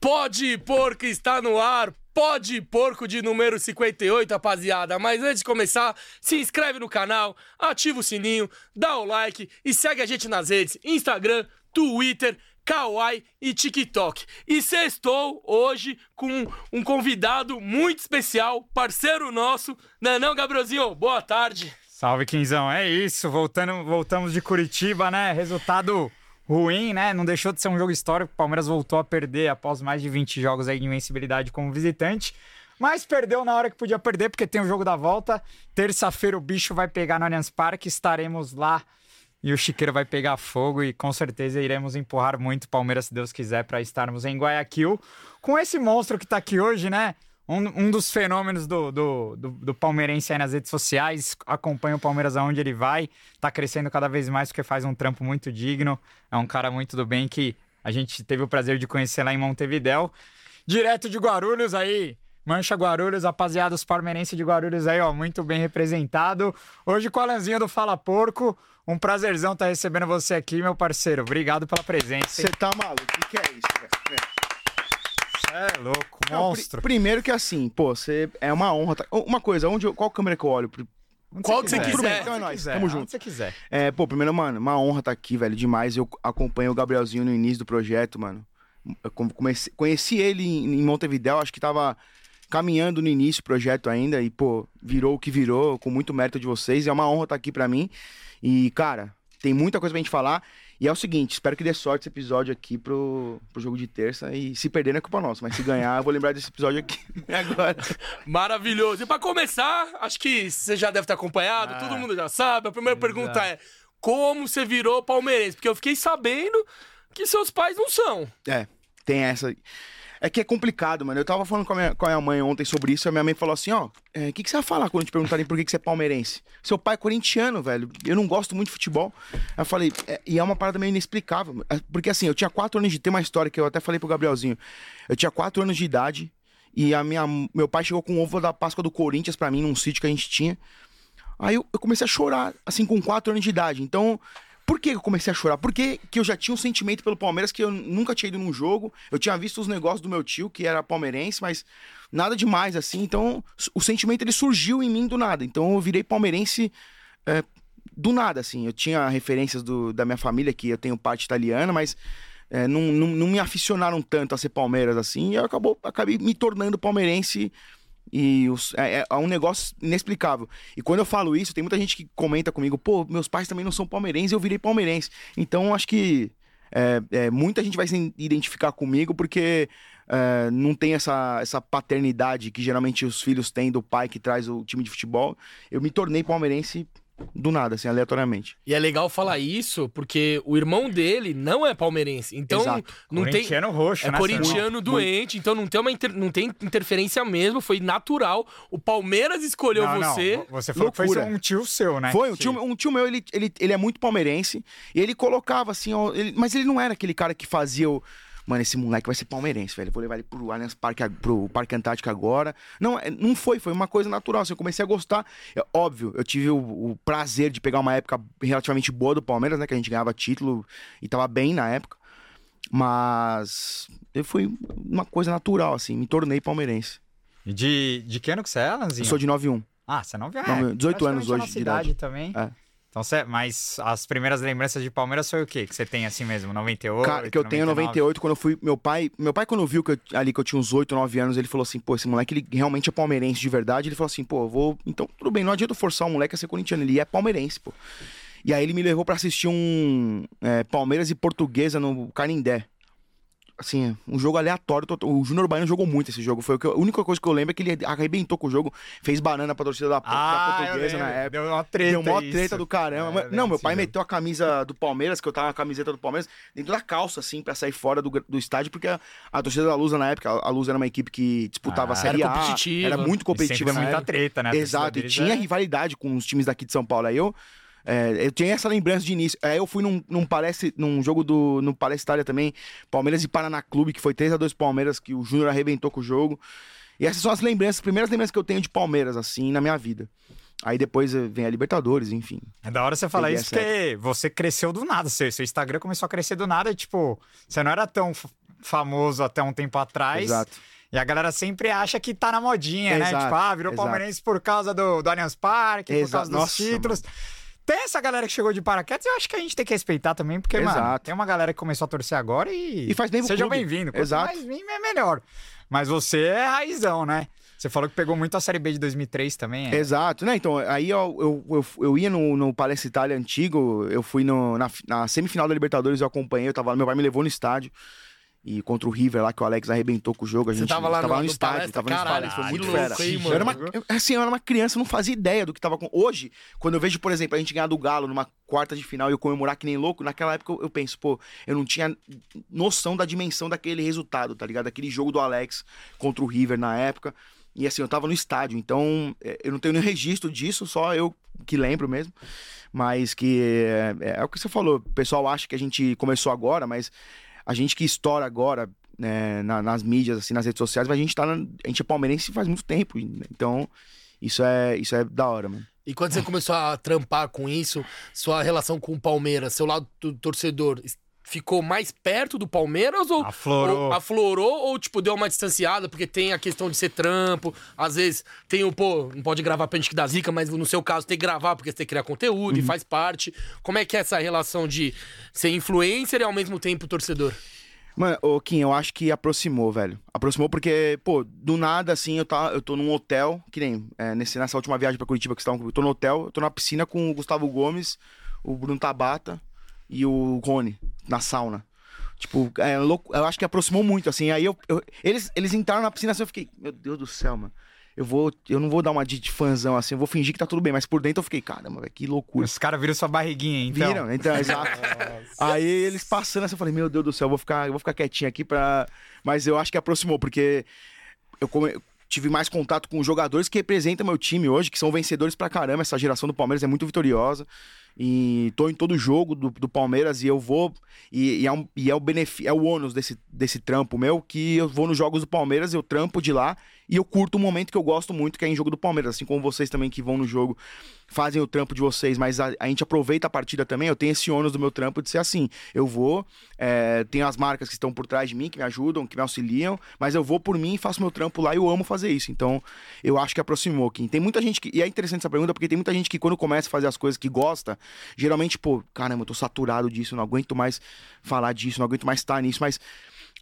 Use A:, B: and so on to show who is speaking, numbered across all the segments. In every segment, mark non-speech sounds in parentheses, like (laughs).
A: Pode Porco está no ar. Pode Porco de número 58, rapaziada. Mas antes de começar, se inscreve no canal, ativa o sininho, dá o like e segue a gente nas redes: Instagram, Twitter, Kawaii e TikTok. E sextou hoje com um convidado muito especial, parceiro nosso. Não é não, Gabrielzinho? Boa tarde.
B: Salve, Quinzão. É isso. Voltando, voltamos de Curitiba, né? Resultado ruim, né? Não deixou de ser um jogo histórico. O Palmeiras voltou a perder após mais de 20 jogos aí de invencibilidade como visitante. Mas perdeu na hora que podia perder, porque tem o jogo da volta. Terça-feira o bicho vai pegar no Allianz Parque. Estaremos lá e o Chiqueiro vai pegar fogo e com certeza iremos empurrar muito o Palmeiras, se Deus quiser, para estarmos em Guayaquil. Com esse monstro que tá aqui hoje, né? Um, um dos fenômenos do, do, do, do palmeirense aí nas redes sociais. Acompanha o Palmeiras aonde ele vai. Tá crescendo cada vez mais porque faz um trampo muito digno. É um cara muito do bem que a gente teve o prazer de conhecer lá em Montevidéu. Direto de Guarulhos aí. Mancha Guarulhos, rapaziada, os palmeirenses de Guarulhos aí, ó, muito bem representado. Hoje com o Alanzinho do Fala Porco. Um prazerzão estar recebendo você aqui, meu parceiro. Obrigado pela presença.
C: Você
B: hein?
C: tá maluco? O que, que é isso, velho?
B: É louco,
C: Não, pri-
B: monstro.
C: primeiro que assim, pô, você é uma honra. tá- Uma coisa, onde eu- qual câmera que eu olho? Pro-
B: Onde
A: Qual que você
C: Tudo
A: quiser.
C: bem, então é
B: Onde
C: nóis.
B: quiser,
C: Tamo
B: onde
C: junto.
B: você quiser.
C: É, pô, primeiro, mano, uma honra tá aqui, velho, demais. Eu acompanhei o Gabrielzinho no início do projeto, mano. Eu com- comecei- conheci ele em, em Montevidéu, acho que tava caminhando no início do projeto ainda e, pô, virou o que virou, com muito mérito de vocês. É uma honra tá aqui pra mim. E, cara, tem muita coisa pra gente falar. E é o seguinte, espero que dê sorte esse episódio aqui pro, pro jogo de terça. E se perder não é culpa nossa, mas se ganhar, eu vou lembrar desse episódio aqui (laughs) agora.
A: Maravilhoso. E pra começar, acho que você já deve ter acompanhado, todo mundo já sabe. A primeira pergunta é: como você virou palmeirense? Porque eu fiquei sabendo que seus pais não são.
C: É, tem essa. É que é complicado, mano. Eu tava falando com a minha, com a minha mãe ontem sobre isso, e a minha mãe falou assim, ó, é, o que, que você vai falar quando te perguntarem por que, que você é palmeirense? Seu pai é corintiano, velho. Eu não gosto muito de futebol. Aí eu falei, é, e é uma parada meio inexplicável. É, Porque assim, eu tinha quatro anos de. Tem uma história que eu até falei pro Gabrielzinho. Eu tinha quatro anos de idade, e a minha, meu pai chegou com o ovo da Páscoa do Corinthians pra mim, num sítio que a gente tinha. Aí eu, eu comecei a chorar, assim, com 4 anos de idade. Então, por que eu comecei a chorar? Porque que eu já tinha um sentimento pelo Palmeiras que eu nunca tinha ido num jogo. Eu tinha visto os negócios do meu tio, que era palmeirense, mas nada demais, assim. Então, s- o sentimento ele surgiu em mim do nada. Então, eu virei palmeirense é, do nada, assim. Eu tinha referências do- da minha família, que eu tenho parte italiana, mas é, não, não- não me aficionaram tanto a ser Palmeiras, assim. E eu acabou, acabei me tornando palmeirense. E os- é, é- é um negócio inexplicável. E quando eu falo isso, tem muita gente que comenta comigo, pô, meus pais também não são palmeirenses, eu virei palmeirense. Então, acho que é, é, muita gente vai se identificar comigo, porque é, não tem essa, essa paternidade que geralmente os filhos têm do pai que traz o time de futebol. Eu me tornei palmeirense do nada, assim, aleatoriamente.
A: E é legal falar isso, porque o irmão dele não é palmeirense. Então,
C: Exato.
A: não tem.
B: Corintiano roxo,
A: É
B: né?
A: corintiano doente, então não tem, uma inter- não tem interferência mesmo, foi natural. O Palmeiras escolheu
B: Não, não,
A: você.
B: Você falou que foi
C: Loucura.
B: um tio seu, né?
C: Foi, um
B: Que-
C: tio, um tio meu, ele, ele, ele é muito palmeirense. E ele colocava assim, ó, ele- mas ele não era aquele cara que fazia o. Mano, esse moleque vai ser palmeirense, velho. Vou levar ele pro Allianz Parque, ag- pro Parque Antártico agora. Não, é, não foi, foi uma coisa natural. Assim, eu comecei a gostar. É, óbvio, eu tive o, o prazer de pegar uma época relativamente boa do Palmeiras, né? Que a gente ganhava título e tava bem na época. Mas eu fui uma coisa natural, assim, me tornei palmeirense.
B: De, de que ano que você é,
C: Eu
B: Alanzinho?
C: sou de 9-1.
B: Ah, você não viu?
C: Não, 18 anos hoje de idade.
B: também.
C: É.
B: Então, você, mas as primeiras lembranças de Palmeiras foi o quê? Que você tem assim mesmo? 98?
C: Cara, que eu tenho
B: 99?
C: 98, quando eu fui. Meu pai, meu pai quando viu que eu- ali que eu tinha uns 8, 9 anos, ele falou assim: pô, esse moleque ele realmente é palmeirense de verdade. Ele falou assim: pô, eu vou. Então tudo bem, não adianta forçar um moleque a ser corintiano, ele é palmeirense, pô. E aí ele me levou pra assistir um é, Palmeiras e Portuguesa no Canindé. Assim, um jogo aleatório. to- O Júnior Baiano jogou muito esse jogo. Foi o que eu- a única coisa que eu lembro é que ele arrebentou com o jogo, fez banana pra torcida da, po- da
B: Ah, eu
C: Portuguesa na
B: lembro.
C: época.
B: Deu uma treta.
C: Deu mó
B: isso.
C: treta do
B: É,
C: caramba.
B: eu
C: Mas- não,
B: lembro
C: meu pai
B: desse
C: meteu a camisa do Palmeiras, que eu tava com a camiseta do Palmeiras, dentro da calça, assim, pra sair fora do, gr- do estádio, porque a, a torcida da Lusa na época, a, a Lusa era uma equipe que
B: Ah,
C: disputava a Série
A: era
C: A.
A: competitiva.
C: Era
B: jogo.
C: muito
B: E
C: competitiva.
B: Sempre
C: na
B: muita
C: época.
B: treta, né? A torcida
C: Exato, e
B: deles
C: tinha
B: é-
C: rivalidade com os times daqui de São Paulo. Aí eu, é, eu tinha essa lembrança de início. Aí eu fui num, num, palestra, num jogo do no Palestra Itália também, Palmeiras e Paraná Clube, que foi 3 a 2 Palmeiras, que o Júnior arrebentou com o jogo. E essas são as lembranças, as primeiras lembranças que eu tenho de Palmeiras, assim, na minha vida. Aí depois eh, vem a Libertadores, enfim.
B: É da hora você falar
C: Peguei
B: isso,
C: essa
B: porque você cresceu do nada. Seu, seu Instagram começou a crescer do nada e, tipo, você não era tão f- famoso até um tempo atrás.
C: Exato.
B: E a galera sempre acha que tá na modinha, né?
C: Exato,
B: Tipo, ah, virou
C: exato.
B: palmeirense por causa do, do Allianz Parque, por
C: Exato.
B: causa dos
C: Nossa,
B: títulos. Tem essa galera que chegou de paraquedas, eu acho que a gente tem que respeitar também, porque, mano,
C: Exato.
B: tem uma galera que começou a torcer agora e.
C: E faz bem pro
B: Sejam
C: clube.
B: bem-vindos. Quanto
C: Exato.
B: mais vir, é melhor. Mas você é raizão, né? Você falou que pegou muito a Série B de 2003 também. é?
C: Exato, né? Então, aí eu, eu, eu, eu ia no, no Palestra Itália antigo, eu fui no- na, fi- na semifinal da Libertadores, eu acompanhei, eu tava lá, meu pai me levou no estádio. E contra o River lá, que o Alex arrebentou com o jogo, a
A: Você
C: gente
A: tava lá no- no
C: estádio,
A: Palestra?
C: tava no
A: Caralho,
C: estádio, foi
A: que
C: muito
A: louco,
C: fera.
A: hein,
C: eu, era uma,
A: mano?
C: eu- assim, eu era uma criança, eu não fazia ideia do que tava com... Hoje, quando eu vejo, por exemplo, a gente ganhar do Galo numa quarta de final e eu comemorar que nem louco, naquela época eu, eu penso, pô, eu não tinha noção da dimensão daquele resultado, tá ligado? Aquele jogo do Alex contra o River na época. E assim, eu tava no estádio, então é, eu não tenho nenhum registro disso, só eu que lembro mesmo. Mas que é, é- é o que você falou, o pessoal acha que a gente começou agora, mas a gente que estoura agora né, na- nas mídias, assim, nas redes sociais, mas a gente tá. na- a gente é palmeirense faz muito tempo, então isso é, isso é da hora, mano.
A: E quando você começou a trampar com isso, sua relação com o Palmeiras, seu lado do torcedor, es- ficou mais perto do Palmeiras ou
B: Aflorou.
A: ou aflorou ou, tipo, deu uma distanciada? Porque tem a questão de ser trampo, às vezes tem o, pô, não pode gravar pra gente que dá zica, mas no seu caso tem que gravar porque você tem que criar conteúdo e
B: Uhum.
A: faz parte. Como é que é essa relação de ser influencer e ao mesmo tempo torcedor?
C: Mano, ô Kim, eu acho que aproximou, velho. Aproximou porque, pô, do nada, assim, eu, tá, eu tô num hotel, que nem é, nesse, nessa última viagem pra Curitiba que você tava, eu tô no hotel, eu tô na piscina com o Gustavo Gomes, o Bruno Tabata e o Rony, na sauna. Tipo, é louco, eu acho que aproximou muito, assim. Aí eu, eu- eles, eles entraram na piscina assim, eu fiquei, meu Deus do céu, mano. Eu, vou, eu não vou dar uma de, de fãzão assim, eu vou fingir que tá tudo bem, mas por dentro eu fiquei, caramba, velho, que loucura.
B: Os caras viram sua barriguinha, então.
C: Viram? Então, exato. Aí eles passando assim, eu falei, meu Deus do céu, eu vou ficar, eu vou ficar quietinho aqui pra. Mas eu acho que aproximou, porque eu come- tive mais contato com os jogadores que representam meu time hoje, que são vencedores pra caramba. Essa geração do Palmeiras é muito vitoriosa. E tô em todo jogo do, do Palmeiras e eu vou. E, e é, um- e é o benefício, é o ônus desse, desse trampo meu, que eu vou nos jogos do Palmeiras, eu trampo de lá e eu curto um momento que eu gosto muito, que é em jogo do Palmeiras, assim como vocês também que vão no jogo fazem o trampo de vocês, mas a, a gente aproveita a partida também. Eu tenho esse ônus do meu trampo de ser assim. Eu vou, é, tenho as marcas que estão por trás de mim, que me ajudam, que me auxiliam, mas eu vou por mim e faço meu trampo lá e eu amo fazer isso. Então, eu acho que aproximou, Kim. Tem muita gente que. E é interessante essa pergunta, porque tem muita gente que quando começa a fazer as coisas que gosta, geralmente, pô, caramba, eu tô saturado disso, não aguento mais falar disso, não aguento mais estar nisso, mas.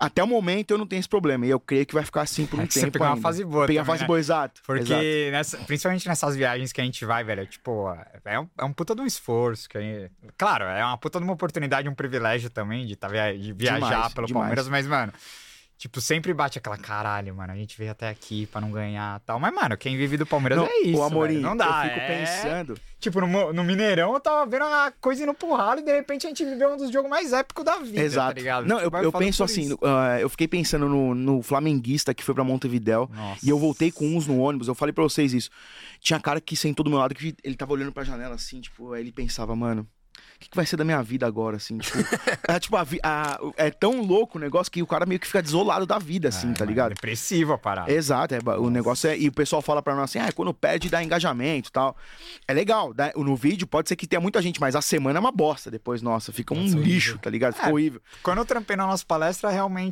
C: Até o momento eu não tenho esse problema. E eu creio que vai ficar assim por um
B: É que (laughs) você
C: tempo.
B: pegou uma
C: ainda.
B: fase boa
C: Peguei a
B: também,
C: fase
B: né?
C: boa, exato. exato.
B: Porque, nessa- principalmente nessas viagens que a gente vai, velho, tipo, é um, é um puta de um esforço. Que é- claro, é uma puta de uma oportunidade, um privilégio também de, tá via- de viajar
C: Demais,
B: pelo
C: demais.
B: Palmeiras, mas, mano, tipo, sempre bate aquela caralho, mano, a gente veio até aqui pra não ganhar tal. Mas, mano, quem vive do Palmeiras
C: Não,
B: é isso.
C: ô, Amorim,
B: velho, não dá.
C: eu fico
B: é-
C: pensando.
B: Tipo, no, Mo- no Mineirão eu tava vendo a coisa indo pro ralo e de repente a gente viveu um dos jogos mais épicos da vida. Tá
C: Exato.
B: ligado?
C: Não, eu,
B: Tipo, é
C: eu
B: foda
C: penso
B: por
C: assim,
B: isso.
C: ah, eu fiquei pensando no, no flamenguista que foi pra Montevidéu.
B: Nossa.
C: E eu voltei com um, uns no ônibus, eu falei pra vocês isso. Tinha cara que sentou do meu lado, que ele tava olhando pra janela assim, tipo, aí ele pensava, mano, o que, que vai ser da minha vida agora,
B: (laughs)
C: assim? Tipo, é, tipo, a vi- a- é tão louco o negócio que o cara meio que fica desolado da vida, assim,
B: É,
C: tá
B: mano,
C: ligado?
B: Depressivo a parada.
C: Exato, é ba- o negócio é. E o pessoal fala pra nós assim: ah, quando perde dá engajamento e tal. É legal, dá- no vídeo pode ser que tenha muita gente, mas a semana é uma bosta depois, nossa, fica um lixo, tá ligado? Fica
B: É.
C: horrível.
B: Quando eu trampei na nossa palestra,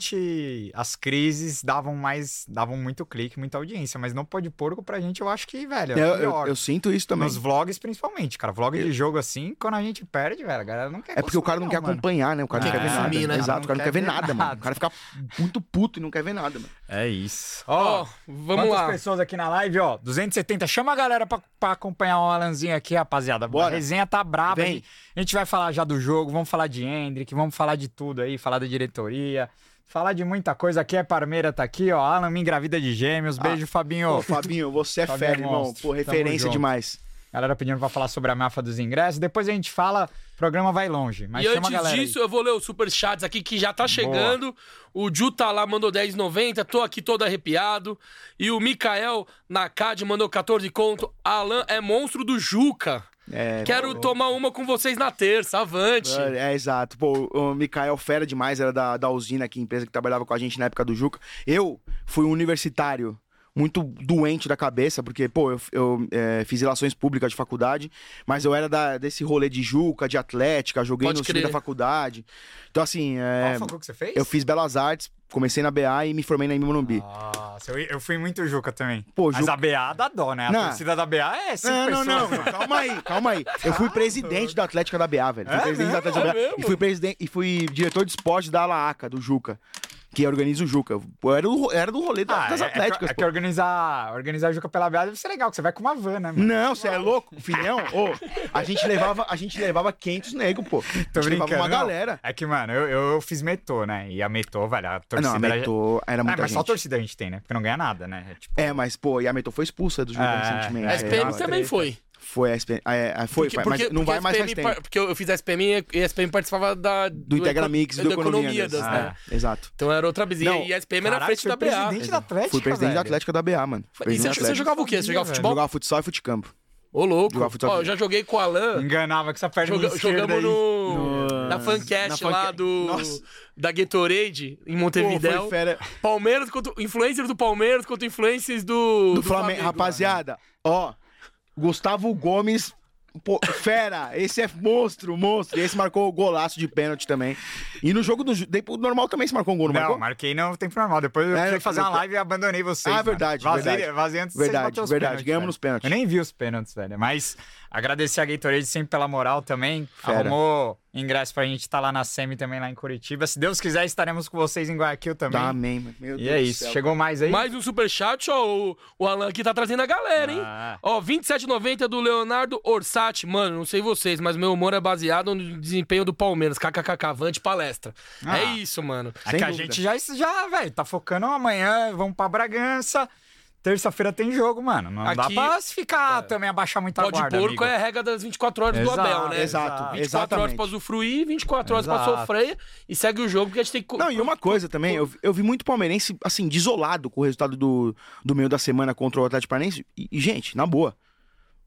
B: realmente as crises davam mais, davam muito clique, muita audiência, mas não pode porco pra gente, eu acho que, velho, é
C: Eu, eu,
B: melhor.
C: eu sinto isso também.
B: Nos vlogs principalmente, cara, vlog de jogo assim, quando a gente perde, velho, a galera não quer
C: É porque o cara não, quer
B: mano.
C: acompanhar, né? O cara não
A: Tem
C: quer
A: que
C: ver nada.
A: consumir, né?
C: Exato, o cara não quer ver nada, mano. O cara fica muito puto e não quer ver nada, mano.
B: É isso.
A: Ó,
B: Ó,
A: vamos
B: quantas
A: lá.
B: pessoas aqui na live, ó, 270. Chama a galera pra, pra acompanhar o Alanzinho aqui, rapaziada. A
C: Bora.
B: resenha tá braba.
C: Vem.
B: A gente- a gente vai falar já do jogo, vamos falar de Hendrick, vamos falar de tudo aí, falar da diretoria, falar de muita coisa aqui. A Parmeira tá aqui, ó. Alan me engravida de gêmeos.
C: Ah.
B: Beijo, Fabinho.
C: Ô, Fabinho, você é
B: Fabinho
C: fera,
B: é
C: irmão.
B: monstro.
C: Pô,
B: Tamo
C: referência
B: junto.
C: demais.
B: Galera pedindo pra falar sobre a máfia dos ingressos. Depois a gente fala, o programa vai longe. Mas
A: e
B: chama a
A: antes
B: galera aí.
A: disso, eu vou ler os superchats aqui que já tá chegando. O Ju tá lá, mandou 10,90. Tô aqui todo arrepiado. E o Mikael Nakad mandou 14 conto. Alan é monstro do Juca.
C: É,
A: Quero tomar uma com vocês na terça. Avante.
C: É, é, exato. Pô, o Mikael fera demais, era da, da usina aqui, empresa que trabalhava com a gente na época do Juca. Eu fui um universitário muito doente da cabeça, porque, pô, eu, eu, é, fiz relações públicas de faculdade, mas eu era da- desse rolê de Juca, de Atlética, joguei
A: Pode
C: no time
A: crer.
C: da faculdade. Então, assim, é,
B: Qual foi o que você fez?
C: eu fiz Belas Artes comecei na BA e me formei na Imbi
B: Nossa, eu, eu fui muito Juca também.
C: Pô,
B: Mas
C: Juca-
B: a BA dá dó, né? A
C: Não.
B: torcida da BA é cinco
C: Não, não,
B: pessoas. então mano.
C: não. Calma aí, calma aí. Eu fui presidente da Atlética da BA, velho. Fui
B: É
C: presidente da Atlética
A: mesmo?
C: da BA.
A: É mesmo?
C: E fui, presidente, e fui diretor de esporte da Alaaca, do Juca. Que organiza o Juca. Eu era, do- era do rolê da-
B: Ah,
C: das
B: é, é que-
C: Atléticas,
B: é que
C: pô.
B: organizar, organizar a Juca pela BA deve ser legal, que você vai com uma van, né, mano?
C: Não, você é louco, filhão? Ô, a gente levava, a gente levava 500 negros, pô.
B: Tô
C: a gente
B: brincando.
C: levava uma
B: não.
C: galera.
B: É que, mano, eu, eu fiz metô, né? E a metô, velho, a
C: Ah, Não,
B: torcida...
C: a Metô era
B: Ah,
C: muita
B: mas
C: gente.
B: só a torcida a gente tem, né? Porque não ganha nada, né? É tipo...
C: É, mas, pô, e a Metô foi expulsa do Juca
B: É,
C: recentemente.
A: A
B: é,
C: aí,
A: SPM
C: ó,
A: também
B: treta.
A: foi.
C: Foi, a SPM. é, é, foi, mas não vai
A: a
C: mais faz
A: SPM
C: tempo.
A: par- Porque eu eu fiz a SPM e a SPM participava da,
C: Do Integra Mix
B: é
C: e do Economia.
A: das,
B: né?
A: né?
C: É, Exato.
A: Então era outra vizinha.
C: Não,
A: E a SPM era na
B: caraca,
A: frente da
B: foi
A: BA.
B: presidente da Atlética,
C: Fui presidente da
B: velho.
C: Atlética da BA, mano.
A: E você,
C: Fui presidente da
A: você
C: Atlética.
A: jogava o quê? Você jogava
B: Sabia,
A: futebol?
C: Jogava futsal e futecampo.
A: Ô, louco.
C: Jogava futebol.
A: Ó, eu já joguei com o Alan.
B: Enganava com essa perna
A: Joga-
B: esquerda
A: jogamos
B: aí.
A: no, na
C: na
A: fancast
C: fanca-
A: lá do
C: Nossa.
A: da Gatorade em
C: Pô,
A: Montevidéu.
C: foi fera.
A: Palmeiras contra influencers do Palmeiras contra influencers do né?
C: do Flamengo. Rapaziada, ó, Gustavo Gomes. pô, fera, esse é monstro, monstro. E esse marcou o golaço de pênalti também. E no jogo do ju- depois, normal também se marcou um gol, não,
B: Não,
C: marcou?
B: marquei no tempo normal. Depois eu
C: É,
B: fui fazer uma
C: depois-
B: live e abandonei vocês.
C: Ah,
B: mano.
C: verdade,
B: Vazei,
C: verdade.
B: vazei antes de
C: Verdade,
B: vocês baterem os
C: verdade.
B: pênaltis,
C: Ganhamos
B: velho.
C: nos pênaltis.
B: Eu nem vi os pênaltis, velho. Mas agradecer a Gatorade sempre pela moral também.
C: Fera.
B: Arrumou ingresso pra gente estar lá na SEMI também, lá em Curitiba. Se Deus quiser, estaremos com vocês em Guayaquil também.
C: Tá, amém, mano. Meu
B: E
C: Deus
B: é
C: do
B: isso.
C: céu.
B: Chegou mais aí?
A: Mais um superchat, ó. O, o Alan aqui tá trazendo a galera, hein?
B: Ah.
A: Ó, 27,90 do Leonardo Orsatti. Mano, não sei vocês, mas meu humor é baseado no desempenho do Palmeiras. KKK, avante palestra.
B: Ah.
A: É isso, mano.
B: É
C: Sem
B: que a
C: dúvida.
B: gente já, isso já velho, tá focando amanhã, vamos pra Bragança. Terça-feira tem jogo, mano. Não
A: Aqui-
B: dá pra se ficar também abaixar muito a
A: Pode
B: Tá guarda,
A: porco
B: amigo.
A: é a regra das 24 horas do
B: Exato,
A: Abel, né?
C: Exato,
A: 24 horas
C: exatamente.
A: pra usufruir, 24 horas pra
B: Exato.
A: sofrer e segue o jogo porque a gente tem que. co-
C: Não, e uma coisa também, eu, eu vi muito palmeirense, assim, desolado com o resultado do, do meio da semana contra o Atlético Paranaense. E, e, gente, na boa,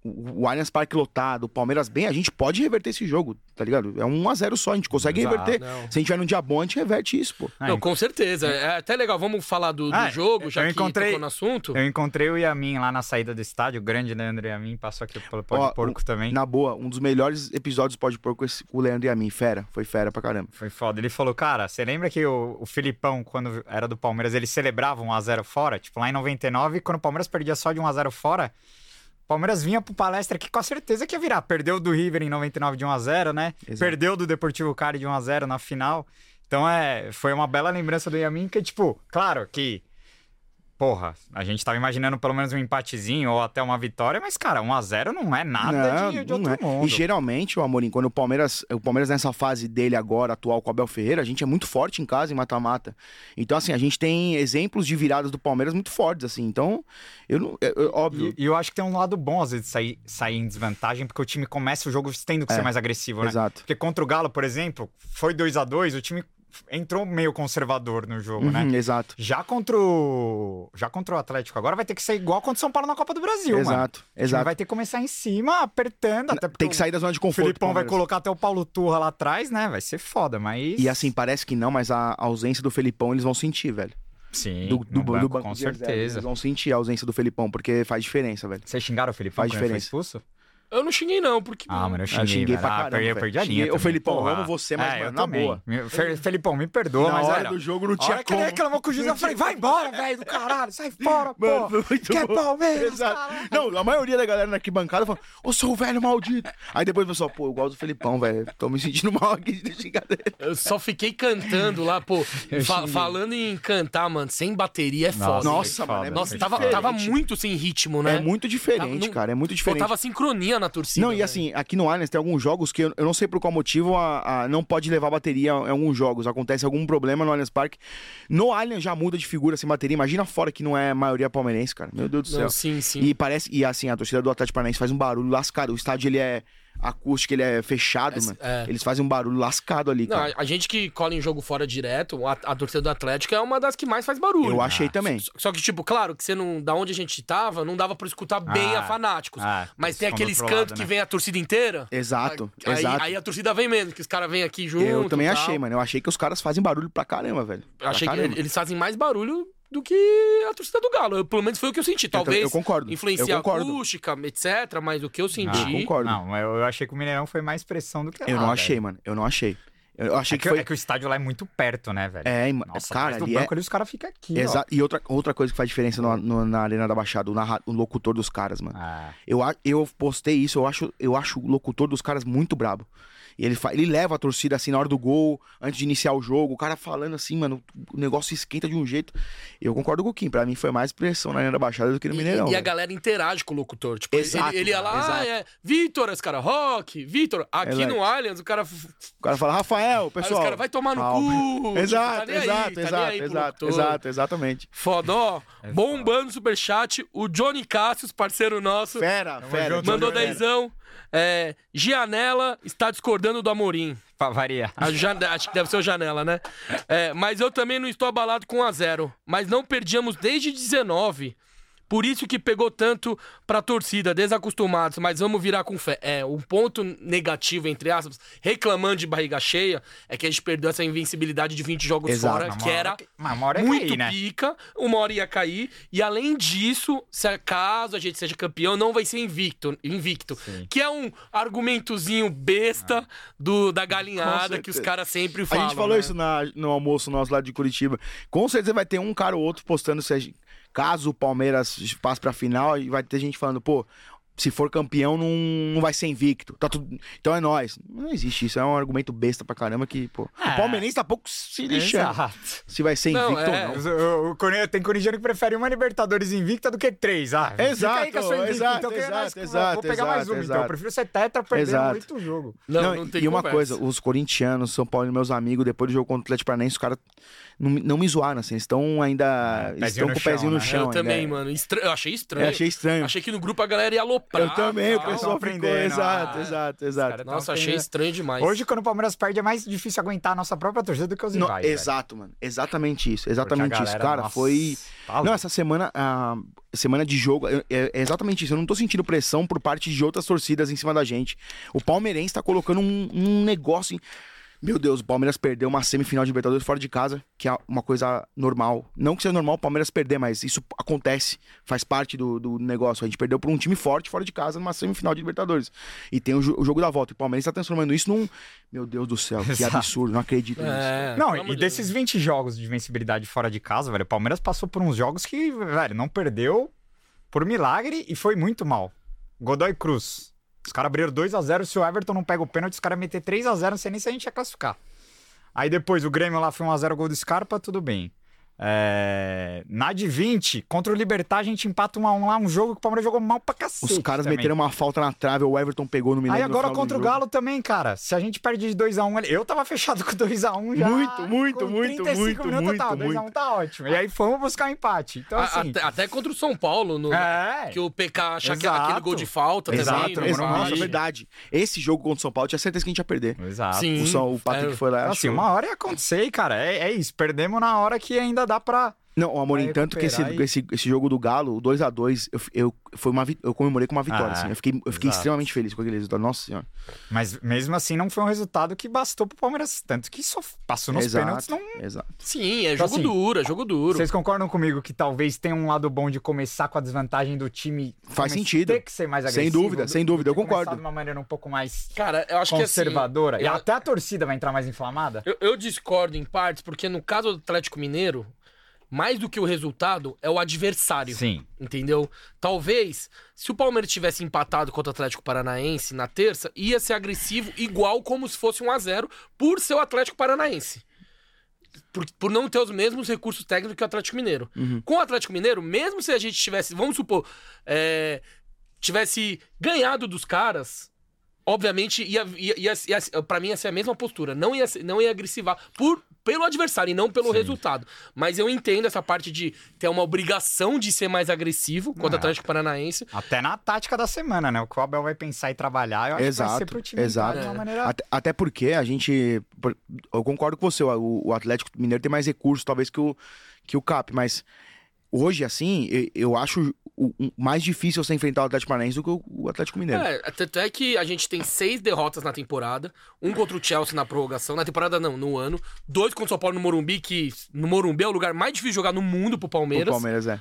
C: o, o Allianz Parque lotado, o Palmeiras bem, a gente pode reverter esse jogo, tá ligado? É um a zero só, a gente consegue
B: Exato.
C: reverter.
A: Não.
C: Se a gente vai num dia bom, a gente reverte isso, pô.
B: Ah,
A: Não, com certeza. É até legal, vamos falar do, do
B: Ah,
A: jogo, já
B: eu
A: que
B: encontrei- É.
A: tocou no assunto.
B: Eu encontrei o Yamin lá na saída do estádio, o grande Leandro Yamin, passou aqui pelo
C: Ó,
B: Pode Porco
C: um-
B: também.
C: Na boa, um dos melhores episódios do Pode Porco esse- com o Leandro e a mim. Fera, foi fera pra caramba.
B: Foi foda. Ele falou, cara, você lembra que o, o Filipão, quando era do Palmeiras, ele celebrava 1x0 fora? Tipo, lá em 99, quando o Palmeiras perdia só de 1x0 fora, o Palmeiras vinha pro palestra aqui com a certeza que ia virar. Perdeu do River em 99 de 1x0, né?
C: Exato.
B: Perdeu do Deportivo Cali de 1x0 na final. Então, é, foi uma bela lembrança do Yamin, que, tipo, claro que... Porra, a gente tava imaginando pelo menos um empatezinho ou até uma vitória, mas, cara, 1x0 não é nada de, de outro
C: é.
B: mundo.
C: E geralmente, o Amorim, quando o Palmeiras, o Palmeiras nessa fase dele agora, atual com o Abel Ferreira, a gente é muito forte em casa, em mata-mata. Então, assim, a gente tem exemplos de viradas do Palmeiras muito fortes, assim. Então, eu não. é- é óbvio.
B: E, e eu acho que tem um lado bom, às vezes, de sair, sair em desvantagem, porque o time começa o jogo tendo que ser mais agressivo, né?
C: É, Exato.
B: Porque contra o Galo, por exemplo, foi 2 a 2 o time entrou meio conservador no jogo, né?
C: Uhum, Exato.
B: Já contra o. Já contra o Atlético agora vai ter que ser igual contra o São Paulo na Copa do Brasil, mano.
C: exato.
B: O time
C: Exato.
B: Vai ter que começar em cima, apertando, até porque
C: Tem que sair da zona de
B: o
C: conforto.
B: Felipão vai
C: Palmeiras.
B: colocar até o Paulo Turra lá atrás, né? Vai ser foda, mas.
C: E assim, parece que não, mas a ausência do Felipão eles vão sentir, velho.
B: Sim,
C: Do, do,
B: no banco,
C: do banco
B: com
C: de reserva,
B: certeza.
C: Eles vão sentir a ausência do Felipão, porque faz diferença, velho.
B: Vocês xingaram o Felipão
C: Faz
B: quando ele foi
C: diferença.
B: expulso?
A: Eu não xinguei, não, porque.
B: Ah, mano, eu xinguei,
C: eu xinguei
B: velho.
C: pra
B: Ah,
C: caramba,
B: perdi,
C: velho.
B: perdi a linha.
C: Xinguei. Ô,
B: também,
C: Felipão,
B: porra.
C: eu amo você, mas,
B: É,
C: mano,
B: eu
C: na
B: também.
C: boa.
B: Me- Fer- Felipão, me perdoa,
C: Na
B: mas
C: hora
B: olha.
C: do jogo não
B: a hora
C: tinha
B: que ele
C: como.
B: reclamou com o juiz, eu falei, vai embora, velho, do caralho, (laughs) sai fora,
C: Mano,
B: pô.
C: foi muito
B: que é
C: bom.
B: Palmeiras,
C: Exato.
B: caralho.
C: Não, a maioria da galera na arquibancada fala, ô seu velho maldito. Aí depois o pessoal, pô, eu gosto do Felipão, velho. Tô me sentindo mal aqui de xingar dele.
A: Eu só fiquei cantando lá,
B: (laughs)
A: pô. Fa- falando em cantar, mano, sem bateria é foda.
C: Nossa,
B: que
C: mano,
B: foda,
C: é
A: Nossa,
B: que
A: tava,
B: foda.
A: tava muito sem ritmo, né?
C: É muito diferente,
A: Não-
C: cara. É muito diferente.
A: Faltava sincronia na torcida. né?
C: Não, e
A: velho.
C: assim, aqui no Allianz tem alguns jogos que eu, eu não sei por qual motivo a, a- não pode levar bateria em alguns jogos. Acontece algum problema no Allianz Parque. No Allianz já muda de figura sem bateria. Imagina fora que não é maioria palmeirense, cara. Meu Deus do
A: Não,
C: céu.
A: sim, sim.
C: E parece. E assim, a torcida do Atlético Paranaense faz um barulho lascado. O estádio ele é acústico, ele é fechado, mano.
A: é.
C: Eles fazem um barulho lascado ali,
A: Não, é
C: cara.
A: a, a gente que cola em jogo fora direto, a, a torcida do Atlético é uma das que mais faz barulho. Ah,
C: Eu achei também.
A: Só- Só que, tipo, claro que você não. Da onde a gente tava, não dava pra escutar bem
B: Ah,
A: a fanáticos.
B: ah,
A: mas
B: eles
A: tem
B: ficam do
A: aqueles
B: outro
A: cantos
B: lado,
A: que
B: né?
A: vem a torcida inteira.
C: Exato,
A: Aí-
C: exato.
A: Aí, a torcida vem menos, que os caras vêm aqui junto.
C: eu também
A: tal.
C: achei, mano. Eu achei que os caras fazem barulho pra caramba, velho.
A: Eu
C: Pra
A: achei que
C: caramba.
A: eles fazem mais barulho do que a torcida do Galo. Eu, pelo menos foi o que eu senti.
C: também-
A: Talvez
C: eu concordo, eu
A: influencia
C: concordo. Ah,
A: acústica, etc. Mas o que eu senti.
C: Eu concordo.
B: Não, Ah, eu, eu achei que o Mineirão foi mais pressão do que
C: Eu
B: lá,
C: não
A: Ah,
B: velho.
C: achei, mano. Eu não achei. Eu achei
B: é
C: que,
B: que,
C: foi.
B: é que o estádio lá é muito perto, né, velho?
C: É, e-
B: Nossa,
C: cara,
B: atrás do
C: ali é,
B: banco ali os caras ficam aqui, ó.
C: Exa- E outra, outra coisa que faz diferença no- no- na Arena da Baixada, o, narra- o locutor dos caras, mano.
B: Ah,
C: Eu, a- eu postei isso, eu acho, eu acho o locutor dos caras muito brabo. E Ele, fa- ele leva a torcida assim na hora do gol, antes de iniciar o jogo, o cara falando assim, mano, o negócio esquenta de um jeito. Eu concordo com o Kim, pra mim foi mais pressão na Arena da Baixada do que no
A: E-
C: Mineirão.
A: E, a
C: velho.
A: galera interage com o locutor. Tipo, ele-
C: Exato, É
A: ele, ele ia lá,
C: cara,
A: ah, é, Vitor, esse cara, Rock, Vitor. Aqui
C: Exato.
A: no Allianz, o cara. f- f-
C: O cara fala, Rafael,
A: aí
C: pessoal.
A: os caras vai tomar no
C: calma." (laughs)
A: cu.
C: Exato,
A: Tá nem aí,
C: exato,
A: tá nem
C: exato,
A: aí pro
C: exato,
A: locutor.
C: exato, exatamente.
A: Foda, ó. bombando o superchat, o Johnny Cassius, parceiro nosso,
C: Fera, fera.
B: junto,
A: mandou
B: Johnny Fera.
A: dezão. É, Gianella está discordando do Amorim.
B: pra variar.
A: A Jan- acho que deve ser o Janela, né? É, mas eu também não estou abalado com 1 a 0 Mas não perdíamos desde 19. Por isso que pegou tanto pra torcida, desacostumados, mas vamos virar com fé. É, um ponto negativo, entre aspas, reclamando de barriga cheia, é que a gente perdeu essa invencibilidade de 20 jogos
C: Exato.
A: fora,
B: Mas uma
A: que
B: hora
A: era
B: mas uma hora é
A: muito
B: cair, né?
A: pica, uma hora ia cair, e além disso, se é caso a gente seja campeão, não vai ser invicto, invicto
B: Sim.
A: que é um argumentozinho besta do, da galinhada
C: Ah. Com
A: que os
C: certeza.
A: caras sempre
C: A
A: falam.
C: gente falou
A: né?
C: isso na- no almoço nosso lá de Curitiba. Com certeza vai ter um cara ou outro postando se a gente- caso o Palmeiras passe pra final e vai ter gente falando, pô, se for campeão não, não vai ser invicto. Tá tudo- Então é nós. Não existe isso. É um argumento besta pra caramba que, pô.
B: É.
C: O Palmeirense tá pouco se lixando
B: Exato.
C: se vai ser
A: Não,
C: invicto
A: é.
C: ou não.
B: Os- O, o Corne- tem corintiano que prefere uma Libertadores invicta do que três. Ah, fica aí com a sua
C: Exato,
B: invicta,
C: exato,
B: então, que
C: exato,
B: nós-
C: exato,
B: Vou pegar mais uma,
C: exato,
B: então. Eu
C: exato.
B: prefiro ser tetra perdendo
C: Exato.
B: oito jogos.
A: Não,
C: Não,
A: não tem
C: e uma
A: conversa.
C: coisa, os corintianos, São Paulo e meus amigos, depois do jogo contra o Atlético Paranaense, os caras não, me- não me zoaram, assim, eles estão
A: Ah,
C: ainda.
B: pezinho
C: eles estão
B: no
C: com o pezinho
B: chão,
C: no
B: né?
C: chão.
A: eu
C: ainda,
A: também,
C: é.
A: mano. Estra- Eu achei
C: Eu
A: estranho.
C: achei estranho.
A: Achei que no grupo a galera ia aloprar.
C: Eu também, o
A: tal.
C: pessoal ficou.
B: aprendendo,
C: Exato,
B: ah,
C: exato,
B: Os
C: exato.
B: caras
A: Nossa,
B: tão
A: achei
B: aprendendo.
A: estranho demais.
B: Hoje, quando o Palmeiras perde, é mais difícil aguentar a nossa própria torcida do que os
C: No-
B: rivais. velho.
C: exato, mano. Exatamente isso.
B: Porque a
C: Exatamente isso.
B: galera,
C: Cara,
B: nossa,
C: foi.
B: tá louco.
C: Não, essa semana, a semana de jogo, eu- é, é exatamente isso. Eu não tô sentindo pressão por parte de outras torcidas em cima da gente. O Palmeirense tá colocando um, um negócio. em- Meu Deus, o Palmeiras perdeu uma semifinal de Libertadores fora de casa, que é uma coisa normal. Não que seja normal o Palmeiras perder, mas isso acontece, faz parte do, do negócio. A gente perdeu por um time forte fora de casa numa semifinal de Libertadores. E tem o, jo- o jogo da volta. E o Palmeiras tá transformando isso num. Meu Deus do céu, que
B: Exato.
C: absurdo, não acredito nisso.
A: É,
B: Não,
A: pelo amor
B: e
A: de
B: desses 20 jogos de vencibilidade fora de casa, velho, o Palmeiras passou por uns jogos que, velho, não perdeu por milagre e foi muito mal. Godoy Cruz. Os caras abriram 2x0, se o Everton não pega o pênalti, os caras meter 3x0, não sei nem se a gente ia classificar. Aí depois o Grêmio lá foi 1x0 gol do Scarpa, tudo bem. É, Na de 20, contra o Libertar, a gente empata 1x1 lá, um jogo que o Palmeiras jogou mal pra cacete.
C: Os caras
B: também.
C: meteram uma falta na trave, o Everton pegou no Mineiro.
B: Aí
C: no
B: agora
C: final do
B: contra o
C: jogo.
B: Galo também, cara. Se a gente perde de 2x1 ali. Eu tava fechado com 2x1 já.
C: Muito, muito,
B: com
C: muito,
B: 35
C: muito,
B: minutos,
C: muito,
B: tá,
C: muito.
B: 2x1 tá ótimo. E aí fomos buscar um empate. Então,
A: A-
B: assim.
A: até, até contra o São Paulo, no,
B: É.
A: que o PK acha que
B: Exato.
A: aquele gol de falta
C: Exato,
A: também. né? no
C: exato.
B: Morumbi.
C: Nossa,
A: Palmeiras.
C: verdade. Esse jogo contra o São Paulo, eu tinha certeza que a gente ia perder.
B: Exato.
A: Sim.
C: O, São, o Patrick
A: é.
C: foi lá.
B: Então, assim,
C: achou.
B: uma hora ia acontecer, e, cara. É, é isso. Perdemos na hora que ainda dá pra.
C: Não, o Amorim,
B: Vai
C: tanto que esse,
B: recuperar e-
C: esse, esse jogo do Galo, o 2x2, eu, eu, foi uma, vi- eu comemorei com uma vitória.
B: Ah,
C: assim. Eu fiquei, eu fiquei
B: exato.
C: extremamente feliz com aquele resultado. Nossa senhora.
B: Mas mesmo assim, não foi um resultado que bastou pro Palmeiras. Tanto que só passou nos
C: exato,
B: pênaltis. Não...
C: exato.
A: Sim, é
B: Então,
A: jogo
B: assim,
A: duro, é jogo duro.
B: Vocês concordam comigo que talvez tenha um lado bom de começar com a desvantagem do time?
C: Faz
B: come-
C: sentido.
B: Ter que ser mais
C: Sem
B: agressivo.
C: dúvida,
B: do-
C: sem
B: do
C: dúvida, eu
B: que começar
C: concordo.
B: De uma maneira um pouco mais
A: Cara, eu acho que assim...
B: conservadora.
A: eu-
B: e até a torcida vai entrar mais inflamada.
A: Eu, eu discordo em partes, porque no caso do Atlético Mineiro, mais do que o resultado, é o adversário.
B: Sim.
A: Entendeu? Talvez, se o Palmeiras tivesse empatado contra o Atlético Paranaense na terça, ia ser agressivo, igual como se fosse um a 0 por ser o Atlético Paranaense. Por, por não ter os mesmos recursos técnicos que o Atlético Mineiro. Com o Atlético Mineiro, mesmo se a gente tivesse, vamos supor, é, tivesse ganhado dos caras, obviamente ia, ia, ia, ia- pra mim ia ser a mesma postura. Não ia, ser- não ia agressivar por, pelo adversário e não pelo resultado. Mas eu entendo essa parte de ter uma obrigação de ser mais agressivo contra o
B: Ah.
A: Atlético Paranaense.
B: Até na tática da semana, né? O que o Abel vai pensar e trabalhar, eu acho que vai ser
C: Exato,
B: pro time
C: exato.
B: de uma maneira...
C: Até, até porque a gente. por- Eu concordo com você, o, o Atlético Mineiro tem mais recursos, talvez, que o, que o CAP, mas hoje, assim, eu, eu acho o- o mais difícil você enfrentar o Atlético Paranaense do que o, o Atlético Mineiro.
A: É, tanto é que a gente tem seis derrotas na temporada, um contra o Chelsea na prorrogação, na temporada não, no ano, dois contra o São Paulo no Morumbi, que no Morumbi é o lugar mais difícil de jogar no mundo pro
C: O
A: Palmeiras.
C: Palmeiras é.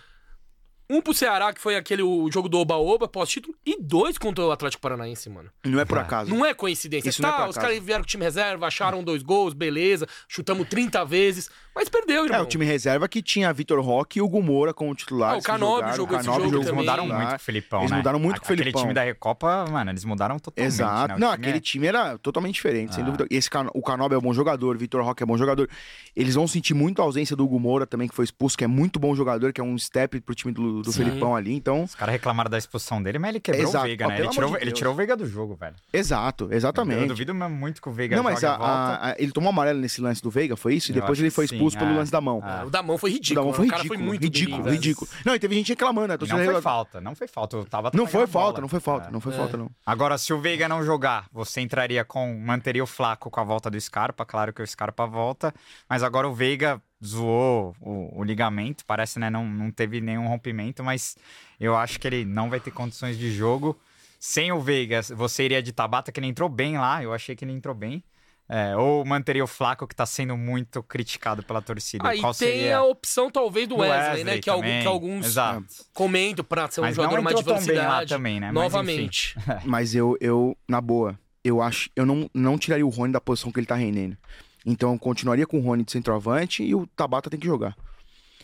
A: Um pro Ceará, que foi aquele o jogo do Oba-Oba, pós-título, e dois contra o Atlético Paranaense, mano.
C: Não é por acaso.
A: Não é coincidência.
C: Isso
A: tá,
C: não é por
A: os
C: acaso.
A: caras vieram com o time reserva, acharam dois gols, beleza, chutamos 30 vezes, mas perdeu, irmão.
C: É, o time reserva que tinha Vitor Roque e o Gumora como titular.
A: Ah, o Canobi jogou esse jogo
B: Eles
A: também.
B: mudaram muito com o Felipão,
C: Eles
B: né?
C: mudaram muito com o
B: Aquele
C: Felipão.
B: time da Recopa, mano, eles mudaram totalmente.
C: Exato.
B: né? O
C: Não,
B: time é-
C: aquele time era totalmente diferente, sem
B: Ah.
C: dúvida. Esse, Cano- o Canobi é um bom jogador, o Vitor Roque é bom jogador. Eles vão sentir muito a ausência do Hugo Moura também, que foi expulso, que é muito bom jogador, que é um step pro time do, do
A: Sim.
C: Felipão ali. Então,
B: Os caras reclamaram da expulsão dele, mas ele quebrou
C: Exato.
B: o Veiga,
C: Ó,
B: né?
C: pelo
B: Ele
C: amor
B: tirou,
C: de
B: ele
C: Deus.
B: tirou o Veiga do jogo, velho.
C: exato,
B: Eu
C: exatamente.
B: duvido mesmo muito que o Veiga
C: Não, mas
B: jogue
C: a-
B: a volta.
C: a- ele tomou amarelo nesse lance do Veiga, foi isso? E
B: Eu
C: depois
B: acho
C: ele
B: que
C: foi
B: sim,
C: expulso pelo
B: é.
C: lance da mão.
B: Ah.
A: O da mão foi ridículo.
C: da mão
A: mano.
C: foi
A: o cara
C: ridículo,
A: foi muito
C: ridículo,
A: bem,
C: ridículo. Não, e teve gente reclamando, né? a
B: E
C: torcida
B: Não foi
C: reclamou.
B: falta, não foi falta. Eu tava
C: Não foi
B: pegando a bola.
C: falta, não foi falta,
B: É.
C: não foi falta, não.
B: Agora, se o Veiga não jogar, você entraria com. Manteria o Flaco com a volta do Scarpa, claro que o Scarpa volta, mas agora o Veiga zoou o, o ligamento, parece, né? Não, não teve nenhum rompimento, mas eu acho que ele não vai ter condições de jogo. Sem o Veiga, você iria de Tabata, que ele entrou bem lá, eu achei que ele entrou bem. É, ou manteria o Flaco, que tá sendo muito criticado pela torcida.
A: Aí
B: Qual
A: Ah, tem
B: seria?
A: a opção, talvez, do
B: Do
A: Wesley, né? Que, algum-
B: também.
A: que alguns
B: Exato.
A: comentam pra ser um
B: Mas não
A: jogador mais de
B: entrou tão bem lá
A: velocidade.
B: também, né? Mas, enfim.
A: Novamente.
C: Mas eu, eu, na boa, eu acho. Eu não, não tiraria o Rony da posição que ele tá rendendo. Então eu continuaria com o Rony de centroavante e o Tabata tem que jogar.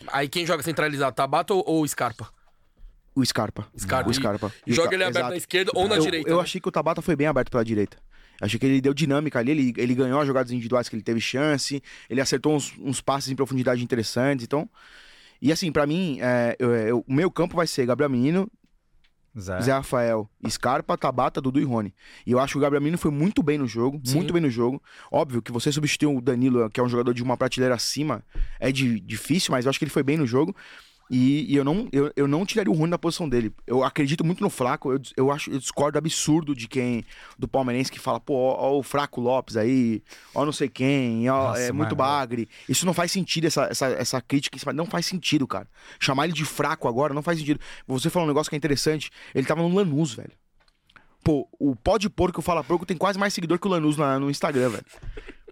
A: Aí quem joga centralizado, Tabata ou, ou Scarpa?
C: O Scarpa.
A: Scarpa.
C: O Scarpa.
A: E joga
C: Sca-
A: ele aberto
C: Exato.
A: na esquerda ou na
C: eu,
A: direita.
C: Eu
A: né?
C: achei que o Tabata foi bem aberto pela direita. Achei que ele deu dinâmica ali, ele, ele ganhou as jogadas individuais que ele teve chance, ele acertou uns, uns passes em profundidade interessantes, então... E assim, pra mim, é, eu- eu- o meu campo vai ser Gabriel Menino,
B: Zé.
C: Zé Rafael, Scarpa, Tabata, Dudu e Rony. E eu acho que o Gabriel Menino foi muito bem no jogo,
A: Sim.
C: muito bem no jogo. Óbvio que você substituiu o Danilo, que é um jogador de uma prateleira acima, é de- difícil, mas eu acho que ele foi bem no jogo. E, e eu, não, eu, eu não tiraria o Rony da posição dele. Eu acredito muito no Flaco, eu, dis- eu acho, eu discordo absurdo de quem, do palmeirense, que fala, pô, ó, ó o Fraco Lopes aí, ó não sei quem, ó,
B: Nossa,
C: é
B: mano.
C: muito bagre. Isso não faz sentido, essa, essa, essa crítica em cima. Não faz sentido, cara. Chamar ele de fraco agora não faz sentido. Você falou um negócio que é interessante. Ele tava no Lanús, velho. Pô, o pó de porco Fala Porco tem quase mais seguidor que o Lanús na- no Instagram, velho.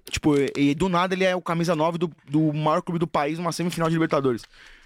C: Tipo, e, e do nada ele é o camisa 9 do, do maior clube do país numa semifinal de Libertadores.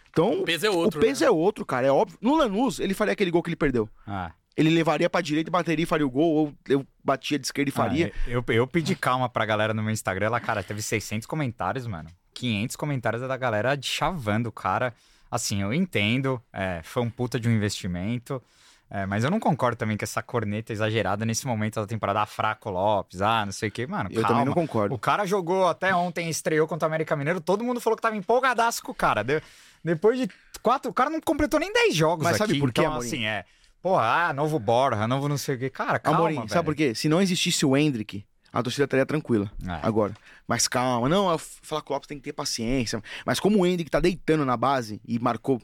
C: Então,
A: O peso é outro,
C: o peso é outro, cara. É óbvio. No Lanús, ele faria aquele gol que ele perdeu.
B: Ah.
C: Ele levaria pra direita e bateria e faria o gol, ou eu batia de esquerda e faria.
B: Ah, eu, eu pedi calma pra galera no meu Instagram. Ela, cara, teve 600 comentários, mano. 500 comentários é da galera de chavando o cara. Assim, eu entendo. é, foi um puta de um investimento. é, mas eu não concordo também com essa corneta exagerada nesse momento da temporada. Ah, fraco Lopes, ah, não sei o quê. Mano,
C: eu
B: calma.
C: também não concordo.
B: O cara jogou até ontem, estreou contra o América Mineiro. Todo mundo falou que tava empolgadaço com o cara. De- depois de quatro, o cara não completou nem 10 jogos
C: Mas
B: aqui.
C: sabe por quê,
B: então,
C: Amorim?
B: assim, é... Porra, ah, novo Borja, novo não sei o quê. Cara, calma,
C: Amorim,
B: velho.
C: sabe por quê? Se não existisse o Hendrick, a torcida estaria tranquila
B: É.
C: agora. Mas calma, não, o Flaco Lopes tem que ter paciência. Mas como o Hendrick tá deitando na base e marcou.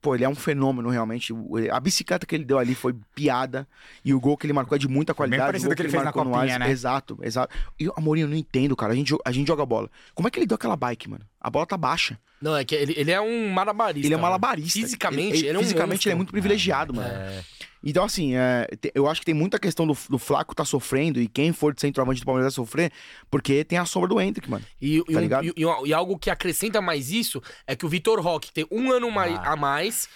C: Pô, ele é um fenômeno realmente. O- A bicicleta que ele deu ali foi piada. E o gol que ele marcou é de muita qualidade. o
B: parecido com
C: gol
B: o que ele fez na
C: marcou no
B: Copinha,
C: Ars-
B: né?
C: Exato, exato. E Amorim, eu não entendo, cara. A gente, jo- a gente joga bola. Como é que ele deu aquela bike, mano? A bola tá baixa.
A: Não, é que ele, ele é um malabarista.
C: Ele é um
A: né?
C: malabarista.
A: Fisicamente, ele, é um
C: Fisicamente,
A: monstro.
C: ele é muito privilegiado, mano. Então, assim, é, te- eu acho que tem muita questão do, do Flaco tá sofrendo e quem for de centroavante do Palmeiras vai sofrer, porque tem a sombra do Hendrick, mano.
A: E, e um-
C: tá ligado?
A: e- e- e algo que acrescenta mais isso é que o Vitor Roque tem um ano mai-
B: Ah.
A: a mais.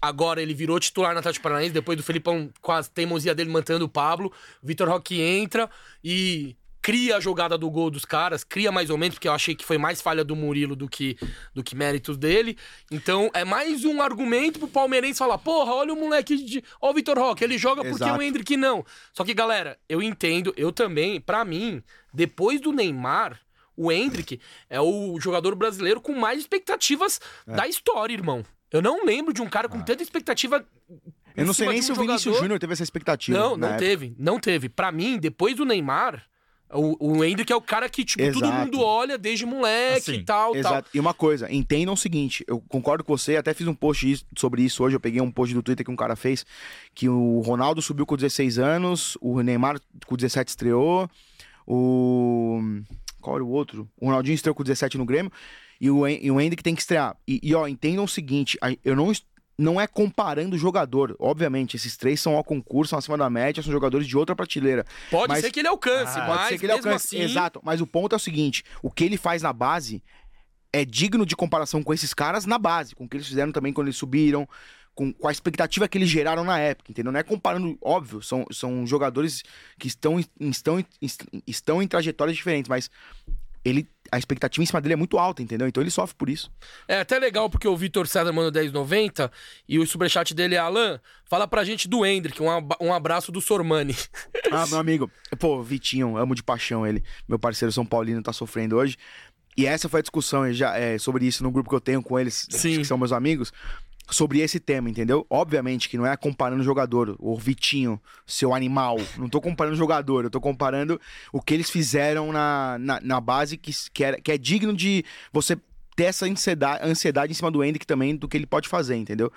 A: Agora ele virou titular na Atlético Paranaense, depois do Felipão quase teimosia dele mantendo o Pablo. O Vitor Roque entra e cria a jogada do gol dos caras, cria mais ou menos, porque eu achei que foi mais falha do Murilo do que, do que méritos dele. Então é mais um argumento pro palmeirense falar: porra, olha o moleque de. Olha o Vitor Roque, ele joga porque
C: Exato.
A: o Hendrick não. Só que, galera, eu entendo, eu também, pra mim, depois do Neymar. O Hendrick é o jogador brasileiro com mais expectativas da história, irmão. Eu não lembro de um cara com tanta expectativa. em
C: Eu não sei
A: cima
C: nem
A: de
C: se
A: um
C: o Vinícius
A: jogador.
C: Júnior teve essa expectativa. né?
A: Não,
C: na
A: não
C: época.
A: teve, não teve. Pra mim, depois do Neymar, o, o Hendrick é o cara que, tipo, todo
C: Exato.
A: mundo olha desde moleque
B: Assim,
A: e tal,
C: Exato. E uma coisa, entendam o seguinte, eu concordo com você, até fiz um post is- sobre isso hoje, eu peguei um post do Twitter que um cara fez, que o Ronaldo subiu com 16 anos, o Neymar com 17 estreou, o... qual era o outro? O Ronaldinho estreou com 17 no Grêmio, e o, Hen- e o Hendrick tem que estrear. E, e, ó, entendam o seguinte, a- eu não... est- Não é comparando o jogador, obviamente, esses três são ao concurso, são acima da média, são jogadores de outra prateleira.
A: tal. Pode
C: Mas-
A: ser que ele alcance,
B: Ah,
A: mas
C: Pode ser que ele
A: mesmo
C: alcance.
A: assim.
C: Exato. Mas o ponto é o seguinte: o que ele faz na base é digno de comparação com esses caras na base, com o que eles fizeram também quando eles subiram, com, com a expectativa que eles geraram na época, entendeu? Não é comparando, óbvio, são, são jogadores que estão em, estão, em- estão em trajetórias diferentes, mas ele, a expectativa em cima dele é muito alta, entendeu? Então ele sofre por isso.
A: É até legal porque o Vitor César manda 1090 e o superchat dele é Alan, fala pra gente do Hendrick, um, ab- um abraço do Sormani.
C: Ah, meu amigo. Pô, Vitinho, amo de paixão ele. Meu parceiro São Paulino tá sofrendo hoje. E essa foi a discussão eu já, é, sobre isso no grupo que eu tenho com eles,
A: Sim.
C: que são meus amigos, sobre esse tema, entendeu? Obviamente que não é comparando o jogador, o Vitinho, seu animal. Não tô comparando o jogador, eu tô comparando o que eles fizeram na, na, na base que, s- que, era- que é digno de você ter essa ansiedade, ansiedade em cima do Hendrick também, do que ele pode fazer, entendeu?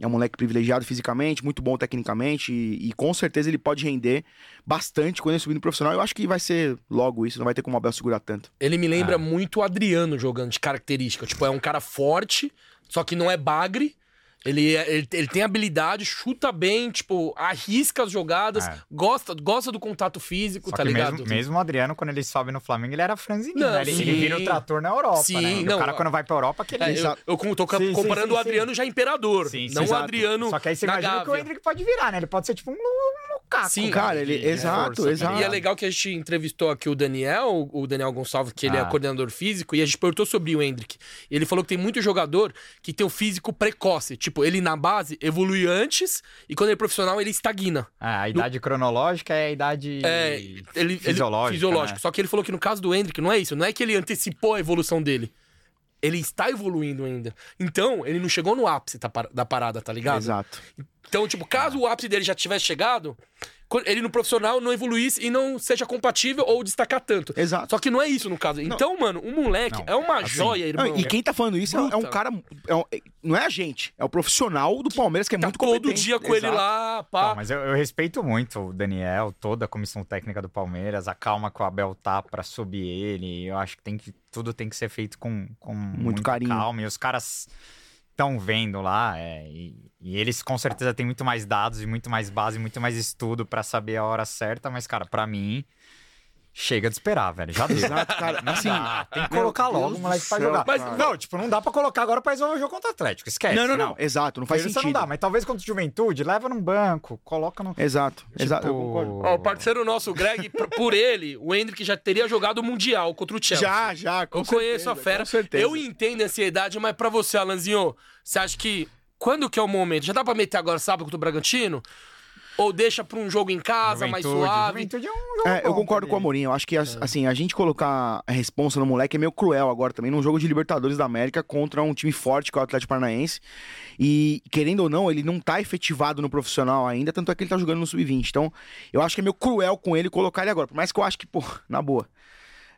C: É um moleque privilegiado fisicamente, muito bom tecnicamente e, e com certeza ele pode render bastante quando ele subir no profissional. Eu acho que vai ser logo isso, não vai ter como o Abel segurar tanto.
A: Ele me
B: Ah.
A: lembra muito o Adriano jogando de característica. Tipo, é um cara forte, só que não é bagre. Ele, é- ele, ele tem habilidade, chuta bem, tipo, arrisca as jogadas,
B: É.
A: gosta, gosta do contato físico,
B: Só
A: tá
B: que
A: ligado?
B: mesmo, mesmo o Adriano, quando ele sobe no Flamengo, ele era franzininho,
A: Não,
B: né? Ele, ele
A: sim.
B: vira o trator na Europa,
A: Sim,
B: né? E
A: não,
B: o cara,
A: a-
B: quando vai pra Europa, que ele...
A: É, eu,
C: Exato.
A: eu com- tô ca-
B: Sim, sim,
A: comparando
B: sim,
A: o
B: sim.
A: Adriano já imperador,
B: Sim, sim,
A: não o
B: exato.
A: Adriano
B: Só que aí você
A: da
B: imagina que o
A: Gávea.
B: Hendrick pode virar, né? Ele pode ser tipo um Lu- Lukaku.
A: Sim,
C: cara, ele-
B: de- de
C: exato,
B: tá
C: exato.
B: ligado?
A: E é legal que a gente entrevistou aqui o Daniel, o Daniel Gonçalves, que ele é
B: Ah.
A: coordenador físico, e a gente perguntou sobre o Hendrick. Ele falou que tem muito jogador que tem o físico precoce. Tipo, ele na base evolui antes e quando ele é profissional ele estagna.
B: Ah, a idade cronológica é a idade
A: É, ele, ele-
B: fisiológica.
A: fisiológico.
B: né?
A: Só que ele falou que no caso do Hendrick não é isso. Não é que ele antecipou a evolução dele. Ele está evoluindo ainda. Então, ele não chegou no ápice da par- da parada, tá ligado?
C: Exato.
A: Então, tipo, caso o ápice dele já tivesse chegado, co- ele no profissional não evoluísse e não seja compatível ou destacar tanto.
C: Exato.
A: Só que não é isso no caso. Então, mano, o moleque
B: Não,
A: é uma
B: assim,
A: joia, irmão.
C: Não, e quem tá falando isso é- é um
A: Bruta.
C: cara. é um- é- não é a gente, é o profissional do Palmeiras que é
A: tá
C: muito
A: todo
C: competente.
A: dia com ele
C: Exato.
A: lá,
B: Não,
A: pá.
B: Então,
C: Ah.
B: mas eu, eu respeito muito o Daniel, toda a comissão técnica do Palmeiras, a calma que o Abel tá pra subir ele. Eu acho que, tem que tudo tem que ser feito com, com muito,
C: carinho.
B: calma. E os caras estão vendo lá. é, e, e eles com certeza têm muito mais dados e muito mais base, muito mais estudo pra saber a hora certa. Mas, cara, pra mim, chega de esperar, velho. Já deu. (laughs)
C: Exato, cara. Assim,
B: Ah, tem que colocar
C: Deus
B: logo o moleque
C: do
B: pra
C: céu,
B: jogar.
C: cara.
B: Mas, não, tipo, não dá pra colocar agora pra resolver o jogo contra o Atlético. Esquece.
C: não, não, não, Exato, não faz
B: Isso
C: sentido.
B: não dá, mas talvez contra o Juventude, leva num banco, coloca no.
C: Exato, exato.
B: Tipo,
C: Eu concordo.
A: Ó, o parceiro nosso, o Greg, por- por ele, o Hendrick já teria jogado o Mundial contra o Chelsea.
C: Já, já. com
A: Eu conheço
C: certeza,
A: a fera.
C: Com certeza.
A: Eu entendo a ansiedade, mas pra você, Alanzinho, você acha que quando que é o momento? Já dá pra meter agora sábado contra o Bragantino? Ou deixa pra um jogo em casa, mais
B: Juventude.
A: suave?
B: Juventude é um jogo
C: É, eu
B: bom
C: concordo
B: também.
C: com o Amorim. Eu acho que, as- assim, a gente colocar a responsa no moleque é meio cruel agora também, num jogo de Libertadores da América contra um time forte que é o Atlético Paranaense. E, querendo ou não, ele não tá efetivado no profissional ainda, tanto é que ele tá jogando no Sub-20. Então, eu acho que é meio cruel com ele colocar ele agora. Por mais que eu acho que, pô, na boa,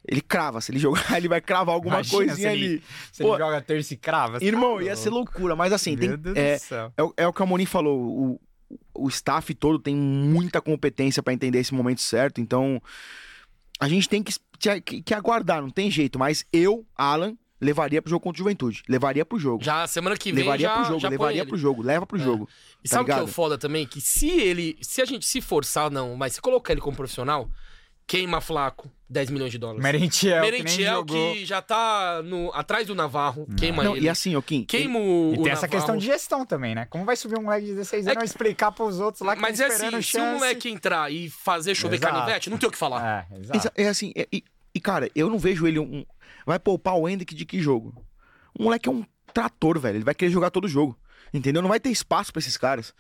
C: ele crava. Se ele (laughs) jogar, ele vai cravar alguma
B: Imagina
C: coisinha
B: se ele-
C: ali.
B: Se ele
C: Pô,
B: joga terça e crava. tá
C: Irmão, ia ser loucura. Mas, assim, tem,
B: Meu Deus
C: é,
B: do céu.
C: é, o- é o que o Amorim falou. O, o staff todo tem muita competência pra entender esse momento certo. Então, a gente tem que, es- que- que, que aguardar, não tem jeito. Mas eu, Alan, levaria pro jogo contra o Juventude. Levaria pro jogo.
A: Já semana que vem
C: levaria
A: já,
C: pro jogo,
A: já põe
C: levaria
A: ele.
C: pro jogo, leva pro jogo.
A: E
C: tá
A: sabe o que é o
C: ligado?
A: foda também? Que se ele, se a gente se forçar não, mas se colocar ele como profissional, queima flaco 10 milhões de dólares.
B: Merentiel, que nem
A: Merentiel que,
B: jogou.
A: já tá no, atrás do Navarro, queima
C: Não,
A: ele.
C: e assim, ô Kim,
A: queima o,
B: E
A: o
B: tem essa
A: Navarro.
B: questão de gestão também, né? Como vai subir um moleque de 16
A: É
B: anos e explicar pros outros lá que
A: Mas é
B: estão
A: assim,
B: esperando
A: se o
B: chance?
A: moleque entrar e fazer chover
B: Exato.
A: canivete, não tem o que falar.
B: É, exato.
C: Exa- É assim, é- e, e, cara, eu não vejo ele um. Vai poupar o Hendrick de que jogo? O moleque é um trator, velho. Ele vai querer jogar todo jogo. Entendeu? Não vai ter espaço pra esses caras.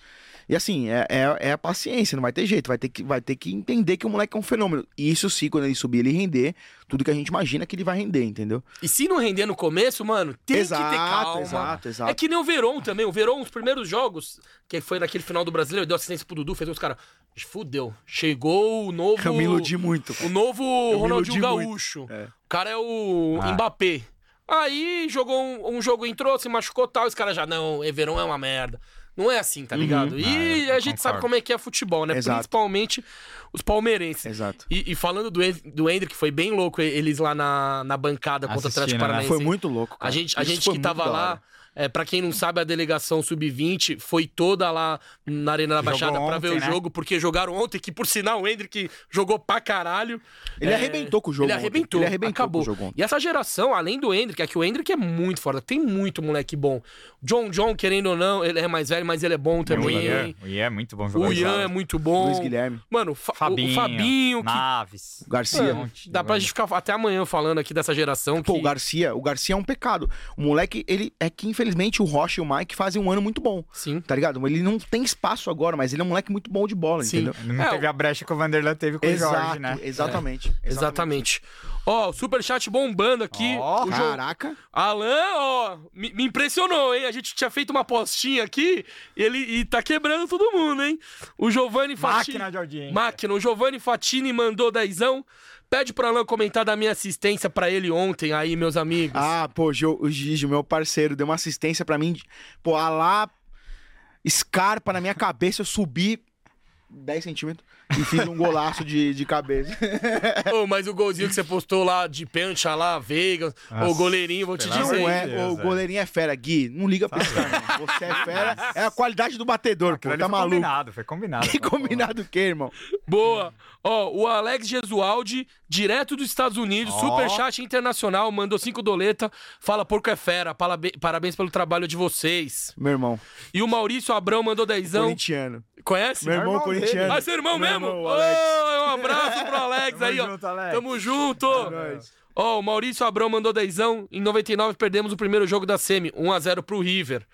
C: E assim, é, é, é a paciência, não vai ter jeito. Vai ter, que, vai ter que entender que o moleque é um fenômeno. E isso sim, quando ele subir, ele render tudo que a gente imagina que ele vai render, entendeu?
A: E se não render no começo, mano, tem que ter calma.
C: exato, exato.
A: É que nem o Verón também. O Verón, os primeiros jogos, que foi naquele final do Brasileiro, ele deu assistência pro Dudu, fez uns caras. Fudeu. Chegou o novo.
C: Eu me iludi muito.
A: O novo
C: me
A: Ronaldinho
C: iludi muito.
A: Gaúcho.
C: É.
A: O cara é o
B: Ah.
A: Mbappé. Aí jogou um, um jogo, entrou, se machucou tal. Os caras já, não, Everon é uma merda. Não é assim, tá ligado? E
B: Ah, eu
A: a gente sabe
B: concordo.
A: como é que é futebol, né?
C: Uhum. Exato.
A: Principalmente os palmeirenses.
C: Exato.
A: E, e falando do, Hen- do Hendrick, foi bem louco eles lá na, na bancada contra o Atlético
B: Assistindo, né?
A: Paranaense.
C: Foi muito louco.
A: A
C: cara.
A: gente, a
C: Isso
A: gente
C: foi
A: que
C: muito
A: tava
C: da hora.
A: lá, É, para quem não sabe, a delegação sub-20 foi toda lá na Arena da
B: Jogou
A: Baixada pra ver o
B: ontem, né?
A: jogo, porque jogaram ontem, que por sinal o Hendrick jogou pra caralho.
C: Ele
A: É,
C: arrebentou com o jogo.
A: Ele
C: ontem.
A: arrebentou,
C: Ele arrebentou
A: acabou.
C: com o jogo ontem.
A: E essa geração, além do Hendrick, é que o Hendrick é muito foda, tem muito moleque bom. John John, querendo ou não, ele é mais velho, mas ele é bom
B: O
A: também.
B: Ian, o Ian é muito bom jogador.
A: O Ian é muito bom.
C: Luiz Guilherme,
A: Mano, o Fa-
B: Fabinho,
A: o Fabinho, que
B: Naves.
A: É.
C: Garcia.
B: Mano,
A: Dá pra gente ficar até amanhã falando aqui dessa geração.
C: Pô,
A: que...
C: o Garcia, o Garcia é um pecado. O moleque, ele é que infelizmente o Rocha e o Mike fazem um ano muito bom,
A: Sim.
C: tá ligado? Ele não tem espaço agora, mas ele é um moleque muito bom de bola,
A: Sim.
C: entendeu?
B: Não
A: É,
B: teve a brecha que o Vanderlan teve com
C: Exato,
B: o Jorge, né?
C: exatamente,
A: Exatamente. Ó, o superchat bombando aqui.
B: Ó,
A: o jogo...
C: Caraca,
A: Alan, ó, me, me impressionou, hein? A gente tinha feito uma postinha aqui e ele e tá quebrando todo mundo, hein? O Giovanni Fatini.
B: Máquina de audiência.
A: Máquina, o Giovanni Fatini mandou dezão. Pede pro Alan comentar da minha assistência pra ele ontem aí, meus amigos.
C: Ah, pô, Gio- o Gigi, meu parceiro, deu uma assistência pra mim. de- Pô, a lá, escarpa na minha cabeça, eu subi 10 centímetros e fiz um golaço de,
B: (laughs)
C: de cabeça. é.
A: Ô, mas o golzinho que você postou lá de pênalti, lá, Vegas, o
B: Nossa,
A: goleirinho, vou te
B: pelo amor
A: dizer.
B: de
C: Não
A: hein?
C: é,
B: Deus,
C: o
B: velho.
C: goleirinho é fera, Gui, não liga pra esse cara, não. Você é fera, é a qualidade do batedor, pô,
B: Aquilo ali
C: tá
B: foi
C: maluco.
B: combinado, foi combinado.
C: Que
B: Pô, pô.
C: (laughs) combinado o quê, irmão?
A: Boa. Ó, o Alex Gesualdi, direto dos Estados Unidos,
B: Ó.
A: superchat internacional, mandou cinco doleta, fala porco é fera, palabe- parabéns pelo trabalho de vocês.
C: Meu irmão,
A: E o Maurício Abrão mandou dezão,
C: corintiano.
A: conhece?
C: Meu irmão,
B: irmão
C: corintiano.
A: Ah, seu irmão
C: Meu
A: mesmo?
C: irmão,
A: Ô,
C: Alex.
A: um abraço pro Alex
B: Tamo
A: aí, ó.
B: junto, Alex.
A: Tamo junto.
C: É. nóis.
A: Ó, o Maurício Abrão mandou dezão, em 99 perdemos o primeiro jogo da semi, 1 a 0 pro River.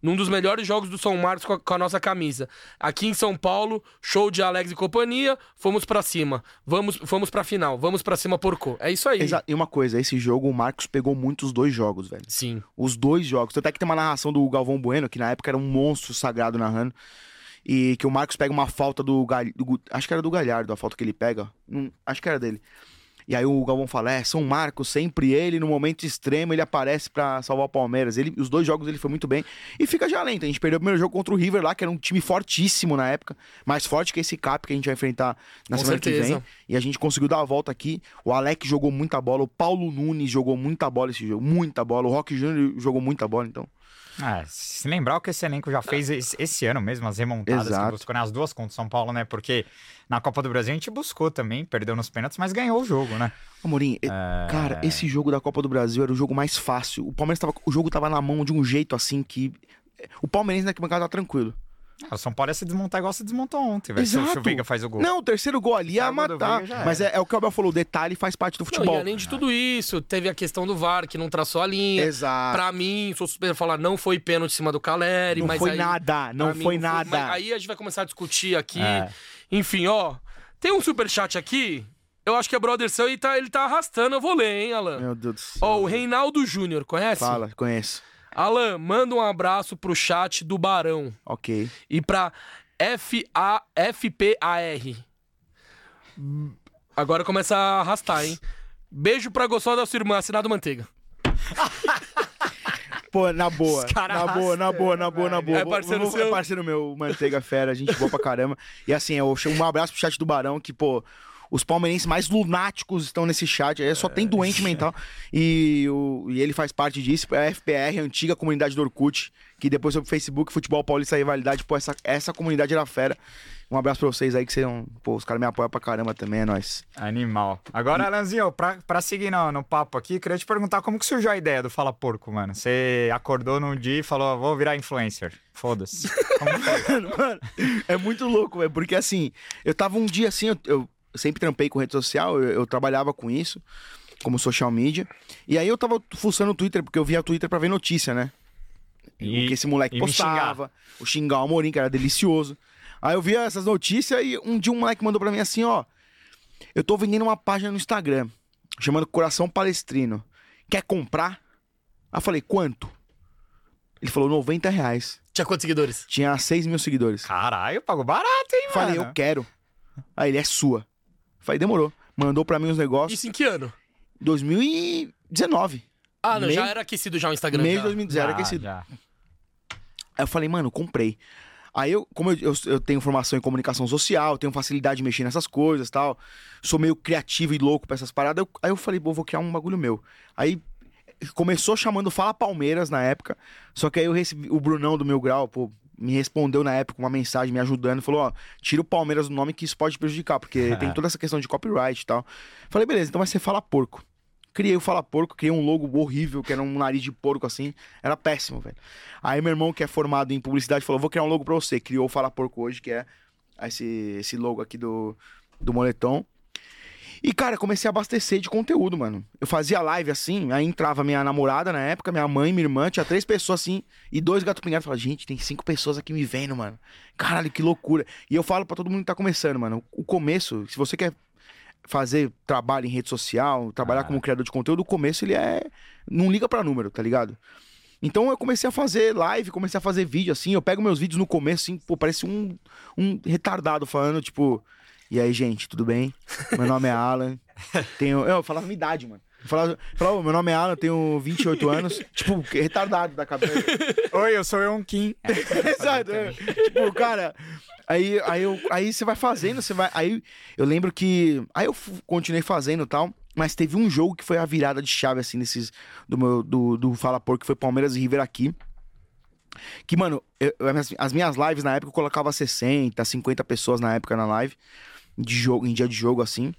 A: Num dos melhores jogos do São Marcos com a, com a nossa camisa. Aqui em São Paulo, show de Alex e companhia, fomos pra cima. Vamos, fomos pra final, vamos pra cima, porco. É isso aí.
C: Exa- E uma coisa, esse jogo o Marcos pegou muito os dois jogos, velho.
A: Sim.
C: Os dois jogos. Tanto é que tem uma narração do Galvão Bueno, que na época era um monstro sagrado narrando. E que o Marcos pega uma falta do, Gal... do Gu- Acho que era do Galhardo, a falta que ele pega. Hum, acho que era dele. E aí o Galvão fala: é, São Marcos, sempre ele, no momento extremo, ele aparece pra salvar o Palmeiras. Ele, os dois jogos ele foi muito bem. E fica já lento. A gente perdeu o primeiro jogo contra o River lá, que era um time fortíssimo na época. Mais forte que esse Cap que a gente vai enfrentar na
A: Com
C: semana que
A: certeza.
C: vem. E a gente conseguiu dar a volta aqui. O Alec jogou muita bola, o Paulo Nunes jogou muita bola esse jogo, muita bola. O Rock Júnior jogou muita bola, então.
B: Ah, se lembrar o que esse elenco já
A: Ah.
B: fez es- esse ano mesmo, as remontadas
C: Exato.
B: que buscou nas duas contra o São Paulo, né? Porque na Copa do Brasil a gente buscou também, perdeu nos pênaltis, mas ganhou o jogo, né?
C: Amorim, e- cara, esse jogo da Copa do Brasil era o jogo mais fácil. O Palmeiras tava, o jogo tava na mão de um jeito assim que o palmeirense na bancada tá tranquilo.
B: Ah, O São Paulo ia se desmontar igual se desmontou ontem, velho. Se o
C: Exato.
B: Chuvenga faz o gol.
C: Não, o terceiro gol ali ia
B: Saiu o gol do
C: matar.
B: Veiga, já
C: Mas é, é o que o Abel falou, o detalhe faz parte do
A: Não, e
C: futebol.
A: além de tudo isso, teve a questão do VAR, que não traçou a linha.
C: Exato.
A: Pra mim, sou suspeito de falar, não foi pênalti em cima do Caleri,
C: Não
A: mas
C: foi
A: aí,
C: nada, não
A: pra mim
C: foi nada.
A: mas aí a gente vai começar a discutir aqui.
B: É.
A: Enfim, ó, tem um superchat aqui. Eu acho que é brother seu e tá, ele tá arrastando. Eu vou ler, hein, Alan?
C: Meu Deus do céu.
A: Ó, o Reinaldo Júnior, conhece?
C: É. Fala, conheço.
A: Alan, manda um abraço pro chat do Barão
C: Ok.
A: e pra FA, FPAR. Hum, Agora começa a arrastar, hein? Beijo pra gostosa da sua irmã, assinado Manteiga.
C: Pô, na boa.
B: Os caras
C: Na boa, na boa, na boa, na boa.
A: É parceiro
C: Vou- vou-
A: seu?
C: É parceiro meu, Manteiga Fera, gente boa pra caramba. E assim, eu chamo um abraço pro chat do Barão, que, pô, os palmeirenses mais lunáticos estão nesse chat. É, só tem doente mental. E, o- e ele faz parte disso. É a FPR, a antiga comunidade do Orkut, que depois foi pro Facebook, Futebol Paulista Rivalidade. Pô, essa, essa comunidade era fera. Um abraço pra vocês aí, que são. Pô, os caras me apoiam pra caramba também, é nóis.
B: Animal. Agora, Alanzinho, pra, pra seguir no, no papo aqui, queria te perguntar como que surgiu a ideia do Fala Porco, mano. Você acordou num dia e falou, "Ah, vou virar influencer. Foda-se. Como que foi?
C: Mano, é muito louco, é porque assim, eu tava um dia assim, eu, eu sempre trampei com rede social, eu, eu trabalhava com isso, como social media. E aí eu tava fuçando o Twitter, porque eu via o Twitter pra ver notícia, né?
B: E-
C: o que esse moleque
B: e me
C: postava, o xingar o Amorim, que era delicioso. Aí eu via essas notícias e um dia um moleque mandou pra mim assim, ó. Eu tô vendendo uma página no Instagram, chamando Coração Palestrino. Quer comprar? Aí eu falei, quanto? Ele falou, 90 reais.
A: Tinha quantos seguidores?
C: Tinha 6 mil seguidores.
B: Caralho, pagou barato, hein, mano?
C: Falei, eu quero. Aí ele é sua. Falei, demorou. Mandou pra mim os negócios
A: Isso em que ano?
C: em 2019.
A: Ah, não,
C: Meio-
A: já era aquecido já o Instagram.
C: Meio
A: já.
C: de
A: Ah,
C: 2019 era aquecido.
B: Ah, Já.
C: Aí eu falei, mano, comprei. Aí eu, como eu, eu, eu tenho formação em comunicação social, tenho facilidade de mexer nessas coisas e tal, sou meio criativo e louco pra essas paradas, eu- aí eu falei, pô, vou criar um bagulho meu. Aí começou chamando Fala Palmeiras na época. Só que aí eu recebi o Brunão do Mil Grau, pô, me respondeu na época uma mensagem me ajudando. Falou: ó, tira o Palmeiras do nome que isso pode prejudicar, porque tem toda essa questão de copyright e tal. Falei, beleza, então vai ser Fala Porco. Criei o Fala Porco, criei um logo horrível, que era um nariz de porco assim. Era péssimo, velho. Aí meu irmão, que é formado em publicidade, falou: vou criar um logo pra você. Criou o Fala Porco hoje, que é esse, esse logo aqui do, do moletom. E, cara, comecei a abastecer de conteúdo, mano. Eu fazia live assim, aí entrava minha namorada na época, minha mãe, minha irmã, tinha três pessoas assim, e dois gato pingados. Falava, gente, tem cinco pessoas aqui me vendo, mano. Caralho, que loucura. E eu falo pra todo mundo que tá começando, mano. O começo, se você quer fazer trabalho em rede social, trabalhar como criador de conteúdo, o começo ele é. Não liga pra número, tá ligado? Então eu comecei a fazer live, comecei a fazer vídeo assim. Eu pego meus vídeos no começo, assim, pô, parece um, um retardado falando, tipo. E aí, gente, tudo bem? Meu nome é Alan. Tenho... Eu falava minha idade, mano. Eu falava, eu falava, "Ô, meu nome é Alan, tenho 28 anos. Tipo, retardado da cabeça.
B: Oi, eu sou eu, Kim.
C: (laughs) Exato. é. Tipo, cara. Aí, aí, eu- aí você vai fazendo, você vai. Aí eu lembro que. Aí eu fu- continuei fazendo e tal. Mas teve um jogo que foi a virada de chave, assim, nesses. Do meu. Do, do Fala Porco, que foi Palmeiras e River aqui. Que, mano, eu- eu- as- as minhas lives na época eu colocava 60, 50 pessoas na época na live. De jogo, em dia de jogo, assim.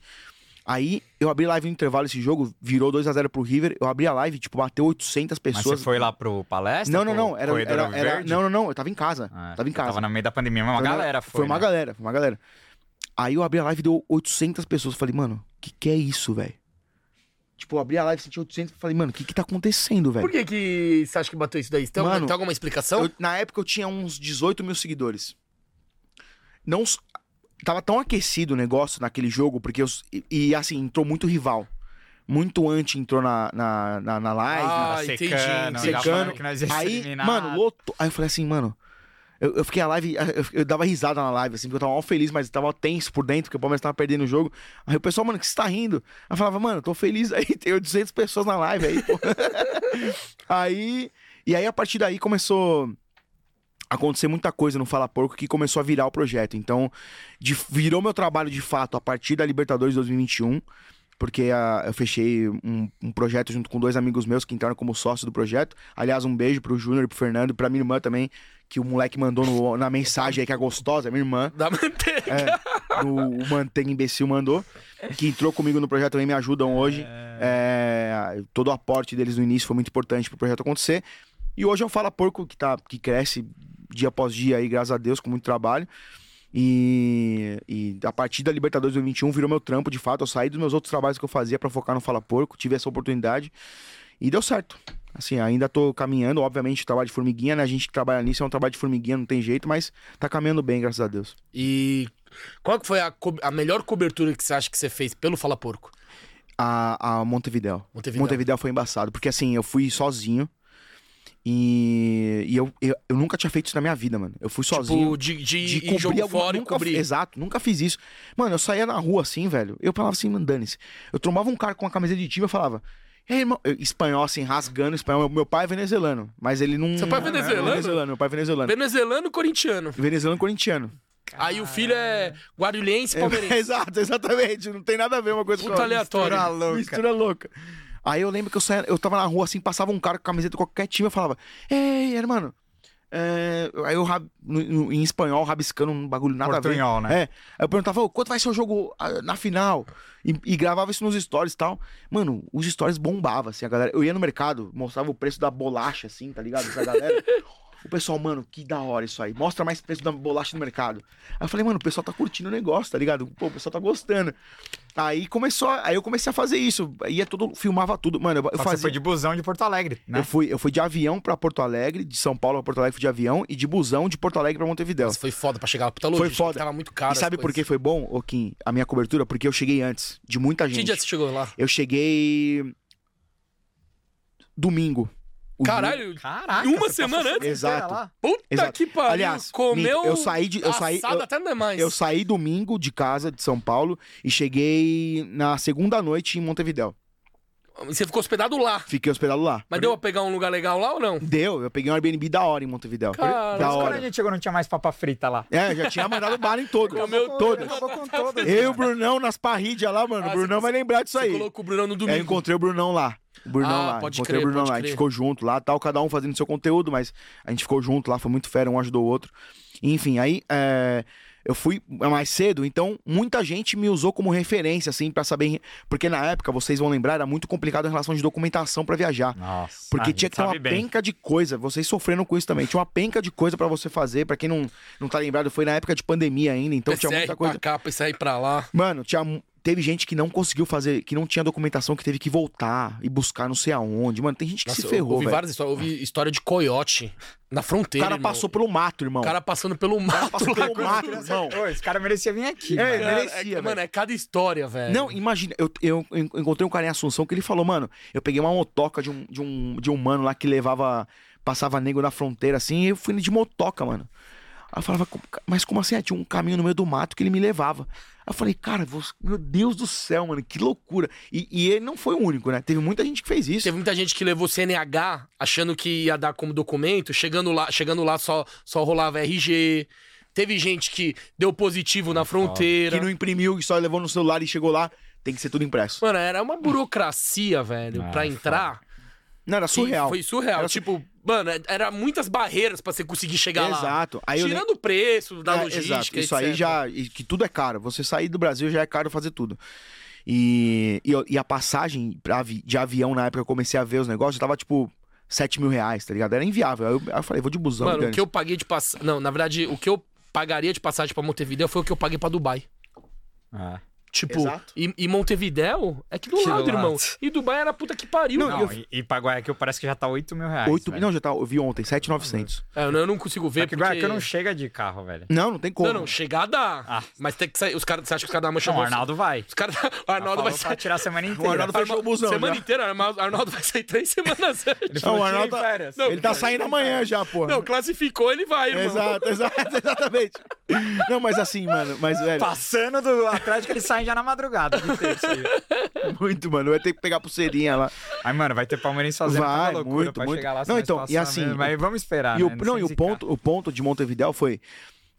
C: Aí eu abri live no intervalo esse jogo, virou 2x0 pro River. Eu abri a live, tipo, bateu 800
B: Mas
C: pessoas.
B: você foi lá pro palestra?
C: Não, não,
B: pro
C: não. Era,
B: Corredor
C: era, era-
B: Verde?
C: não, não, não. Eu tava em casa.
B: Ah,
C: tava em casa.
B: Tava no meio da pandemia, mas uma
C: Foi uma-
B: galera foi.
C: Foi uma
B: né?
C: galera, foi uma galera. Aí eu abri a live e deu 800 pessoas. Falei, mano, que que é isso, velho? Tipo, eu abri a live e senti 800. Falei, mano, o que que tá acontecendo, velho?
A: Por que, então? que você acha que bateu isso daí? Tem, alguma-
C: Mano,
A: tem alguma explicação? (laughs)
C: Eu- na época eu tinha uns 18 mil seguidores. Não. s- Tava tão aquecido o negócio naquele jogo, porque eu. s- E, e, assim, entrou muito rival. Muito anti entrou na, na, na, na live.
A: Ah,
B: Tava
A: entendi,
B: secando,
A: entendi.
B: já falando que nós ia ser
C: Aí,
B: eliminado.
C: mano, lotou. Aí eu falei assim, mano. Eu, eu fiquei a live, eu, eu dava risada na live, assim, porque eu tava mal feliz, mas eu tava tenso por dentro, porque o Palmeiras tava perdendo o jogo. Aí o pessoal, mano, que você tá rindo? Aí eu falava, mano, tô feliz aí, (laughs) tem 800 pessoas na live aí, pô. (laughs) aí, e aí a partir daí começou a acontecer muita coisa no Fala Porco que começou a virar o projeto. Então, de- virou meu trabalho de fato a partir da Libertadores 2021 porque ah, eu fechei um, um projeto junto com dois amigos meus que entraram como sócio do projeto. Aliás, um beijo pro Júnior e pro Fernando e pra minha irmã também, que o moleque mandou no- na mensagem aí, que é gostosa, minha irmã.
A: Da manteiga.
C: É, do, o Manteiga Imbecil mandou, que entrou comigo no projeto também, me ajudam hoje. É, todo o aporte deles no início foi muito importante pro projeto acontecer. E hoje eu falo porco que, tá, que cresce dia após dia aí, graças a Deus, com muito trabalho. E, e a partir da Libertadores 2021 virou meu trampo, de fato. Eu saí dos meus outros trabalhos que eu fazia pra focar no Fala Porco, tive essa oportunidade e deu certo. Assim, ainda tô caminhando, obviamente, o trabalho de formiguinha, né? A gente que trabalha nisso é um trabalho de formiguinha, não tem jeito, mas tá caminhando bem, graças a Deus.
A: E qual que foi a, co- a melhor cobertura que você acha que você fez pelo Fala Porco?
C: A, a Montevidéu.
A: Montevidéu.
C: Montevidéu foi embaçado, porque assim, eu fui sozinho e, e eu, eu, eu nunca tinha feito isso na minha vida, mano. Eu fui
A: Tipo,
C: sozinho.
A: de, de,
C: de
A: ir em jogo
C: alguma-
A: fora e
C: nunca,
A: cobrir.
C: Exato, nunca fiz isso. Mano, eu saía na rua assim, velho. Eu falava assim, mano, dane-se. Eu trombava um cara com uma camiseta de time eu falava. E aí, irmão? Eu- espanhol, assim, rasgando espanhol. Meu- Meu pai é venezuelano, mas ele não.
A: Seu pai é
C: Não, não,
A: venezuelano?
C: venezuelano? Meu pai é venezuelano.
A: Venezuelano corintiano.
C: Venezuelano corintiano.
A: Aí o filho é guarulhense e palmeirense.
C: (laughs) Exato, exatamente. Não tem nada a ver uma coisa com a
A: Puta
C: outra. Tá
A: aleatório.
B: Mistura louca.
C: Mistura louca. Aí eu lembro que eu, saía, eu tava na rua assim, passava um cara com camiseta de qualquer time, eu falava, ei, hermano. é, Aí eu, rab- no- no- em espanhol, rabiscando um bagulho nada a
B: Portunhol,
C: ver.
B: né?
C: É. Aí eu perguntava, "Ô, quanto vai ser o jogo ah, na final? E, e gravava isso nos stories e tal. Mano, os stories bombavam, assim, a galera. Eu ia no mercado, mostrava o preço da bolacha, assim, tá ligado? Essa galera. O pessoal, mano, que da hora isso aí. Mostra mais preço da bolacha no mercado. Aí eu falei, mano, o pessoal tá curtindo o negócio, tá ligado? Pô, o pessoal tá gostando. Aí começou, a- aí eu comecei a fazer isso. Ia todo, filmava tudo. Mano, eu, eu
B: Só que Você
C: fazia.
B: foi de busão de Porto Alegre, né?
C: Eu fui, eu fui de avião pra Porto Alegre, de São Paulo pra Porto Alegre fui de avião e de busão de Porto Alegre pra Montevidéu.
A: Mas foi foda pra chegar lá. Puta logística,
C: foda.
A: Tava muito caro.
C: E sabe
A: as
C: por que
A: coisas.
C: foi bom, ô Kim, a minha cobertura? Porque eu cheguei antes de muita
A: Que
C: gente.
A: dia você chegou lá?
C: Eu cheguei. Domingo. O
A: Caralho,
B: Caraca.
A: Uma
B: você passou
A: semana
B: a
A: antes?
B: inteira
C: Exato.
B: lá.
A: puta
C: Exato.
A: que pariu.
C: Aliás,
A: comeu
C: minto, eu saí de- eu saí-
A: assado
C: eu-
A: até não é mais.
C: Eu saí domingo de casa de São Paulo e cheguei na segunda noite em Montevidéu.
A: Você ficou hospedado lá.
C: Fiquei hospedado lá.
A: Mas deu pra pegar um lugar legal lá ou não?
C: Deu, eu peguei um Airbnb da hora em Montevidéu.
A: Cara,
C: da
B: Mas quando a
C: hora.
B: gente chegou, não tinha mais papa frita lá.
C: É, eu já tinha mandado bala em todo.
A: Comeu
B: Acabou-
C: todo.
B: Acabou com todas.
C: Eu, o Brunão, nas parrídeas lá, mano.
A: Ah,
C: o
A: você-
C: Brunão vai lembrar disso
A: Você
C: aí.
A: colocou o Brunão no
C: É, eu
A: domingo.
C: encontrei o Brunão lá. O Brunão
A: Ah,
C: lá.
A: pode
C: encontrei
A: crer,
C: o Brunão
A: pode
C: lá. A gente
A: crer.
C: ficou junto lá, tal, cada um fazendo seu conteúdo, mas a gente ficou junto lá, foi muito fera, um ajudou o outro. Enfim, aí é, eu fui mais cedo, então muita gente me usou como referência, assim, pra saber. Porque na época, vocês vão lembrar, era muito complicado em relação de documentação pra viajar.
B: Nossa.
A: Ah,
C: Porque
B: a
C: tinha
B: gente
C: que ter uma
B: sabe bem.
C: penca de coisa. Vocês sofreram com isso também. Tinha uma penca de coisa pra você fazer. Pra quem não, não tá lembrado, foi na época de pandemia ainda, então tinha
A: PCR
C: muita coisa.
A: pra cá, PCR pra lá.
C: Mano, tinha, mu- teve gente que não conseguiu fazer, que não tinha documentação, que teve que voltar e buscar não sei aonde. Mano, tem gente que
A: Nossa,
C: se
A: eu
C: ferrou,
A: ouvi
C: velho.
A: várias histórias. Ouvi história de coiote na
C: O
A: fronteira.
C: cara
A: irmão.
C: passou pelo mato, irmão.
A: O cara passando (laughs) pelo mato.
C: passou
A: lá,
C: pelo
A: quando-
C: mato, irmão.
B: Pô, esse cara merecia vir aqui.
C: É,
B: mano.
A: Cara,
C: merecia,
A: é-
C: velho.
A: mano, é cada história, velho.
C: Não, imagina, eu, eu en- encontrei um cara em Assunção que ele falou, mano, eu peguei uma motoca de um, de um, de um mano lá que levava, passava nego na fronteira assim, e eu fui de motoca, mano. Aí eu falava, "Co- ca- mas como assim? Ah, Tinha um caminho no meio do mato que ele me levava. Aí eu falei, cara, você- meu Deus do céu, mano, que loucura. E, e ele não foi o único, né? Teve muita gente que fez isso.
A: Teve muita gente que levou CNH achando que ia dar como documento, chegando lá, chegando lá só, só rolava RG. Teve gente que deu positivo na fronteira.
C: Que não imprimiu, que só levou no celular e chegou lá. Tem que ser tudo impresso.
A: Mano, era uma burocracia, velho,
B: Ah,
C: é
A: pra entrar.
C: Não, era
A: que
C: surreal.
A: Foi surreal.
C: Era su-
A: tipo, mano, era muitas barreiras pra você conseguir chegar lá.
C: Exato. Aí eu lem-
A: Tirando o preço da
C: É,
A: logística.
C: Exato. Isso aí
A: etc.
C: já. e Que tudo é caro. Você sair do Brasil já é caro fazer tudo. E, e, eu- e a passagem pra avi- de avião na época que eu comecei a ver os negócios, tava tipo 7 mil reais, tá ligado? Era inviável. Aí eu, aí eu falei, vou de busão,
A: Mano, o
C: dane-se.
A: que eu paguei de passagem. Não, na verdade, o que eu pagaria de passagem pra Montevideo foi o que eu paguei pra Dubai.
B: Ah.
A: Tipo,
C: Exato.
A: e, e Montevideo é que do
B: Que do
A: lado,
B: lado.
A: irmão. E Dubai era puta que pariu.
B: Não, e, e pra Guayaquil parece que já tá 8 mil reais.
C: Oito-
B: velho.
C: não, já tá, eu vi ontem, 7,900.
A: É, eu não- eu não consigo ver
B: Só que
A: porque...
C: é
B: Guayaquil não chega de carro, velho.
C: Não, não tem como.
A: Não, não, chegar dá.
B: Ah.
A: Mas tem que sair... Os caras... Você acha que os caras da mancha
B: Não, o
A: vão-
B: Arnaldo vai.
A: Os caras da... O Arnaldo vai
B: Falou pra
A: sair...
B: tirar a semana
C: O
B: inteira.
C: Arnaldo fechou o busão.
A: Semana
C: já.
A: inteira, Arma- Arnaldo vai sair três
C: (laughs)
A: semanas antes.
B: Ele falou,
C: Não, o
B: "Tirei
C: Arnaldo tá-
B: férias."
A: Não,
C: Ele tá saindo amanhã já, porra.
A: Não, classificou, ele
C: É,
A: vai, irmão.
C: exato, exato, (laughs) exatamente. Não, mas assim, mano, mas velho,
B: Passando do Atlético, ele sai já na madrugada. de terça (laughs) aí.
C: muito, mano. Vai ter que pegar pulseirinha lá.
B: Aí, mano, vai ter palmeirense fazendo
C: Vai,
B: cada loucura
C: muito,
B: pra
C: muito.
B: chegar lá.
C: Não,
B: se nós
C: então, e
B: passar
C: assim,
B: mesmo. Mas vamos esperar,
C: E o,
B: né?
C: não,
B: sei
C: e o
B: se
C: ponto, o ponto de Montevidéu foi.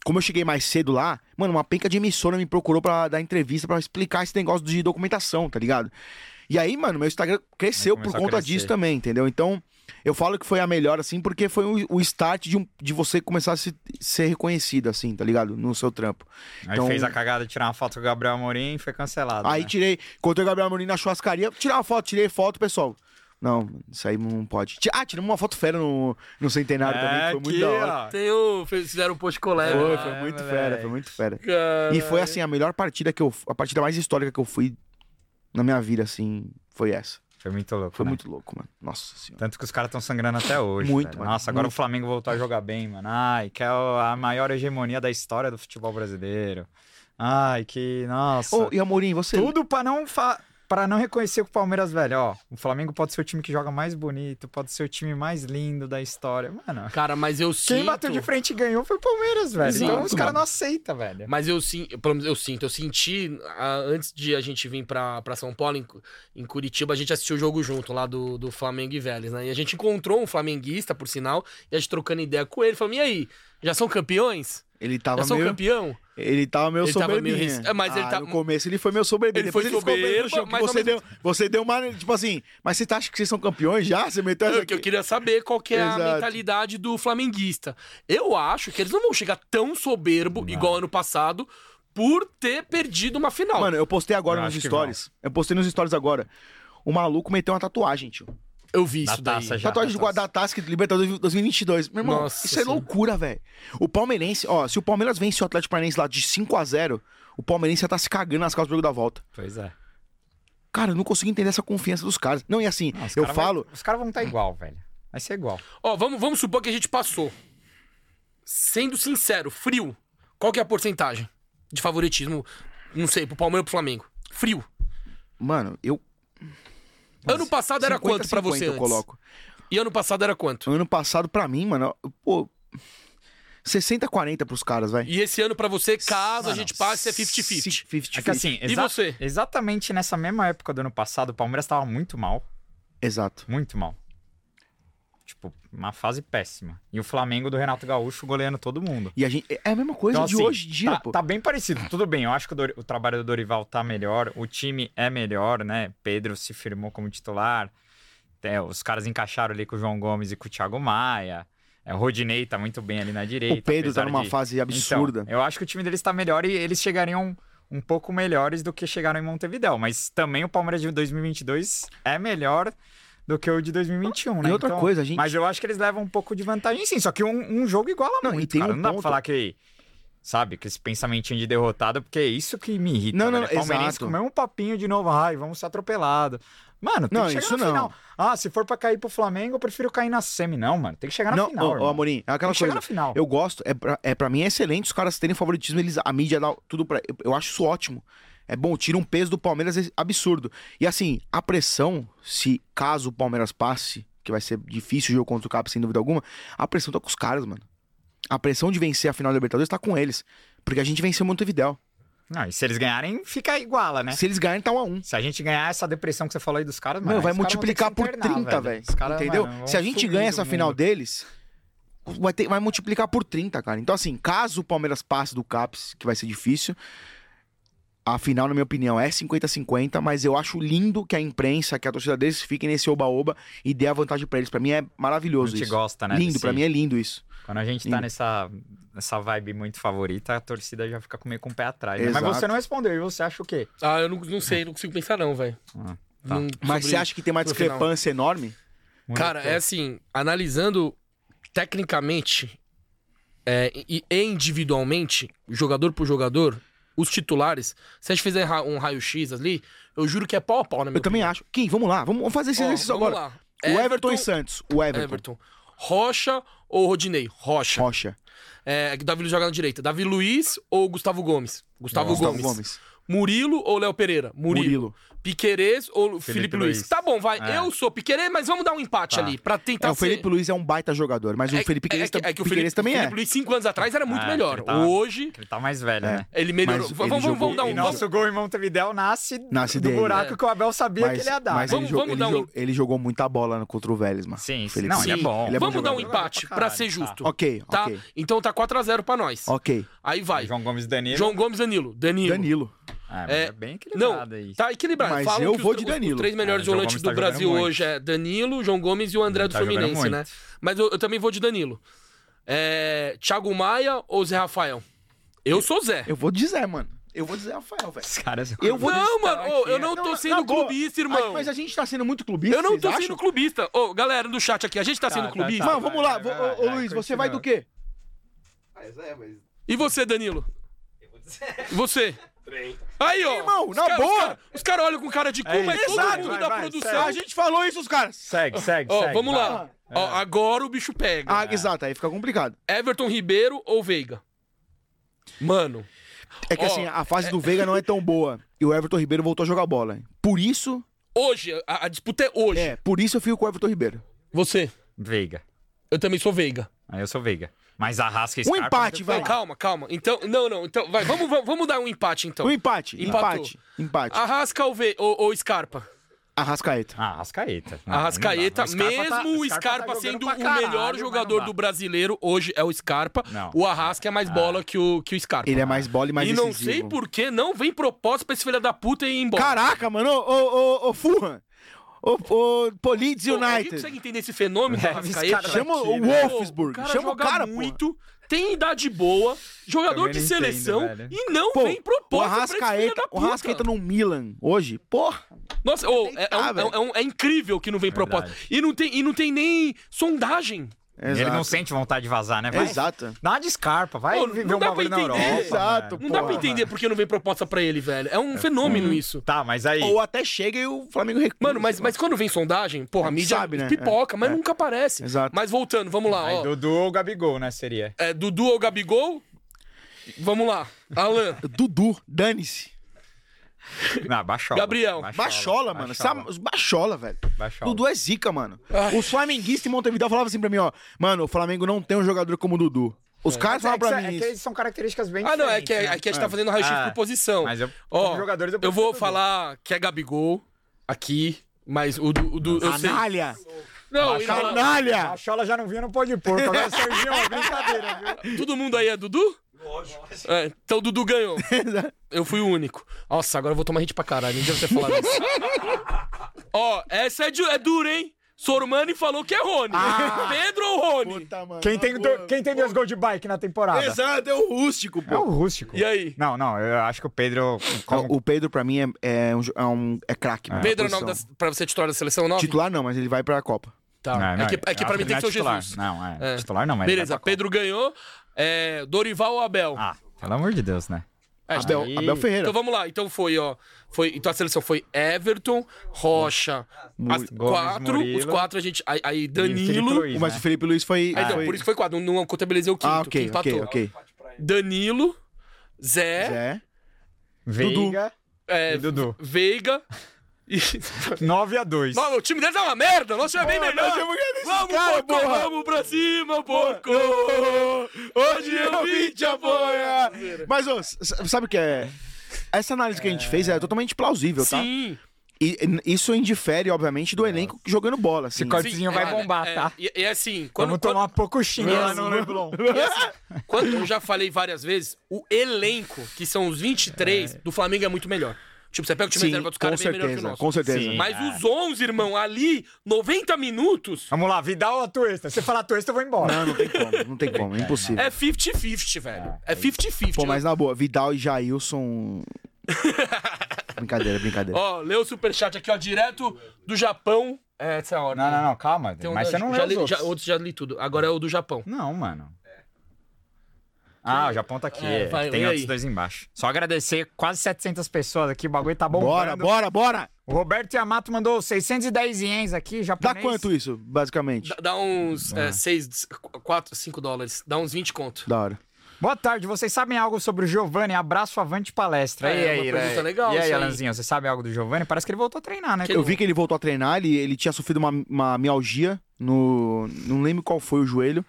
C: Como eu cheguei mais cedo lá, mano, uma penca de emissora me procurou pra dar entrevista pra explicar esse negócio de documentação, tá ligado? E aí, mano, meu Instagram cresceu
B: Aí
C: por
B: começou a
C: conta
B: crescer.
C: disso também, entendeu? Então, eu falo que foi a melhor, assim, porque foi o, o start de, um- de você começar a se- ser reconhecido, assim, tá ligado? No seu trampo.
B: Aí
C: Então-
B: fez a cagada de tirar uma foto com o Gabriel Amorim e foi cancelado.
C: Aí
B: né?
C: tirei, encontrei o Gabriel Amorim na churrascaria, tirar uma foto, tirei foto, pessoal. Não, isso aí não pode. Ti- Ah, tiramos uma foto fera no, no centenário também, que foi muito
B: É aqui,
C: da hora.
B: ó.
A: Tem o... Fizeram o post colégio. né?
C: Foi,
B: Ah,
C: foi muito
B: moleque.
C: fera, foi muito fera.
A: Cara...
C: E foi assim, a melhor partida que eu. A partida mais histórica que eu fui na minha vida, assim, foi essa.
B: Foi muito louco.
C: Foi
B: né?
C: muito louco, mano. Nossa senhora.
B: Tanto que os caras estão sangrando até hoje.
C: Muito,
B: velho.
C: mano,
B: Nossa, agora
C: muito.
B: o Flamengo voltou a jogar bem, mano. Ai, que é o- a maior hegemonia da história do futebol brasileiro. Ai, que. Nossa.
C: Ô, e Amorim, você.
B: Tudo pra não, fa... pra não reconhecer que o Palmeiras, velho, ó. O Flamengo pode ser o time que joga mais bonito, pode ser o time mais lindo da história. Mano.
A: Cara, mas eu sinto...
B: Quem bateu de frente e ganhou foi o Palmeiras, velho.
A: Exato,
B: então os caras
C: mano.
B: não aceitam, velho.
A: Mas eu, sim, pelo menos eu sinto, eu senti, ah, antes de a gente vir pra, pra São Paulo, em, Cu- em Curitiba, a gente assistiu o jogo junto lá do, do Flamengo e Vélez, né? E a gente encontrou um flamenguista, por sinal, e a gente trocando ideia com ele, falou, e aí, já são campeões?
C: Ele
A: Já
C: tava
A: são
C: meio. (laughs)
A: campeão?
C: Ele tava meio
A: Ele tava meio
C: soberbinho.
A: res- É, mas ele tá-
C: No começo ele foi meio soberbinho.
A: Ele
C: Depois
A: foi
C: ele ficou meio no
A: soberbo,
C: chão, que
A: mas ao
C: você,
A: mesmo-
C: deu, você deu uma. Tipo assim, mas você tá- acha que vocês são campeões já? Você meteu essa
A: é Eu,
C: aqui?
A: eu queria saber qual que é a
C: Exato.
A: mentalidade do flamenguista. Eu acho que eles não vão chegar tão soberbo, igual ano passado, por ter perdido uma final.
C: Mano, eu postei agora
B: Eu
C: nos
B: acho que
C: stories. Eu postei nos stories agora. O maluco meteu uma tatuagem, tio.
A: eu vi
B: Da
A: isso daí.
B: taça já.
C: Tatuagem de
B: taça.
C: Guadatasca Libertadores 2022. Meu irmão,
A: tá. Nossa
C: isso é
A: Senhora.
C: loucura, velho. O Palmeirense, ó, se o Palmeiras vence o Atlético Paranaense lá de 5 a 0 o Palmeirense já tá se cagando nas calças do jogo da volta.
B: Pois é.
C: Cara, eu não consigo entender essa confiança dos caras. Não, e assim,
B: Não, os
C: eu
B: cara vai-
C: falo.
B: Os caras vão estar igual, velho. Vai ser igual.
A: Ó, vamos, vamos supor que a gente passou. Sendo sincero, frio. Qual que é a porcentagem de favoritismo? Não sei, pro Palmeiras ou pro Flamengo. Frio.
C: Mano, eu.
A: ano passado era
C: 50,
A: quanto pra você
C: 50 Eu
A: antes?
C: coloco.
A: E ano passado era quanto?
C: Ano passado, pra mim, mano, pô. 60, 40 pros caras, velho.
A: E esse ano pra você, caso a
B: Mano,
A: gente passe, é 50-50.
C: 50-50.
B: É que assim,
A: E
B: exa-
A: você?
B: exatamente nessa mesma época do ano passado, o Palmeiras tava muito mal.
C: Exato.
B: Muito mal. Tipo, uma fase péssima. E o Flamengo do Renato Gaúcho goleando todo mundo.
C: E a gente. É a mesma coisa
B: Então,
C: de
B: assim,
C: hoje em dia,
B: tá,
C: pô.
B: tá bem parecido. Tudo bem, eu acho que o, Dori- o trabalho do Dorival tá melhor, o time é melhor, né? Pedro se firmou como titular. Tem- os caras encaixaram ali com o João Gomes e com o Thiago Maia. É, o Rodinei tá muito bem ali na direita.
C: O Pedro tá
B: apesar
C: numa
B: de-
C: fase
A: né,
C: absurda.
B: Então, eu acho que o time deles tá melhor e eles chegariam um pouco melhores do que chegaram em Montevidéu. Mas também o Palmeiras de 2022 é melhor do que o de 2021, né?
C: e outra
B: Então,
C: coisa, a gente.
B: Mas eu acho que eles levam um pouco de vantagem sim, só que um, um jogo iguala
C: Não, e
B: muito,
C: tem
B: cara.
C: um
B: não dá
C: ponto-
B: pra falar que... Sabe, que esse pensamentinho de derrotado, porque é isso que me irrita.
C: Não, não,
B: velho. Palmeirense
C: exato.
B: com o mesmo papinho de novo, ai, vamos ser atropelado. Mano, tem
C: Não,
B: que chegar
C: isso
B: na
C: não.
B: final. Ah, se for pra cair pro Flamengo, eu prefiro cair na semi. Não, mano, tem que chegar na
C: não,
B: final,
C: ô, ô,
B: irmão.
C: Amorim, é
B: Tem
C: aquela
B: que chegar
C: coisa.
B: na final.
C: Eu gosto, é pra, é pra mim é excelente os caras terem favoritismo, eles, a mídia dá tudo pra. Eu, eu acho isso ótimo. É bom, tira um peso do Palmeiras é absurdo. E assim, a pressão, se caso o Palmeiras passe, que vai ser difícil o jogo contra o Cap, sem dúvida alguma, a pressão tá com os caras, mano. A pressão de vencer a final da Libertadores tá com eles. Porque a gente venceu o Montevidéu.
B: Não, e se eles ganharem, fica iguala, né?
C: Se eles ganharem, tá 1 a 1
B: Se a gente ganhar essa depressão que você falou aí dos caras, mano.
C: Mano, vai
B: esses caras vão ter que
C: multiplicar
B: se
C: por
B: internar,
C: 30, velho.
B: Os caras,
C: Entendeu?
A: é um
B: mano, vão
C: Se a gente
B: sumir
C: ganha
B: do
C: essa final
B: mundo.
C: deles, vai, ter, vai multiplicar por 30, cara. Então, assim, caso o Palmeiras passe do CAPS, que vai ser difícil, a final, na minha opinião, é 50-50, mas eu acho lindo que a imprensa, que a torcida deles fique nesse oba-oba e dê a vantagem pra eles. Pra mim é
B: A
C: maravilhoso
B: gente
C: isso.
B: gosta, né?
C: lindo,
B: desse-
C: pra mim é lindo isso.
B: Quando a gente tá
C: Lindo.
B: nessa, nessa vibe muito favorita, a torcida já fica com- meio com o pé atrás. né? Mas
C: Exato.
B: você não respondeu, e você acha o quê?
A: Ah, eu não, não sei, não consigo pensar não, velho.
B: Ah, tá.
A: Não-
C: Mas
A: sobre-
C: você acha que tem uma
A: sobre o final.
C: discrepância enorme?
A: Cara, é assim, analisando tecnicamente é, e e individualmente, jogador por jogador, os titulares, se a gente fizer ra- um raio-x ali, eu juro que é pau a pau, né,
C: Eu também acho. Kim, vamos lá, vamos vamos fazer esse exercício agora.
A: Lá.
C: O Everton, e Santos. O Everton.
A: Everton. Rocha ou Rodinei? Rocha.
C: Rocha.
A: É, que o Davi Luiz joga na direita. Davi Luiz ou Gustavo Gomes? Gustavo,
C: Gustavo
A: Gomes. Murilo ou Léo Pereira? Murilo.
C: Murilo.
A: Piquerez ou Felipe,
B: Felipe
A: Luiz.
B: Luiz.
A: Tá bom, vai.
B: É.
A: Eu sou Piquerez, mas vamos dar um empate
B: Tá.
A: ali pra tentar
C: É, o Felipe
A: ser...
C: Luiz é um baita jogador, mas o Felipe Pires
A: que-
C: tam-
A: que o
C: Piqueires
A: Felipe,
C: também
A: o
C: é.
A: Felipe Luiz, cinco anos atrás, era muito
B: É,
A: melhor.
B: ele tá-
A: Hoje,
B: Ele tá mais velho,
C: É.
B: né?
A: ele melhorou.
C: ele é
A: V- vamos, vamos,
C: jogou-
A: vamos dar
B: E
A: um... Vamos,
B: nosso gol em Montevidéu nasce,
C: Nasce
B: do
C: dele,
B: buraco
A: é.
B: que o Abel sabia que ele ia dar.
C: mas
B: né?
A: Vamos-
C: ele, jogou,
A: vamos
C: ele,
A: dar um-
C: jogou, ele jogou muita bola no- contra o Vélez, mano.
B: Sim, sim.
C: Felipe
B: Não, ele é
A: Sim.
B: bom.
C: Ele é bom
A: vamos dar um
C: jogador.
A: empate
B: Pra
A: pra
B: caralho,
A: ser
B: tá.
A: justo.
C: Ok,
A: Tá?
C: ok.
A: Então tá 4x0 pra nós.
C: Ok.
A: Aí vai.
B: João Gomes e Danilo.
A: João Gomes, Danilo. Danilo.
C: Danilo.
B: Ah, mas
A: É,
B: é bem
A: Não,
B: equilibrado aí.
A: tá equilibrado.
C: Mas
A: Falam
C: eu
A: que os
C: vou
A: tr-
C: de
A: os-
C: Danilo.
A: Os três
B: Ah,
A: melhores
B: o João
A: volantes
B: Gomes
A: do
B: tá
A: Brasil
B: jogando
A: hoje é Danilo, João Gomes e o André do
B: Tá jogando
A: Fluminense,
B: muito.
A: né? Mas eu, eu também vou de Danilo. É, Thiago Maia ou Zé Rafael? Eu sou Zé.
C: Eu vou dizer, mano. Eu vou dizer Rafael, velho.
B: Os caras...
C: Eu vou
A: não,
C: dizer-
A: mano, ô, eu não tô
C: na-
A: sendo
C: na boa.
A: clubista,
C: Ai,
A: irmão.
C: Mas a gente tá sendo muito clubista.
A: eu não tô
C: vocês
A: sendo
C: acham?
A: clubista. Ô, galera do chat aqui, a gente tá,
B: Tá,
A: sendo
B: tá,
A: clubista?
B: tá.
C: Mano, vamos lá.
B: Vai, vai,
C: Vou-
B: vai,
C: ô, ô,
B: vai,
C: Luiz, você
B: continua.
C: vai do quê?
D: Mas é, mas.
A: E você, Danilo? E você?
D: Trem.
A: Aí, ó.
C: Irmão,
A: os
C: na
A: cara-
C: boa.
A: Os caras cara olham com cara de cu,
B: É
A: mas
B: isso,
A: todo
B: vai,
A: mundo
B: vai,
A: da
B: vai,
A: produção.
B: segue.
A: a gente-
C: gente falou isso, os caras.
B: Segue, segue,
A: Ó,
B: segue.
A: vamos
B: vai. É.
A: lá. Ó, agora o bicho pega.
C: Ah, exato, aí fica complicado.
A: Everton Ribeiro ou Veiga? Mano,
C: É que
A: Ó,
C: assim, a fase do Veiga não é tão boa. E o Everton Ribeiro voltou a jogar bola. hein? Por isso,
A: hoje, a, a disputa é hoje.
C: é, por isso eu fico com o Everton Ribeiro.
A: Você,
B: Veiga.
A: eu também sou Veiga.
B: Aí eu sou Veiga. Mas arrasca e
C: Um
B: Scarpa-
C: empate, vai.
A: Não, calma, calma. Então, não, não. Então, vai, vamos, vamos, vamos dar um empate então.
C: Um empate,
A: Empatou.
C: empate, empate.
A: Arrasca ou, Ve- ou, ou Scarpa?
C: Arrascaeta.
B: Ah, Arrascaeta. Não,
A: Arrascaeta,
B: não dá.
A: mesmo o Scarpa,
B: tá jogando
A: sendo
B: pra
A: o
B: caralho,
A: melhor
B: mas
A: jogador
B: não
A: do
B: dá.
A: brasileiro, hoje é o Scarpa.
B: Não.
A: O Arrasca é mais bola que o, que o Scarpa.
C: Ele é mais bola e mais
A: e não
C: decisivo.
A: sei por que não vem proposta pra esse filho da puta e ir embora.
C: Caraca, mano, ô, ô, ô, ô Fulham, ô, ô Polides
A: Pô, é Alguém
C: United,
A: consegue entender esse fenômeno do
B: Leva esse
A: Arrascaeta?
B: cara
C: chama
B: daqui,
C: o
B: velho.
C: Wolfsburg,
A: O cara
C: chama o
A: joga
C: cara, pô.
A: muito, tem idade boa, jogador
B: Também
A: de
B: não
A: seleção
B: entendo, velho.
A: e não
C: Pô,
A: vem proposta
C: o
A: pra esse filho
C: Arrascaeta,
A: da
C: o
A: puta.
C: Arrascaeta no Milan hoje, porra,
A: Nossa, ô, é, é um-
C: deitar,
A: é um- é um- é incrível que não vem proposta.
B: Verdade.
A: E não, tem, e não tem nem sondagem.
B: Ele não sente vontade de vazar, né? Vai.
C: Exato.
B: Dá uma de Scarpa, vai
A: Pô, não
B: viver
A: dá
B: um
A: pra
B: bagulho na
A: entender.
B: Europa.
C: Exato.
B: velho.
A: Não dá pra
C: Porra. Uhum.
A: entender por que não vem proposta pra ele, velho. É um fenômeno isso.
B: Tá, mas aí.
C: Ou até chega e o Flamengo recusa.
A: Mano, mas, mas quando vem sondagem, porra, a mídia
C: sabe, né?
A: pipoca, mas
C: É.
A: nunca aparece.
C: Exato.
A: Mas voltando, vamos lá.
B: Aí
A: Ó.
B: Dudu ou Gabigol,
A: (laughs)
B: né? Seria.
A: É, Dudu ou Gabigol? Vamos lá.
B: (laughs)
A: Alan,
C: Dudu, dane-se.
B: Não, Baixola.
A: Gabriel.
C: Bachola, mano. Sam-
B: Baixola.
C: os Bachola, velho.
B: Baixola.
C: Dudu é zica, mano.
A: Ai.
C: Os flamenguistas em Montevideo falavam assim pra mim, ó. Mano, o Flamengo não tem um jogador como o Dudu. Os caras
B: É
C: falavam
B: que,
C: pra
B: é
C: mim
B: que
C: isso.
B: eles são características bem
A: Ah, não, é que,
B: diferentes, né?
A: é que a gente tá fazendo raio-x
B: Ah,
A: por posição.
B: Mas eu,
A: Ó,
B: como jogadores,
A: eu
B: prefiro
A: vou
B: Dudu.
A: falar que é Gabigol aqui, mas o do. O do eu sei.
C: Canalha!
A: Não, e não-
B: é
C: Canalha!
B: Baixola já não vinha no pó de porco. Agora Serginho,
A: (laughs)
B: é brincadeira, viu?
A: todo mundo aí é Dudu?
D: Lógico.
A: É, então o Dudu ganhou. Eu fui o único.
B: (laughs)
A: Nossa, agora eu vou tomar hit pra caralho. Ninguém vai ter falado isso. Ó, essa é, du- é dura, hein? Sormani falou que é Rony.
B: Ah.
A: Pedro ou Rony?
C: Puta, mano.
B: Quem tem,
C: Ah,
B: do-
C: boa.
B: quem tem dois gols de bike na temporada?
C: Exato,
A: um
C: é o rústico, pô.
B: É o rústico.
A: E aí?
B: Não, não, eu acho que o Pedro.
C: O o Pedro, pra mim, é, é um, jo- é, um- é craque. mano,
A: Pedro é o
C: na
A: nome da,
C: posição.
A: pra você titular da seleção, não?
C: Titular não, mas ele vai pra Copa.
A: Tá.
B: Não, não,
A: é que, é que
B: eu
A: pra
B: acho
A: mim tem
B: ele
A: que ser o
B: não é
A: Jesus.
B: titular. Não, é,
A: É.
B: Titular não, mas. ele
A: Beleza,
B: vai pra
A: Pedro ganhou. é, Dorival ou Abel?
B: Copa. Ah, pelo amor de Deus, né?
A: É,
C: Abel,
B: Aí-
C: Abel Ferreira.
A: Então vamos lá. Então foi, ó. Foi, então a seleção foi Everton, Rocha, as
B: Gomes,
A: quatro. os
B: Murilo.
A: quatro a gente. Aí, aí
B: E o Felipe
A: Danilo.
B: Luiz,
C: mas
B: né?
C: o Felipe Luiz foi...
A: Então,
C: foi...
A: por isso que foi quatro. Não, não contabilizei o quinto. É?
C: Ah,
A: que
C: ok,
A: empatou.
C: ok, ok.
A: Danilo, Zé,
C: Zé.
B: Veiga
A: é,
B: e
A: (laughs)
B: Dudu.
A: Veiga. E...
B: 9 a 2
A: Não, o time deles é uma merda. Nosso time é bem melhor. Vamos,
C: cara,
A: porco,
C: porra.
A: vamos pra cima, porco. Hoje eu vim te apoiar.
C: Mas, ô, s- s- sabe o que é? Essa análise que a gente fez é totalmente plausível, tá?
A: Sim.
C: E e isso indifere, obviamente, do elenco jogando bola. Assim.
B: Esse cortezinho
A: Sim,
B: vai
A: é,
B: bombar,
A: é,
B: tá?
A: E, e assim, quando,
B: Vamos tomar um pouco xinga né, lá no
A: Mesmo.
B: Leblon.
A: E assim, quando eu já falei várias vezes, o elenco, que são os 23, do Flamengo é muito melhor. Tipo, você pega o time
C: Sim,
A: reserva dos
C: com
A: caras, é bem melhor que o
C: certeza,
A: nosso.
C: com certeza.
B: Sim.
A: Mas os 11, irmão, ali, 90 minutos,
B: Vamos lá, Vidal ou Atuesta? Se falar Atuesta, eu vou embora.
C: Não, não tem como, não tem como, é impossível.
A: é 50-50,
B: Ah,
A: velho. É 50-50.
C: Pô, mas na boa, Vidal e (laughs) Jailson... brincadeira, brincadeira.
A: Ó, leu o superchat aqui, ó, direto do Japão. É, essa hora.
B: Não, não, não, calma. mas você não
A: um já
B: leu os
A: li, já,
B: outros.
A: outros já li tudo. Agora é o do Japão.
B: Não, mano. Ah, o Japão tá aqui.
A: É, vai, e
B: Tem outros
A: aí?
B: dois embaixo. Só agradecer quase 700 pessoas aqui. O bagulho tá bombando.
C: Bora, bora, bora!
B: O Roberto Yamato mandou 610 ienes aqui,
C: Dá
B: japonês.
C: quanto isso, basicamente?
A: Dá, dá uns é,
B: Ah.
A: 6, 4, 5 dólares. Dá uns 20 conto.
C: Da hora.
B: Boa tarde, vocês sabem algo sobre o Giovanni? Abraço avante palestra.
A: É,
B: e aí,
A: uma pergunta
B: né?
A: legal
B: E
A: isso aí.
B: aí, Alanzinho, você sabe algo do Giovanni? Parece que ele voltou a treinar, né?
A: Que
C: Eu vi que ele voltou a treinar, ele, ele tinha sofrido uma, uma mialgia no. Não lembro qual foi o joelho.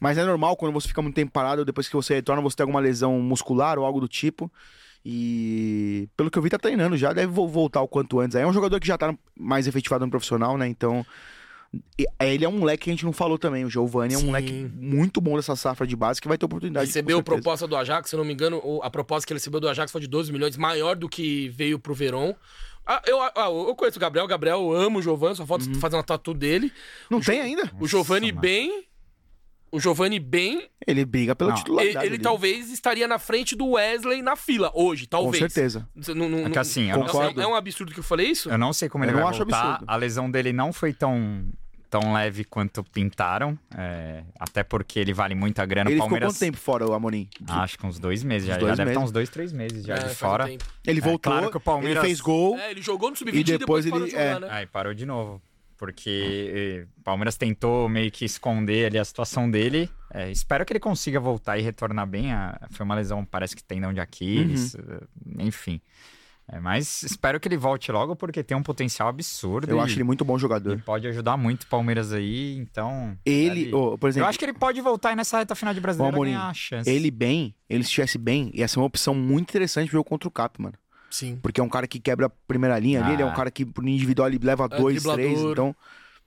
C: Mas é normal quando você fica muito tempo parado, depois que você retorna, você tem alguma lesão muscular ou algo do tipo. E pelo que eu vi, tá treinando já, deve vo- voltar o quanto antes. Aí é um jogador que já tá mais efetivado no profissional, né? Então. e- Ele é um moleque que a gente não falou também. O Giovanni é um
A: Sim.
C: moleque muito bom dessa safra de base que vai ter oportunidade. com
A: Recebeu
C: certeza.
A: proposta do Ajax, se eu não me engano, o- a proposta que ele recebeu do Ajax foi de 12 milhões, maior do que veio pro Verón. Ah, eu, ah, eu conheço o Gabriel, Gabriel, eu amo o Giovanni, só falta fazer uma tatu dele.
C: Não tem ainda?
A: o Giovanni
B: Uhum. mano.
A: bem. O Giovanni bem,
C: Ele briga pela
B: Não,
A: ele,
C: titularidade.
A: ele
C: ali.
A: talvez estaria na frente do Wesley na fila hoje,
C: Com
A: talvez.
C: certeza.
A: Não, não-
B: É que
A: não-
B: assim, eu
A: é um-
C: concordo.
A: é um absurdo que eu falei isso?
B: Eu não sei como ele
C: Eu
B: vai
C: não acho
B: voltar.
C: absurdo.
B: A lesão dele não foi tão, tão leve quanto pintaram. é, até porque ele vale muita grana.
C: Ele
B: O
C: ficou
B: É Palmeiras,
C: quanto tempo fora, o Amorim?
B: Acho que uns dois meses já.
C: Uns dois
B: já deve estar
C: meses.
B: uns dois, três meses já
A: É,
B: de
A: faz um
B: fora.
A: tempo.
C: Ele voltou,
B: claro que o Palmeiras-
C: ele fez gol.
A: É, ele jogou no sub-20
C: E
A: e depois,
C: depois
A: parou de
C: ele-
A: jogar,
C: é.
A: né?
B: Aí parou de novo.
C: Ah.
B: Porque eh, o Palmeiras tentou meio que esconder ali a situação dele. É, espero que ele consiga voltar e retornar bem. A- foi uma lesão, parece que tendão de Aquiles.
C: Uhum.
B: eh, Enfim. É, mas espero que ele volte logo, porque tem um potencial absurdo.
C: Eu
B: e-
C: acho ele muito bom
B: e
C: jogador.
B: pode ajudar muito o Palmeiras aí, então.
C: Ele, ô, por
B: Eu
C: exemplo,
B: acho que é assim. ele pode voltar aí nessa reta final de brasileiro
C: Ô, Amorim,
B: ganhar a chance.
C: ele bem, ele se estivesse bem, ia ser uma opção muito interessante pro jogo contra o Cap, mano.
A: Sim.
C: Porque é um cara que quebra a primeira linha ali,
B: Ah.
C: ele é um cara que pro individual ele leva dois,
A: É driblador.
C: três, então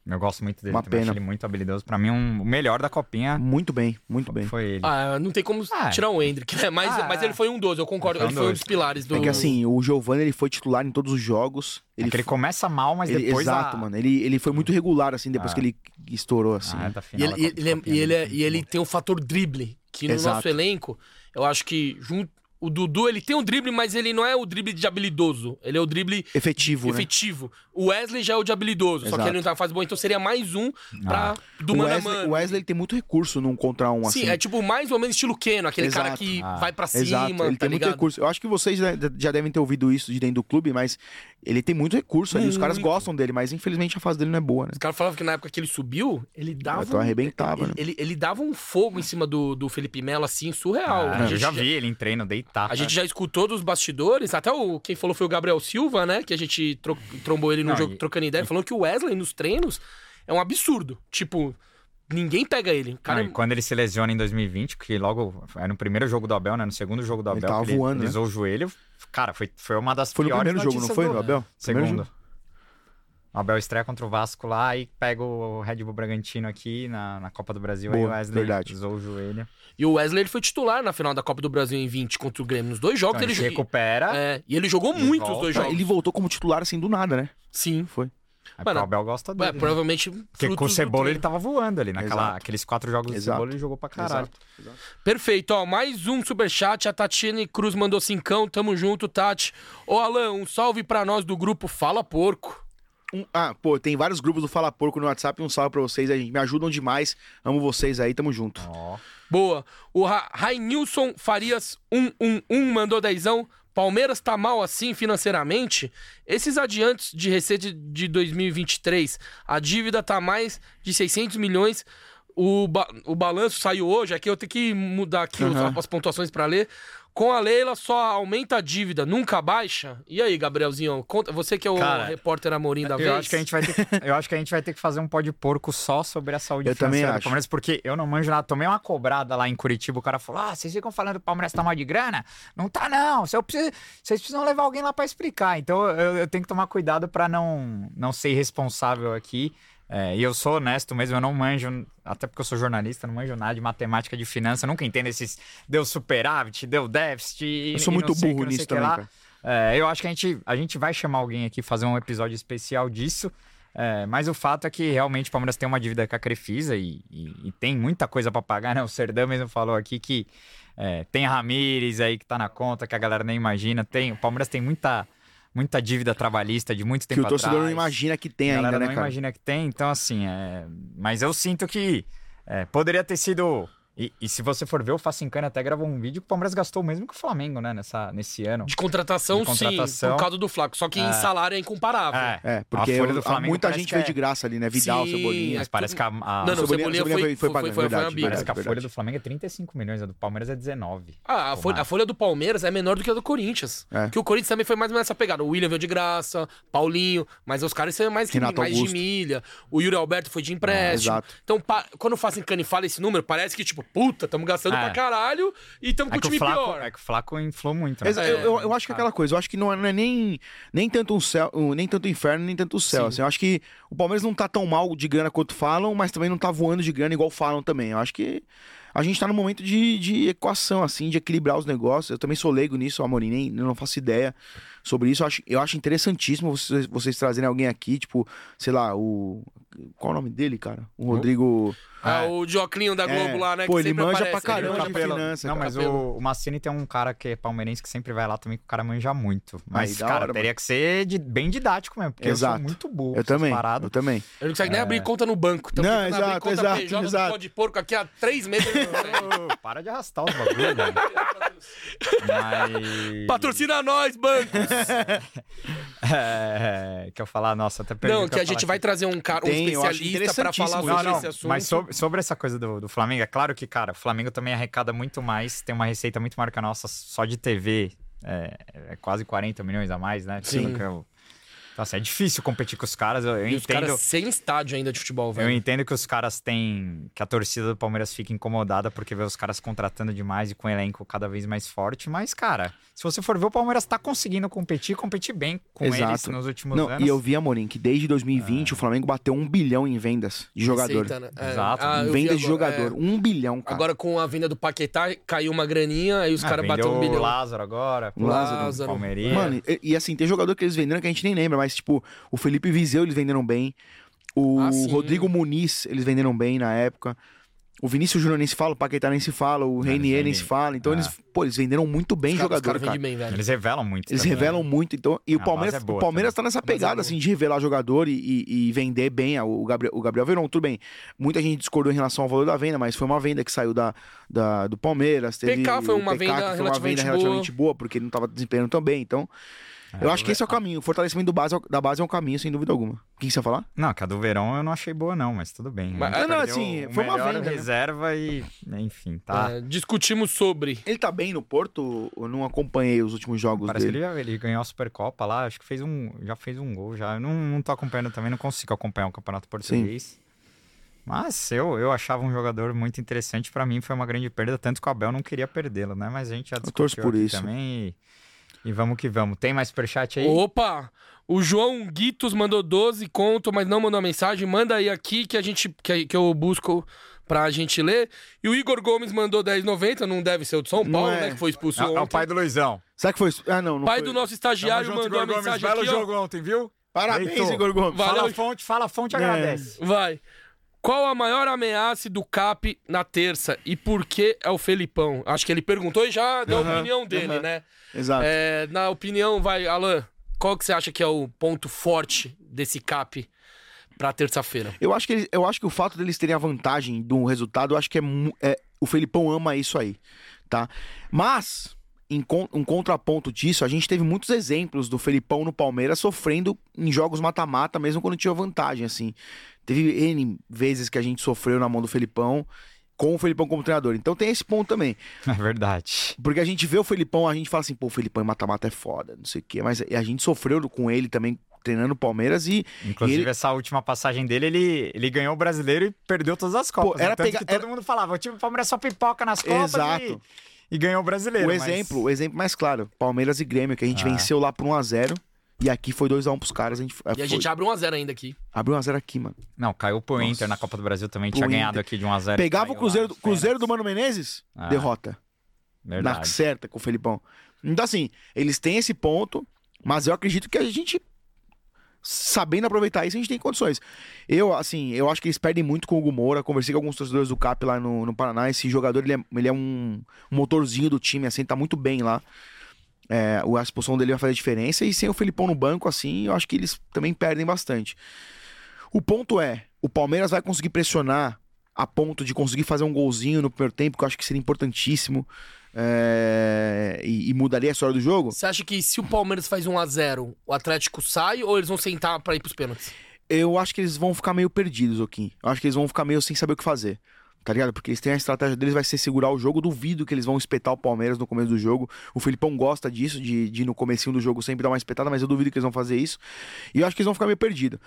B: Eu gosto muito dele,
C: Uma
B: também, acho
C: pena.
B: ele muito habilidoso. Pra mim, um- o melhor da copinha
C: muito bem, muito bem.
B: foi ele.
A: Ah, não tem como
B: Ah, é.
A: tirar o Hendrick, né? Mas,
B: Ah,
A: mas
B: é.
A: ele foi um 12, eu concordo.
B: Ele foi um
A: Ele foi um
B: 12.
A: dos pilares do.
C: É que assim, o Giovanni ele foi titular em todos os jogos,
B: Ele,
C: ele,
B: É ele começa mal, mas
C: ele-
B: depois.
C: exato,
B: a...
C: mano. Ele, ele foi muito regular assim depois
B: Ah.
C: que ele estourou
B: a
C: assim.
B: reta
A: E
B: final
A: ele,
B: da
A: e
B: Copa-
A: ele é-
B: Copinha
A: e ele,
B: é
A: é-
B: muito
A: e ele
B: boa.
A: tem o fator drible, que no
C: Exato.
A: nosso elenco, eu acho que junto. O Dudu, ele tem um drible, mas ele não é o drible de habilidoso. Ele é o drible
C: Efetivo, né?
A: efetivo. O Wesley já é o de habilidoso, só que
C: Exato. Ah.
A: ele não tá na fase boa, então seria mais um pra, do
C: o
A: mano a
C: Wesley,
A: mano.
C: o Wesley ele tem muito recurso num contra um
A: Sim,
C: assim.
A: é tipo mais ou menos estilo Keno, aquele cara
C: Exato.
A: que
B: Ah,
A: vai pra cima,
C: Exato, ele
A: tá
C: tem muito
A: ligado?
C: recurso. Eu acho que vocês né, já devem ter ouvido isso de dentro do clube, mas ele tem muito recurso ali. Os caras
A: Muito.
C: gostam dele, mas infelizmente a fase dele não é boa, né?
A: Os caras falavam que na época que ele subiu, ele dava.
C: Eu tô
A: um-
C: arrebentava,
A: ele,
C: né? Ah.
A: ele- ele dava um fogo em cima do, do Felipe Melo, assim,
C: é,
A: surreal.
B: Ah,
A: A
B: eu
A: gente
B: já vi ele em treino deitar.
A: A gente já escutou dos bastidores, até o quem falou foi o Gabriel Silva, né? Que a gente tro- trombou ele no
B: Não,
A: jogo
B: e-
A: trocando ideia, falando que o Wesley nos treinos é um absurdo. Tipo, ninguém pega ele. O
B: Cara,
A: Cara, é
B: e quando ele se lesiona em 2020, que logo era no primeiro jogo do Abel, né? No segundo jogo do
C: Ele
B: Abel,
C: tava
B: que ele
C: voando, né?
B: lisou o joelho. Cara, foi, foi uma das
C: Foi no
B: piores
C: primeiro jogo, não
B: notícias
C: foi,
B: do-
C: no Abel? Primeiro
B: Segundo.
C: jogo.
B: O Abel estreia contra o Vasco lá e pega o Red Bull Bragantino aqui na, na Copa do Brasil. aí
C: Boa,
B: o Wesley
C: verdade.
B: usou o joelho.
A: e o Wesley ele foi titular na final da Copa do Brasil em 20 contra o Grêmio. Nos dois jogos
B: Então, ele se
A: ele jogou.
B: recupera.
A: É, e ele jogou
B: Ele
A: muito os
B: volta.
A: dois
C: Tá,
A: jogos.
C: Ele voltou como titular assim do nada, né?
A: Sim.
C: Foi.
B: É
A: Mano,
B: porque o Abel gosta
A: Ué,
B: dele. né?
A: provavelmente.
B: Porque com o
A: frutos do
B: Cebola ele
A: treino.
B: tava voando ali. Naquela,
C: Exato.
B: aqueles quatro jogos do
C: Exato.
B: Cebola ele jogou pra caralho.
C: Exato, exato.
B: tá-
A: Perfeito, ó. Mais um superchat. A Tatiane Cruz mandou cincão. Tamo junto, Tati. Ô, Alan, um salve pra nós do grupo Fala Porco.
C: Um- ah, pô, tem vários grupos do Fala Porco no WhatsApp. Um salve pra vocês aí. Me ajudam demais. Amo vocês aí. Tamo junto.
B: Ó.
A: Boa. O Ra- Rainilson Farias 111 mandou dezão. Palmeiras tá mal assim financeiramente? Esses adiantos de receita de 2023, a dívida tá mais de 600 milhões. O, ba- o balanço saiu hoje, aqui eu tenho que mudar aqui os-
C: Aham.
A: as pontuações pra ler. Com a Leila só aumenta a dívida, nunca baixa. E aí, Gabrielzinho, conta, você que é o
B: Cara,
A: repórter Amorim da vez.
B: Eu acho, que a gente vai ter que, eu acho que a gente vai ter que fazer um pó de porco só sobre a saúde
C: Eu também
B: financeira do
C: acho.
B: Palmeiras, porque eu não manjo nada. Tomei uma cobrada lá em Curitiba, o cara falou: Ah, vocês ficam falando que o Palmeiras tá mal de grana? Não tá, não. Se eu preciso- vocês precisam levar alguém lá pra explicar. Então eu, eu tenho que tomar cuidado pra não, não ser irresponsável aqui. É, e eu sou honesto mesmo, eu não manjo, até porque eu sou jornalista, não manjo nada de matemática, de finança, nunca entendo esses deu superávit, deu déficit. e-
C: Eu sou
B: e
C: muito
B: não sei o que,
C: burro
B: não sei o que
C: nisso também,
B: lá.
C: cara.
B: É, eu acho que a gente, a gente vai chamar alguém aqui fazer um episódio especial disso. é, mas o fato é que realmente o Palmeiras tem uma dívida com a Crefisa e, e- e tem muita coisa pra pagar, né? O Serdão mesmo falou aqui que é, tem Ramires aí que tá na conta, que a galera nem imagina. Tem, o Palmeiras tem muita, muita dívida trabalhista de muito
C: Que
B: tempo
C: o torcedor
B: atrás
C: não imagina que
B: a
C: tem
B: galera
C: ainda, né,
B: não
C: cara?
B: imagina que tem, então assim, é... mas eu sinto que é, poderia ter sido. E, e se você for ver, o Facincani até gravou um vídeo que o Palmeiras gastou o mesmo que o Flamengo, né, nessa, nesse ano.
A: De contratação,
B: De
A: sim,
B: contratação.
A: por causa do Flaco. Só que em salário é incomparável.
B: É,
C: É, porque
B: A folha do
C: eu-
B: Flamengo
C: muita
B: parece
C: gente
B: que
C: veio
B: é-
C: de graça ali, né? Vidal,
A: Sim,
C: Cebolinha.
A: é
B: mas parece que a, a-
A: Não, não, o
C: Cebolinha-
A: Cebolinha,
C: Cebolinha
A: foi, foi,
C: foi- foi
A: foi,
C: pagando,
A: foi,
C: verdade,
A: uma birra.
B: parece que a
C: verdade.
B: folha do Flamengo é 35 milhões, a do Palmeiras é 19.
A: Ah, a
B: Ou
A: folha, a
B: mais.
A: folha do Palmeiras é menor do que a do Corinthians.
C: É.
A: Que o Corinthians também foi mais nessa pegada. O William veio de graça, Paulinho, mas os caras são mais, que,
C: Renato
A: mais de
C: Augusto.
A: milha. O Yuri Alberto foi de empréstimo.
C: É, exato.
A: então, pa- quando o Facincani fala esse número, parece que, tipo, puta, estamos gastando
B: É.
A: pra caralho e estamos com
B: É
A: o
B: que o,
A: time
B: Flaco,
A: pior.
B: é que o Flaco inflou muito, né?
C: Exa- eu, eu- eu acho que é aquela coisa, eu acho que não é, não é nem, nem tanto um céu, um- nem tanto inferno, nem tanto céu. assim. eu acho que o Palmeiras não tá tão mal de grana quanto falam, mas também não tá voando de grana igual falam também. Eu acho que a gente tá num momento de, de equação, assim, de equilibrar os negócios. Eu também sou leigo nisso, Amorim, nem eu não faço ideia sobre isso. Eu acho, eu acho interessantíssimo vocês, vocês trazerem alguém aqui, tipo, sei lá, o. Qual é o nome dele, cara? O Rodrigo.
A: Ah, o Dioclinho da Globo
C: É.
A: lá, né?
C: Pô,
A: que
C: ele
A: sempre
C: manja
A: aparece,
C: pra
A: ele
C: caramba,
A: manja
C: de
A: pra-
C: finança,
B: Não,
C: cara.
B: mas o, o Massini tem um cara que é palmeirense que sempre vai lá também, que o cara manja muito. Mas,
C: da
B: cara,
C: hora,
B: teria que ser de- bem didático mesmo, porque eu
C: Exato.
B: sou muito burro.
C: Eu
B: essas
C: também.
B: paradas.
C: Eu também.
A: Ele não consegue nem abrir conta no banco. Então,
C: É. Não,
A: fica na- abrir
C: exato,
A: conta
C: exato,
A: PJ do
C: exato.
A: pó de porco aqui há três
C: (laughs)
A: meses. ele não consegue.
B: Ô, Para de arrastar os bagulhos,
A: (laughs)
B: velho. Mas. (laughs)
A: Patrocina nós, banco!
B: É, que eu falar, nossa, até perdi.
A: Não,
B: o
A: que a
B: eu ia
A: gente
B: falar
A: vai trazer um cara, um
C: Tem, eu acho
A: especialista pra falar
C: interessantíssimo
A: sobre
B: Não, não,
A: esse assunto.
B: mas sobre, sobre essa coisa do, do Flamengo, é claro que, cara, o Flamengo também arrecada muito mais, tem uma receita muito maior que a nossa só de TV. É, é quase 40 milhões a mais, né?
A: Sim.
B: Pelo que eu- Nossa, é difícil competir com os caras, eu, eu
A: E os
B: entendo.
A: caras sem estádio ainda de futebol,
B: Eu
A: velho.
B: entendo que os caras têm. que a torcida do Palmeiras fica incomodada porque vê os caras contratando demais e com o elenco cada vez mais forte, mas, cara, se você for ver, o Palmeiras tá conseguindo competir, competir bem com eles
C: Exato.
B: nos últimos
C: Não,
B: anos.
C: e eu vi, Amorim, que desde 2020 o Flamengo bateu um bilhão em vendas de jogador.
A: Aceita, né? É,
B: Exato.
A: eu vi
C: vendas de
A: agora,
C: jogador.
A: é.
C: Um bilhão, cara.
A: Agora com a venda do Paquetá, caiu uma graninha, aí os
B: Ah,
A: caras bateram um
B: vendeu
A: bilhão.
B: O Lázaro agora,
C: O Lázaro.
A: Lázaro.
B: Palmeirinha.
C: Mano, e, e assim, tem jogador que eles venderam que a gente nem lembra, mas tipo, o Felipe Viseu eles venderam bem. O
A: Ah, sim.
C: Rodrigo Muniz eles venderam bem na época. O Vinícius Júnior nem se fala, o Paquetá nem se fala, o Reinier nem
B: vendem-
C: se fala. Então
B: Ah.
C: eles, pô, eles venderam muito bem
A: Os caras- os
C: jogador,
A: caras
C: cara.
A: vendem bem, velho.
B: eles revelam muito.
C: É. Eles
B: também,
C: revelam
B: né?
C: muito, então. E
B: A
C: o Palmeiras,
B: base é boa
C: o Palmeiras tá nessa
A: base é boa.
C: pegada, assim, de revelar jogador e, e- e vender bem a- o Gabriel, o Gabriel Verão. Tudo bem, muita gente discordou em relação ao valor da venda, mas foi uma venda que saiu da, da- do Palmeiras. Teve
A: PK foi
C: o
A: uma
C: PK,
A: venda
C: que foi uma venda
A: relativamente
C: relativamente boa, porque ele não tava desempenhando tão bem. Então, eu acho que esse é o caminho. O fortalecimento do base, é o- da base é um caminho, sem dúvida alguma. O que que você ia falar?
B: Não, que a do Verão eu não achei boa, não, mas tudo bem.
A: Mas-
B: A gente
C: Ah, não,
B: perdeu
C: assim,
B: o
C: foi uma
B: melhor
C: venda, né?
B: reserva e. Enfim, tá.
A: É, discutimos sobre.
C: Ele tá bem no Porto? Eu não acompanhei os últimos jogos
B: Parece que
C: dele.
B: ele, já- ele ganhou a Supercopa lá, acho que fez um, já fez um gol já. Eu não, não tô acompanhando também, não consigo acompanhar o Campeonato Português. Mas eu, eu achava um jogador muito interessante, pra mim foi uma grande perda, tanto que o Abel não queria perdê-lo, né? Mas a gente já discutiu
C: torço por
B: aqui
C: isso.
B: também e, e vamos que vamos. Tem mais superchat aí?
A: Opa! O João Guitos mandou 12 conto, mas não mandou a mensagem. Manda aí aqui que a gente que, que eu busco pra gente ler. E o Igor Gomes mandou 10,90, não deve ser o de São
C: Não
A: Paulo,
C: é.
A: né? Que foi expulso
B: É, é
A: ontem.
B: o pai do Luizão.
C: Será que foi isso? Ah, não, não
A: Pai
C: foi.
A: do nosso estagiário mandou a mensagem aqui, ó.
B: ontem, viu?
C: Parabéns,
B: Heitor.
C: Igor Gomes.
A: Vai.
B: Fala
A: Valeu.
B: a fonte, fala a fonte,
C: É.
B: agradece.
A: Vai. Qual a maior ameaça do Cap na terça e por que é o Felipão? Acho que ele perguntou e já deu a
C: Aham,
A: opinião dele,
C: aham.
A: né?
C: Exato.
A: É, na opinião, vai, Alan, qual que você acha que é o ponto forte desse Cap pra terça-feira?
C: Eu acho que ele- eu acho que o fato deles terem a vantagem do resultado, eu acho que é, mu- é- o Felipão ama isso aí, tá? Mas em con- um contraponto disso, a gente teve muitos exemplos do Felipão no Palmeiras sofrendo em jogos mata-mata, mesmo quando tinha vantagem, assim. Teve N vezes que a gente sofreu na mão do Felipão, com o Felipão como treinador. Então tem esse ponto também.
B: (laughs) É verdade.
C: Porque a gente vê o Felipão, a gente fala assim, pô, o Felipão em mata-mata é foda, não sei o quê. Mas a gente sofreu com ele também, treinando o Palmeiras e
B: Inclusive,
C: ele-
B: essa última passagem dele, ele, ele ganhou o brasileiro e perdeu todas as Copas.
C: era
B: né? Tanto
C: pegar-
B: que todo
C: era-
B: mundo falava, o time do Palmeiras é só pipoca nas Copas e,
C: Exato.
B: e ganhou o brasileiro.
C: O
B: mas-
C: exemplo, o exemplo mais claro, Palmeiras e Grêmio, que a gente
B: Ah.
C: venceu lá por 1x0 e aqui foi 2x1 pros caras. A gente,
A: E a gente abre um a zero ainda aqui.
C: abriu 1x0 aqui, mano.
B: Não, caiu pro
C: Nossa.
B: Inter na Copa do Brasil também,
C: Pro
B: tinha
C: Inter.
B: ganhado aqui de 1x0.
C: Pegava o Cruzeiro, do- Cruzeiro do Mano Menezes,
B: Ah,
C: derrota. Na
B: Verdade.
C: certa com o Felipão. Então, assim, eles têm esse ponto, mas eu acredito que a gente, sabendo aproveitar isso, a gente tem condições. Eu, assim, eu acho que eles perdem muito com o Hugo Moura. Conversei com alguns torcedores do CAP lá no, no Paraná. Esse jogador, ele é, ele é um motorzinho do time, assim, tá muito bem lá. É, o- a expulsão dele vai fazer diferença. E sem o Felipão no banco, assim, eu acho que eles também perdem bastante. O ponto é, o Palmeiras vai conseguir pressionar a ponto de conseguir fazer um golzinho no primeiro tempo, que eu acho que seria importantíssimo. é, e, e mudaria a história do jogo.
A: Você acha que se o Palmeiras faz um a zero, o Atlético sai ou eles vão sentar pra ir pros pênaltis?
C: Eu acho que eles vão ficar meio perdidos, Oquim. Eu acho que eles vão ficar meio sem saber o que fazer. Tá ligado? Porque eles têm a estratégia deles, vai ser segurar o jogo. Duvido que eles vão espetar o Palmeiras no começo do jogo. O Felipão gosta disso, de, de ir no comecinho do jogo sempre dar uma espetada, mas eu duvido que eles vão fazer isso. E eu acho que eles vão ficar meio perdidos.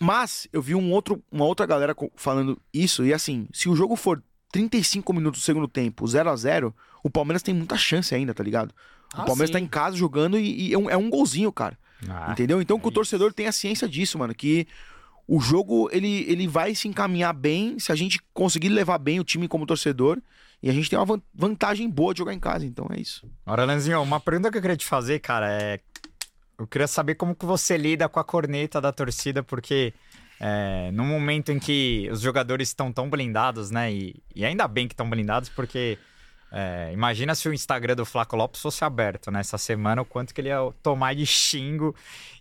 C: Mas eu vi um outro, uma outra galera co- falando isso, e assim, se o jogo for 35 minutos do segundo tempo, 0 a 0 o Palmeiras tem muita chance ainda, tá ligado? O
A: Ah,
C: Palmeiras
A: sim.
C: tá em casa jogando e, e é um- é um golzinho, cara.
B: Ah,
C: Entendeu? Então que o
B: isso.
C: torcedor tenha ciência disso, mano, que o jogo ele, ele vai se encaminhar bem se a gente conseguir levar bem o time como torcedor e a gente tem uma van- vantagem boa de jogar em casa, então é isso.
B: Ora, Lanzinho, uma pergunta que eu queria te fazer, cara, é. Eu queria saber como que você lida com a corneta da torcida, porque é, no momento em que os jogadores estão tão blindados, né? E, e ainda bem que estão blindados, porque é, imagina se o Instagram do Flaco Lopes fosse aberto nessa semana, o quanto que ele ia tomar de xingo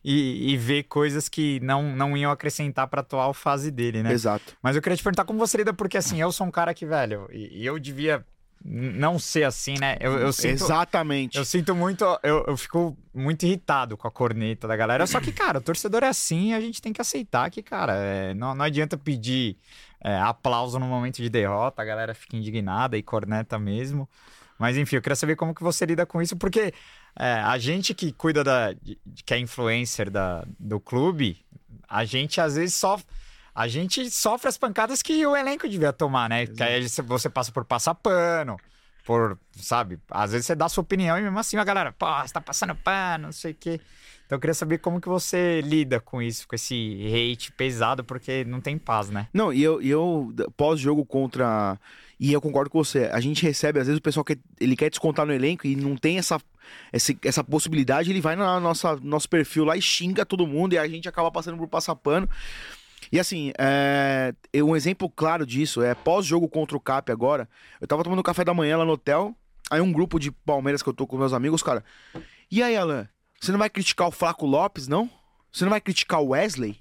B: e, e ver coisas que não, não iam acrescentar para a atual fase dele, né?
C: Exato.
B: Mas eu queria te perguntar como você lida, porque assim, eu sou um cara que, velho, e, e eu devia n- não ser assim, né? Eu, eu sinto,
C: Exatamente.
B: eu sinto muito, eu, eu fico muito irritado com a corneta da galera. Só que, cara, o torcedor é assim e a gente tem que aceitar que, cara, é, não, não adianta pedir é, aplauso no momento de derrota, a galera fica indignada e corneta mesmo. Mas enfim, eu queria saber como que você lida com isso, porque é, a gente que cuida da. de- de- que é influencer da, do clube, a gente às vezes só. A gente sofre as pancadas que o elenco devia tomar, né? Que aí você passa por passar pano, por, sabe? Às vezes você dá sua opinião e mesmo assim a galera, pô, você tá passando pano, não sei o quê. Então eu queria saber como que você lida com isso, com esse hate pesado, porque não tem paz, né?
C: Não, e eu, e eu d- pós-jogo contra. E eu concordo com você. A gente recebe, às vezes, o pessoal que ele quer descontar no elenco e não tem essa, esse- essa, possibilidade, ele vai na nossa nosso perfil lá e xinga todo mundo e a gente acaba passando por passapano. E assim, é, eu- um exemplo claro disso é pós-jogo contra o Cap agora. Eu tava tomando café da manhã lá no hotel. Aí um grupo de Palmeiras que eu tô com meus amigos, cara. E aí, Alan, você não vai criticar o Flaco Lopes, não? Você não vai criticar o Wesley?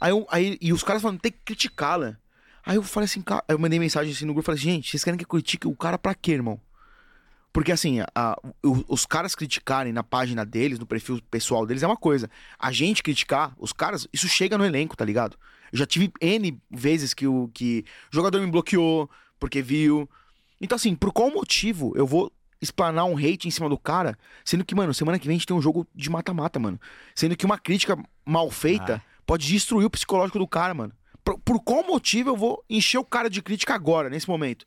C: Aí, eu- aí- e os caras falando, tem que criticá-la. Aí eu falei assim, cara, eu mandei mensagem assim no grupo, falei assim, gente, vocês querem que eu critique o cara pra quê, irmão? Porque assim, a- a- o- os caras criticarem na página deles, no perfil pessoal deles, é uma coisa. A gente criticar, os caras, isso chega no elenco, tá ligado? Eu já tive N vezes que o que o jogador me bloqueou, porque viu. Então assim, por qual motivo eu vou explanar um hate em cima do cara, sendo que, mano, semana que vem a gente tem um jogo de mata-mata, mano. Sendo que uma crítica mal feita pode destruir o psicológico do cara, mano. Por, por qual motivo eu vou encher o cara de crítica agora, nesse momento?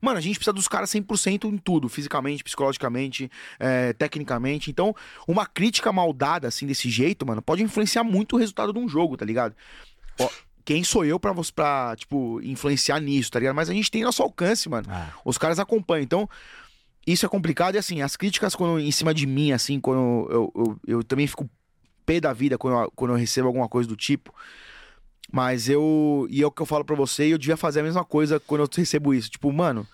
C: Mano, a gente precisa dos caras 100% em tudo, fisicamente, psicologicamente, eh, tecnicamente. Então, uma crítica maldada, assim, desse jeito, mano, pode influenciar muito o resultado de um jogo, tá ligado? Ó, quem sou eu pra, você- pra, tipo, influenciar nisso, tá ligado? Mas a gente tem nosso alcance, mano.
B: Ah,
C: Os caras acompanham. Então, isso é complicado. E assim, as críticas quando, em cima de mim, assim, quando eu, eu, eu também fico pé da vida quando eu, quando eu recebo alguma coisa do tipo. Mas eu. E é o que eu falo pra você, e eu devia fazer a mesma coisa quando eu recebo isso. Tipo, mano,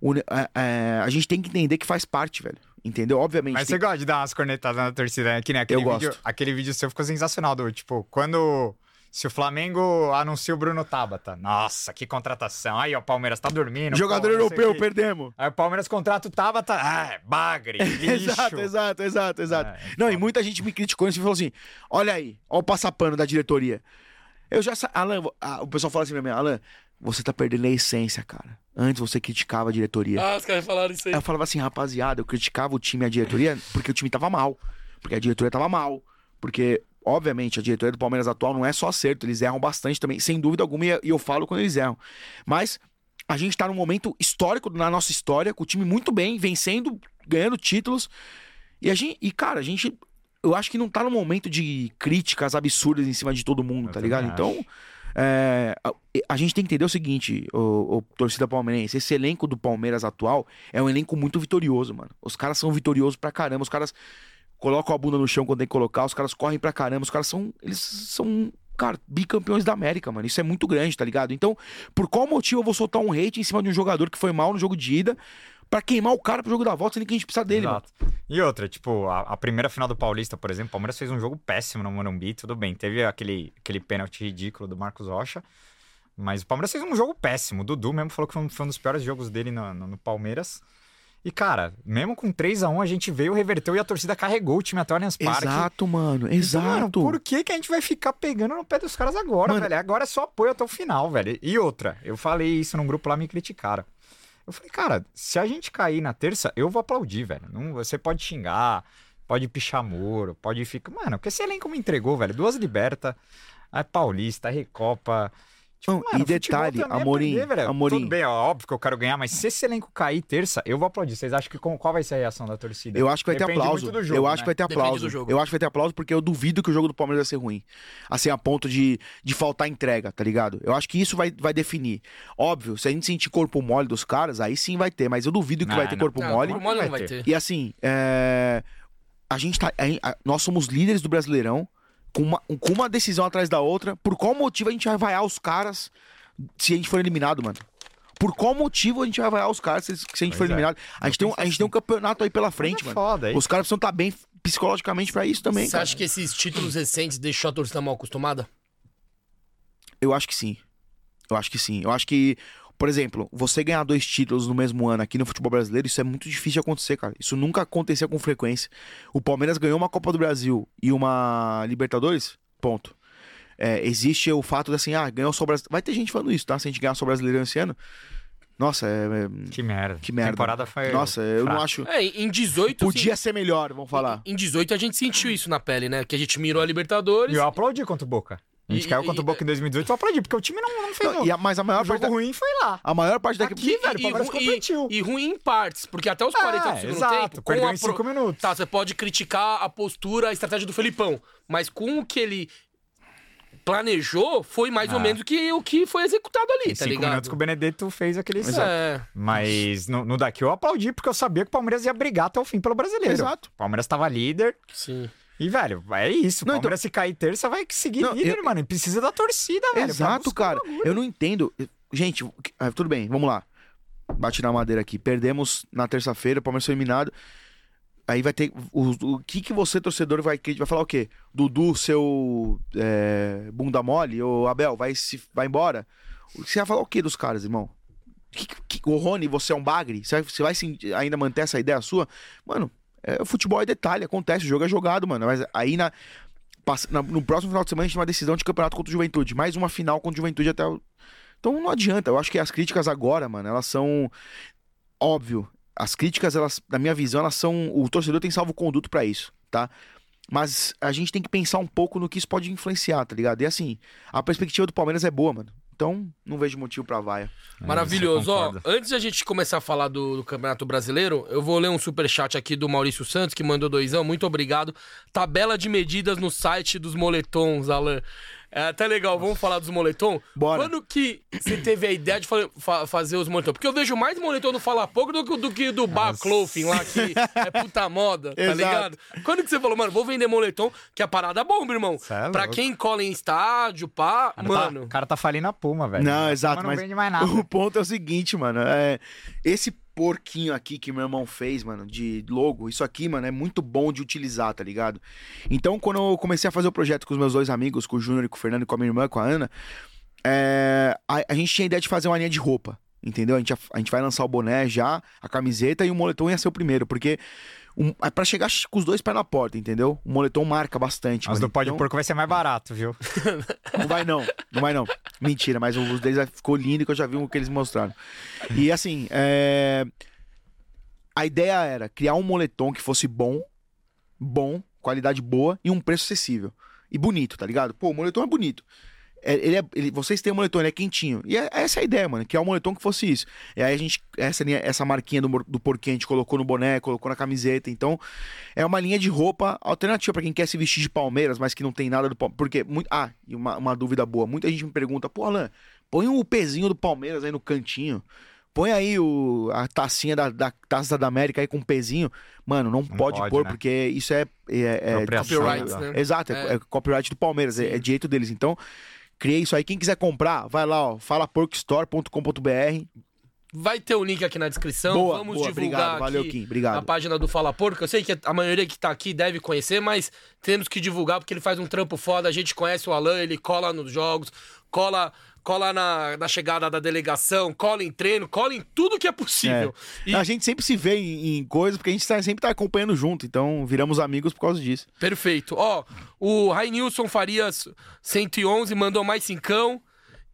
C: o ne- é- é, a gente tem que entender que faz parte, velho. Entendeu? Obviamente.
B: Mas
C: tem-
B: você gosta de dar umas cornetadas na torcida, né? Que nem aquele
C: Eu
B: vídeo.
C: gosto.
B: Aquele vídeo seu ficou sensacional, do tipo, quando. Se o Flamengo anuncia o Bruno Tabata. Nossa, que contratação. Aí, ó, o Palmeiras tá dormindo.
C: Jogador
B: pô, não sei o
C: europeu,
B: quê.
C: perdemos.
B: Aí o Palmeiras contrata o Tabata. Ah, bagre, lixo.
C: (laughs) Exato, exato, exato, exato.
B: É,
C: não, e
B: foda.
C: muita gente me criticou e falou assim: olha aí, olha o passapano da diretoria. Eu já. sa- Alan, vo- ah, o pessoal fala assim pra mim: Alan, você tá perdendo a essência, cara. Antes você criticava a diretoria.
A: Ah, os caras falaram isso aí.
C: Aí eu falava assim, rapaziada, eu criticava o time e a diretoria porque o time tava mal. Porque a diretoria tava mal. Porque, obviamente, a diretoria do Palmeiras atual não é só acerto, eles erram bastante também, sem dúvida alguma, e e eu falo quando eles erram. Mas a gente tá num momento histórico na nossa história, com o time muito bem, vencendo, ganhando títulos. E a gente, e cara, a gente. Eu acho que não tá num momento de críticas absurdas em cima de todo mundo,
B: Eu
C: tá
B: também
C: ligado?
B: acho.
C: Então. É, a, a gente tem que entender o seguinte, o, torcida palmeirense, esse elenco do Palmeiras atual é um elenco muito vitorioso, mano. Os caras são vitoriosos pra caramba, os caras colocam a bunda no chão quando tem que colocar, os caras correm pra caramba, os caras são, eles são, cara, bicampeões da América, mano. Isso é muito grande, tá ligado? Então, por qual motivo eu vou soltar um hate em cima de um jogador que foi mal no jogo de ida pra queimar o cara pro jogo da volta, sendo que a gente precisa dele, mano?
B: Exato. E outra, tipo, a, a primeira final do Paulista, por exemplo, o Palmeiras fez um jogo péssimo no Morumbi, tudo bem. Teve aquele, aquele pênalti ridículo do Marcos Rocha. Mas o Palmeiras fez um jogo péssimo. O Dudu mesmo falou que foi um, foi um dos piores jogos dele no, no- no Palmeiras. E, cara, mesmo com 3 a 1 a gente veio, reverteu e a torcida carregou o time até o Allianz Parque.
C: Exato, mano.
B: Então, mano,
C: Exato.
B: por que, que a gente vai ficar pegando no pé dos caras agora,
C: Mano-
B: velho? Agora é só apoio até o final, velho. E outra, eu falei isso num grupo lá, me criticaram. Eu falei, cara, se a gente cair na terça, eu vou aplaudir, velho. Não, você pode xingar, pode pichar muro, pode ficar. Mano, que esse elenco me entregou, velho. Duas liberta, a Paulista, a Recopa. Tipo,
C: Não, e
B: futebol
C: detalhe,
B: também é
C: Amorim,
B: velho.
C: Amorim.
B: Tudo bem, ó, óbvio que eu quero ganhar, mas se esse elenco cair terça, eu vou aplaudir. Vocês acham que com- qual vai ser a reação da torcida?
C: Eu acho que vai ter
B: Depende
C: aplauso.
B: muito do jogo,
C: eu acho
B: né?
C: que vai ter
E: Depende
C: aplauso.
E: do jogo.
C: Eu acho que vai ter aplauso porque eu duvido que o jogo do Palmeiras vai ser ruim. Assim, a ponto de, de faltar entrega, tá ligado? Eu acho que isso vai, vai definir. Óbvio, se a gente sentir corpo mole dos caras, aí sim vai ter, mas eu duvido que
B: Não,
C: vai ter
B: não.
C: corpo
A: Não,
C: mole.
A: corpo mole não
B: vai
A: vai
B: ter.
A: ter.
C: E assim, é, a gente tá. a- a- nós somos líderes do Brasileirão, com uma, com uma decisão atrás da outra. Por qual motivo a gente vai vaiar os caras se a gente for eliminado, mano? Por qual motivo a gente vai vaiar os caras se, se a gente
B: Pois
C: for
B: é.
C: eliminado? A gente, tem um, a gente tem um campeonato aí pela
B: Mas
C: frente,
B: é
C: mano.
B: foda, é
C: Os caras precisam estar bem psicologicamente pra isso também.
A: Você
C: cara.
A: acha que esses títulos recentes deixou a torcida mal acostumada?
C: Eu acho que sim. Eu acho que sim. Eu acho que, por exemplo, você ganhar dois títulos no mesmo ano aqui no futebol brasileiro, isso é muito difícil de acontecer, cara. Isso nunca acontecia com frequência. O Palmeiras ganhou uma Copa do Brasil e uma Libertadores? Ponto. É, existe o fato de assim, ah, ganhou só o Brasileiro. Vai ter gente falando isso, tá? Se a gente ganhar só o Brasileirão esse ano. Nossa, é- é-
B: Que merda.
C: Que merda.
B: A temporada foi.
C: Nossa, eu não
B: fraca.
C: acho.
A: É, em 18.
C: Podia ser melhor, vamos falar.
A: Em 18 a gente sentiu isso na pele, né? Que a gente mirou a Libertadores.
B: E eu aplaudi contra o Boca. A gente
A: E-
B: caiu
A: e-
B: contra o
A: e-
B: Boca em 2018, eu aplaudi, porque o time não, não fez.
C: Não, e a- mas a
B: o
C: maior
B: jogo
C: parte. da-
B: ruim foi lá.
C: A maior parte da
B: Aqui, velho, o Palmeiras
A: ru-
B: competiu.
A: e ruim em partes, porque até os 40 do
B: É,
A: segundo
B: exato,
A: tempo. com
B: perdeu
A: a
B: em cinco minutos.
A: Tá, você pode criticar a postura, a estratégia do Felipão, mas com o que ele planejou, foi mais ou
B: Ah.
A: menos o que, o que foi executado ali,
B: Em
A: tá
B: cinco minutos
A: ligado?
B: que o Benedetto fez aquele. salto.
A: É.
B: Mas no, no daqui eu aplaudi, porque eu sabia que o Palmeiras ia brigar até o fim pelo brasileiro.
C: Exato.
B: O Palmeiras tava líder.
A: Sim.
B: E, velho, é isso. O
C: Não, então-
B: Palmeiras, se cair terça, vai seguir
C: Não,
B: líder,
C: eu-
B: mano. E precisa da torcida, velho. pra
C: Exato,
B: buscar
C: cara.
B: o bagulho.
C: Eu não entendo. Gente, ah, tudo bem, vamos lá. Bati na madeira aqui. Perdemos na terça-feira, o Palmeiras foi eliminado. Aí vai ter. O, o que, que você, torcedor, vai, cri- vai falar o quê? Dudu, seu é, bunda mole, ou Abel, vai, se, vai embora? Você vai falar o quê dos caras, irmão? Que, que- que- o Rony, você é um bagre? Você vai, você vai se- ainda manter essa ideia sua? Mano, é, o futebol é detalhe, acontece, o jogo é jogado, mano. Mas aí na, passa- na- no próximo final de semana a gente tem uma decisão de campeonato contra o Juventude. Mais uma final contra o Juventude até o... Então não adianta. Eu acho que as críticas agora, mano, elas são. Óbvio. As críticas, elas, na minha visão, elas são. O torcedor tem salvo-conduto pra isso, tá? Mas a gente tem que pensar um pouco no que isso pode influenciar, tá ligado? E assim, a perspectiva do Palmeiras é boa, mano. Então, não vejo motivo pra vaia.
A: Maravilhoso.
B: É, eu
A: Ó,
B: concordo.
A: antes da gente começar a falar do, do Campeonato Brasileiro, eu vou ler um superchat aqui do Maurício Santos, que mandou doisão. Muito obrigado. Tabela de medidas no site dos moletons, Alan. É até legal, vamos falar dos moletom?
C: Bora.
A: Quando que você teve a ideia de fa- fa- fazer os moletom? Porque eu vejo mais moletom do Fala Pouco do que do, que do Bar Clothing lá, que é puta moda, tá
C: Exato.
A: ligado? Quando que você falou, mano, vou vender moletom, que a parada bomba, irmão.
B: Cê é
A: pra
B: louco.
A: quem cola em estádio, pá,
B: Cara, tá-
A: mano.
B: o cara tá falindo a Puma, velho.
C: Não,
B: A
C: exato,
B: Puma
C: mas
B: não vende mais nada.
C: o ponto é o seguinte, mano. é, esse porquinho aqui que meu irmão fez, mano, de logo, isso aqui, mano, é muito bom de utilizar, tá ligado? Então, quando eu comecei a fazer o projeto com os meus dois amigos, com o Júnior e com o Fernando e com a minha irmã, com a Ana, é, a, a gente tinha a ideia de fazer uma linha de roupa, entendeu? A gente, a gente vai lançar o boné já, a camiseta e o moletom ia ser o primeiro, porque um, é pra chegar com os dois pés na porta, entendeu? O moletom marca bastante.
B: Mas
C: mano,
B: do pó de
C: então-
B: porco vai ser mais barato, viu?
C: não vai não, não vai não. Mentira, mas os deles ficou lindo que eu já vi o que eles mostraram. E assim, é, a ideia era criar um moletom que fosse bom, bom, qualidade boa e um preço acessível. E bonito, tá ligado? Pô, o moletom é bonito. É, ele é- ele- vocês têm um moletom, ele é quentinho. E é, essa é a ideia, mano, criar um moletom que fosse isso. E aí a gente, essa, linha- essa marquinha do, mor- do porquinho a gente colocou no boné, colocou na camiseta. Então, é uma linha de roupa alternativa pra quem quer se vestir de Palmeiras, mas que não tem nada do Palmeiras. Porque, muito, ah, e uma, uma dúvida boa. Muita gente me pergunta, pô, Alan, põe o pezinho do Palmeiras aí no cantinho. Põe aí o, a tacinha da, da Taça da América aí com um pezinho. Mano, não, pode,
B: pode,
C: pôr,
B: né?
C: porque isso é... é, é
B: Apropriação,
A: copyrights,
B: né?
A: né?
C: Exato, é,
A: É.
C: é copyright do Palmeiras, é, é direito deles. Então, criei isso aí. Quem quiser comprar, vai lá, ó, falaporkstore.com.br.
A: Vai ter o link aqui na descrição.
C: boa,
A: Então, Vamos
C: boa,
A: divulgar
C: obrigado. Valeu,
A: aqui
C: Kim,
A: a
C: obrigado.
A: página do Fala Porco. Eu sei que a maioria que tá aqui deve conhecer, mas temos que divulgar porque ele faz um trampo foda. A gente conhece o Alan, ele cola nos jogos, cola cola na, na chegada da delegação, cola em treino, cola em tudo que é possível. E-
C: A gente sempre se vê em, em coisas, porque a gente tá- sempre tá acompanhando junto, então viramos amigos por causa disso.
A: Perfeito. Ó, o Rainilson Farias 111 mandou mais cincão.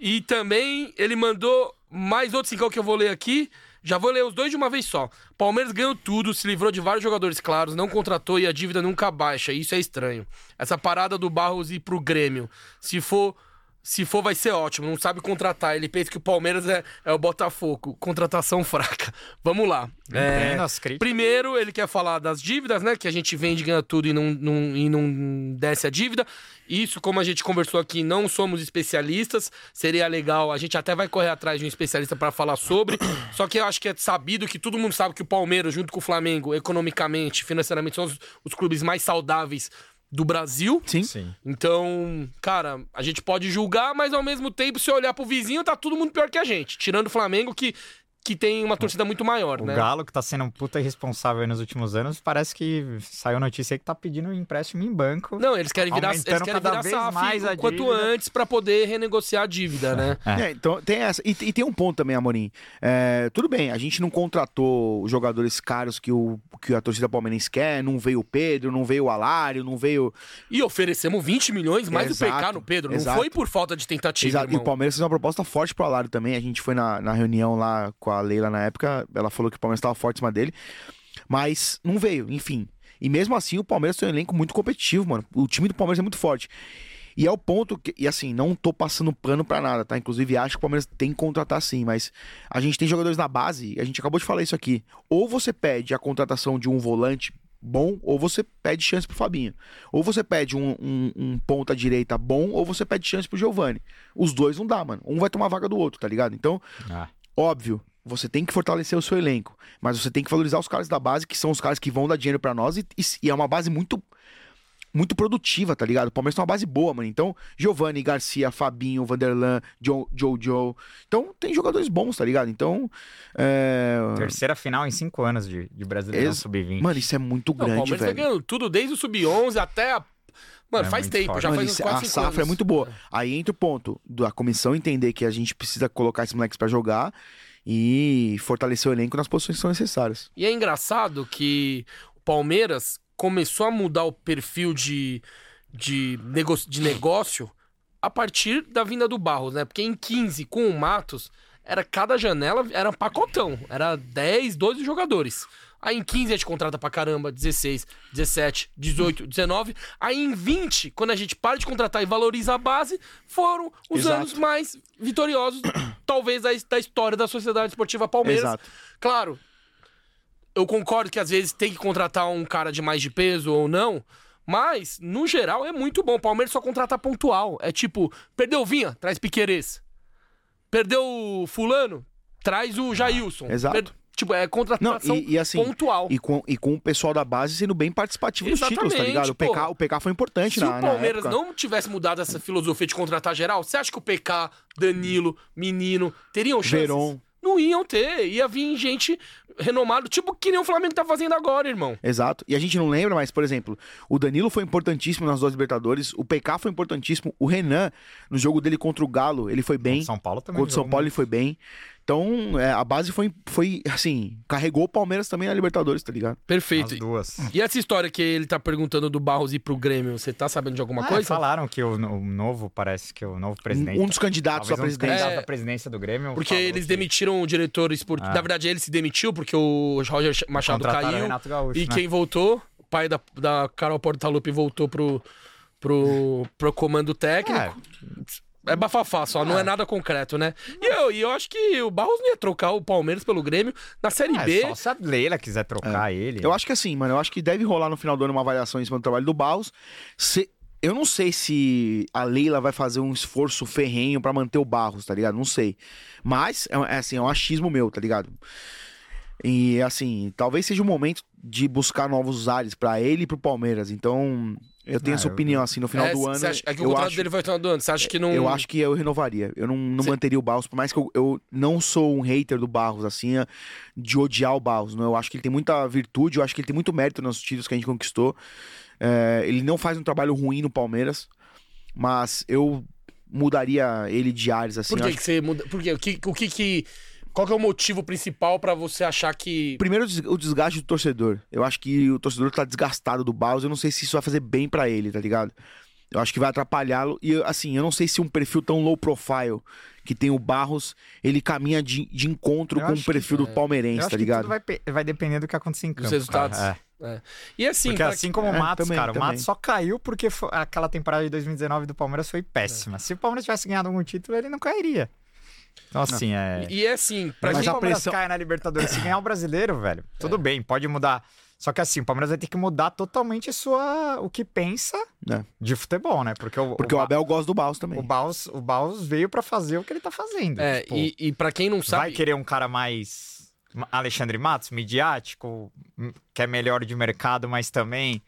A: E também ele mandou mais outro cincão que eu vou ler aqui. Já vou ler os dois de uma vez só. Palmeiras ganhou tudo, se livrou de vários jogadores claros, não contratou e a dívida nunca baixa. Isso é estranho. Essa parada do Barros ir pro Grêmio. Se for. Se for, vai ser ótimo. Não sabe contratar. Ele pensa que o Palmeiras é, é o Botafogo. Contratação fraca. Vamos lá. É,
B: Entendo as críticas.
A: Primeiro, ele quer falar das dívidas, né? Que a gente vende, ganha tudo e não, não- e não desce a dívida. Isso, como a gente conversou aqui, não somos especialistas. Seria legal, a gente até vai correr atrás de um especialista para falar sobre. (coughs) Só que eu acho que é sabido que todo mundo sabe que o Palmeiras, junto com o Flamengo, economicamente, financeiramente, são os, os clubes mais saudáveis do Brasil.
C: Sim.
B: Sim.
A: Então, cara, a gente pode julgar, mas ao mesmo tempo, se olhar pro vizinho, tá todo mundo pior que a gente. Tirando o Flamengo, que, que tem uma torcida muito maior,
B: O
A: né?
B: Galo, que tá sendo um puta irresponsável aí nos últimos anos, parece que saiu notícia aí que tá pedindo empréstimo em banco.
A: Não, eles querem virar, eles
B: Aumentando
A: querem virar
B: cada vez
A: SAF
B: mais a
A: o quanto
B: dívida.
A: antes pra poder renegociar a dívida, né?
B: É.
C: É, então tem essa. E, e tem um ponto também, Amorim. É, tudo bem, a gente não contratou os jogadores caros que, o, que a torcida palmeirense quer, não veio o Pedro, não veio o Alário, não veio.
A: E oferecemos 20 milhões mais o PK
C: Exato,
A: no Pedro. Não
C: exato.
A: foi por falta de tentativa,
C: Exato. E o
A: irmão.
C: Palmeiras fez uma proposta forte pro Alário também. A gente foi na, na reunião lá com a Leila na época, ela falou que o Palmeiras tava forte em cima dele, mas não veio, enfim. E mesmo assim, o Palmeiras tem um elenco muito competitivo, mano. O time do Palmeiras é muito forte. E é o ponto que, e assim, não tô passando pano pra nada, tá? Inclusive, acho que o Palmeiras tem que contratar sim, mas a gente tem jogadores na base, e a gente acabou de falar isso aqui. Ou você pede a contratação de um volante bom, ou você pede chance pro Fabinho. Ou você pede um, um- um ponta direita bom, ou você pede chance pro Giovani. Os dois não dá, mano. Um vai tomar a vaga do outro, tá ligado? Então,
B: Ah.
C: óbvio, você tem que fortalecer o seu elenco, mas você tem que valorizar os caras da base, que são os caras que vão dar dinheiro pra nós, e, e- e é uma base muito muito produtiva, tá ligado? O Palmeiras tem uma base boa, mano. Então, Giovanni, Garcia, Fabinho, Vanderlan, Jo- Jojo. Então, tem jogadores bons, tá ligado? Então, é...
B: Terceira final em cinco anos de, de Brasileirão
C: Ex-
B: Sub-20.
C: mano, isso é muito
A: Não, o
C: grande,
A: Palmeiras tá
C: velho.
A: ganhando tudo, desde o Sub-11 até a... Mano,
B: É
A: faz
B: muito
A: tempo,
B: forte.
A: já
C: Mano,
A: faz uns
C: isso-
A: 4,
C: a
A: 5
C: safra
A: anos.
C: é muito boa. Aí entra o ponto da comissão entender que a gente precisa colocar esses moleques pra jogar e fortalecer o elenco nas posições que são necessárias.
A: E é engraçado que o Palmeiras começou a mudar o perfil de, de, nego- de negócio a partir da vinda do Barros, né? Porque em 15, com o Matos, era cada janela era um pacotão. Era 10, 12 jogadores. Aí em 15 a gente contrata pra caramba, 16, 17, 18, 19. Aí em 20, quando a gente para de contratar e valoriza a base, foram os
C: Exato.
A: anos mais vitoriosos, (clears throat) talvez, da, da história da Sociedade Esportiva Palmeiras.
C: Exato.
A: Claro, eu concordo que às vezes tem que contratar um cara de mais de peso ou não, Mas, no geral, é muito bom. O Palmeiras só contrata pontual. É tipo, perdeu o Vinha, traz Piquerez. Perdeu o Fulano, traz o Jailson.
C: Ah, exato.
A: Tipo, é contratação
C: Não, e- e assim,
A: pontual.
C: E com, e com o pessoal da base sendo bem participativo dos títulos, tá
A: Exatamente,
C: ligado? O
A: pô.
C: PK, o PK foi importante
A: Se
C: na,
A: o
C: na
A: Palmeiras
C: época.
A: não tivesse mudado essa filosofia de contratar geral, você acha que o PK, Danilo, Menino teriam chances?
C: Verón.
A: Não iam ter. Ia vir gente renomada, tipo que nem o Flamengo tá fazendo agora, irmão.
C: Exato. E a gente não lembra, mas, por exemplo, o Danilo foi importantíssimo nas duas Libertadores, o PK foi importantíssimo, o Renan, no jogo dele contra o Galo, ele foi bem.
B: São Paulo também.
C: Contra o São
B: jogou
C: Paulo ele
B: muito.
C: foi bem. Então, é, a base foi, foi, assim, carregou o Palmeiras também na Libertadores, tá ligado?
A: Perfeito.
B: As duas.
A: E essa história que ele tá perguntando do Barros ir pro Grêmio, você tá sabendo de alguma
B: Ah,
A: coisa?
B: Falaram que o, no- o novo, parece que o novo presidente.
C: Um, um dos candidatos
B: talvez
C: à
B: um dos
C: presidência.
B: candidatos
A: É.
B: à presidência do Grêmio.
A: Porque
B: falou
A: eles
B: que
A: demitiram o diretor esportivo.
B: Ah.
A: Na verdade, ele se demitiu porque o Roger Machado
B: contrataram o
A: caiu.
B: Renato Gaúcho,
A: E
B: né?
A: quem voltou, o pai da, da Carol Portalupe voltou pro, pro, pro comando
B: É.
A: técnico. É. bafafá só, não é nada concreto, né? E eu, e eu acho que o Barros não ia trocar o Palmeiras pelo Grêmio na Série
B: É,
A: B.
B: só se a Leila quiser trocar ele.
C: Eu acho que assim, mano, eu acho que deve rolar no final do ano uma avaliação em cima do trabalho do Barros. Se- Eu não sei se a Leila vai fazer um esforço ferrenho pra manter o Barros, tá ligado? Não sei. Mas, é, um- é assim, é um achismo meu, tá ligado? E assim, talvez seja o momento de buscar novos ares pra ele e pro Palmeiras. Então, eu tenho
B: Ah,
C: essa
B: eu-
C: opinião, assim, no final
A: É,
C: do
A: você
C: ano.
A: acha- é que o
C: eu
A: contrato
C: acho...
A: dele vai estar do ano. Você acha que não.
C: Eu acho que eu renovaria. Eu não, não
A: Cê-
C: manteria o Barros, por mais que eu, eu não sou um hater do Barros, assim, é, de odiar o Barros. Não. Eu acho que ele tem muita virtude, eu acho que ele tem muito mérito nos títulos que a gente conquistou. É, ele não faz um trabalho ruim no Palmeiras, mas eu mudaria ele de ares, assim.
A: Por
C: eu
A: que,
C: acho
A: que você muda? Por quê? O que, o que que. Qual que é o motivo principal pra você achar que.
C: Primeiro, o des- o desgaste do torcedor. Eu acho que o torcedor tá desgastado do Barros. Eu não sei se isso vai fazer bem pra ele, tá ligado? Eu acho que vai atrapalhá-lo. E, assim, eu não sei se um perfil tão low profile que tem o Barros, ele caminha de, de encontro
B: Eu
C: com o
B: acho
C: perfil do
B: Eu
C: palmeirense,
B: acho
C: tá
B: que
C: ligado?
B: tudo vai, pe- vai depender do que acontecer em campo.
A: resultados.
B: Cara. É.
A: É. E assim.
B: Porque
A: pra-
B: assim como o
C: É,
B: Matos,
C: também,
B: cara, o
C: também.
B: Matos só caiu porque fo- aquela temporada de 2019 do Palmeiras foi
C: É.
B: péssima. Se o Palmeiras tivesse ganhado algum título, ele não cairia. Então, assim, é.
A: E é assim, pra
B: Mas
A: gente.
B: se o
C: a
B: Palmeiras
C: pressão-
B: cai na Libertadores, se ganhar o brasileiro, velho,
C: É.
B: tudo bem, pode mudar. Só que assim, o Palmeiras vai ter que mudar totalmente a sua, o que pensa
C: É.
B: de futebol, né? Porque o,
C: Porque o,
B: o, Ba-
C: Abel gosta do Barros também.
B: o Baus, o Baus veio pra fazer o que ele tá fazendo.
A: É,
B: Tipo,
A: e, e pra quem não
B: Vai
A: sabe.
B: querer um cara mais Ma- Alexandre Matos, midiático, m- que é melhor de mercado, mas também.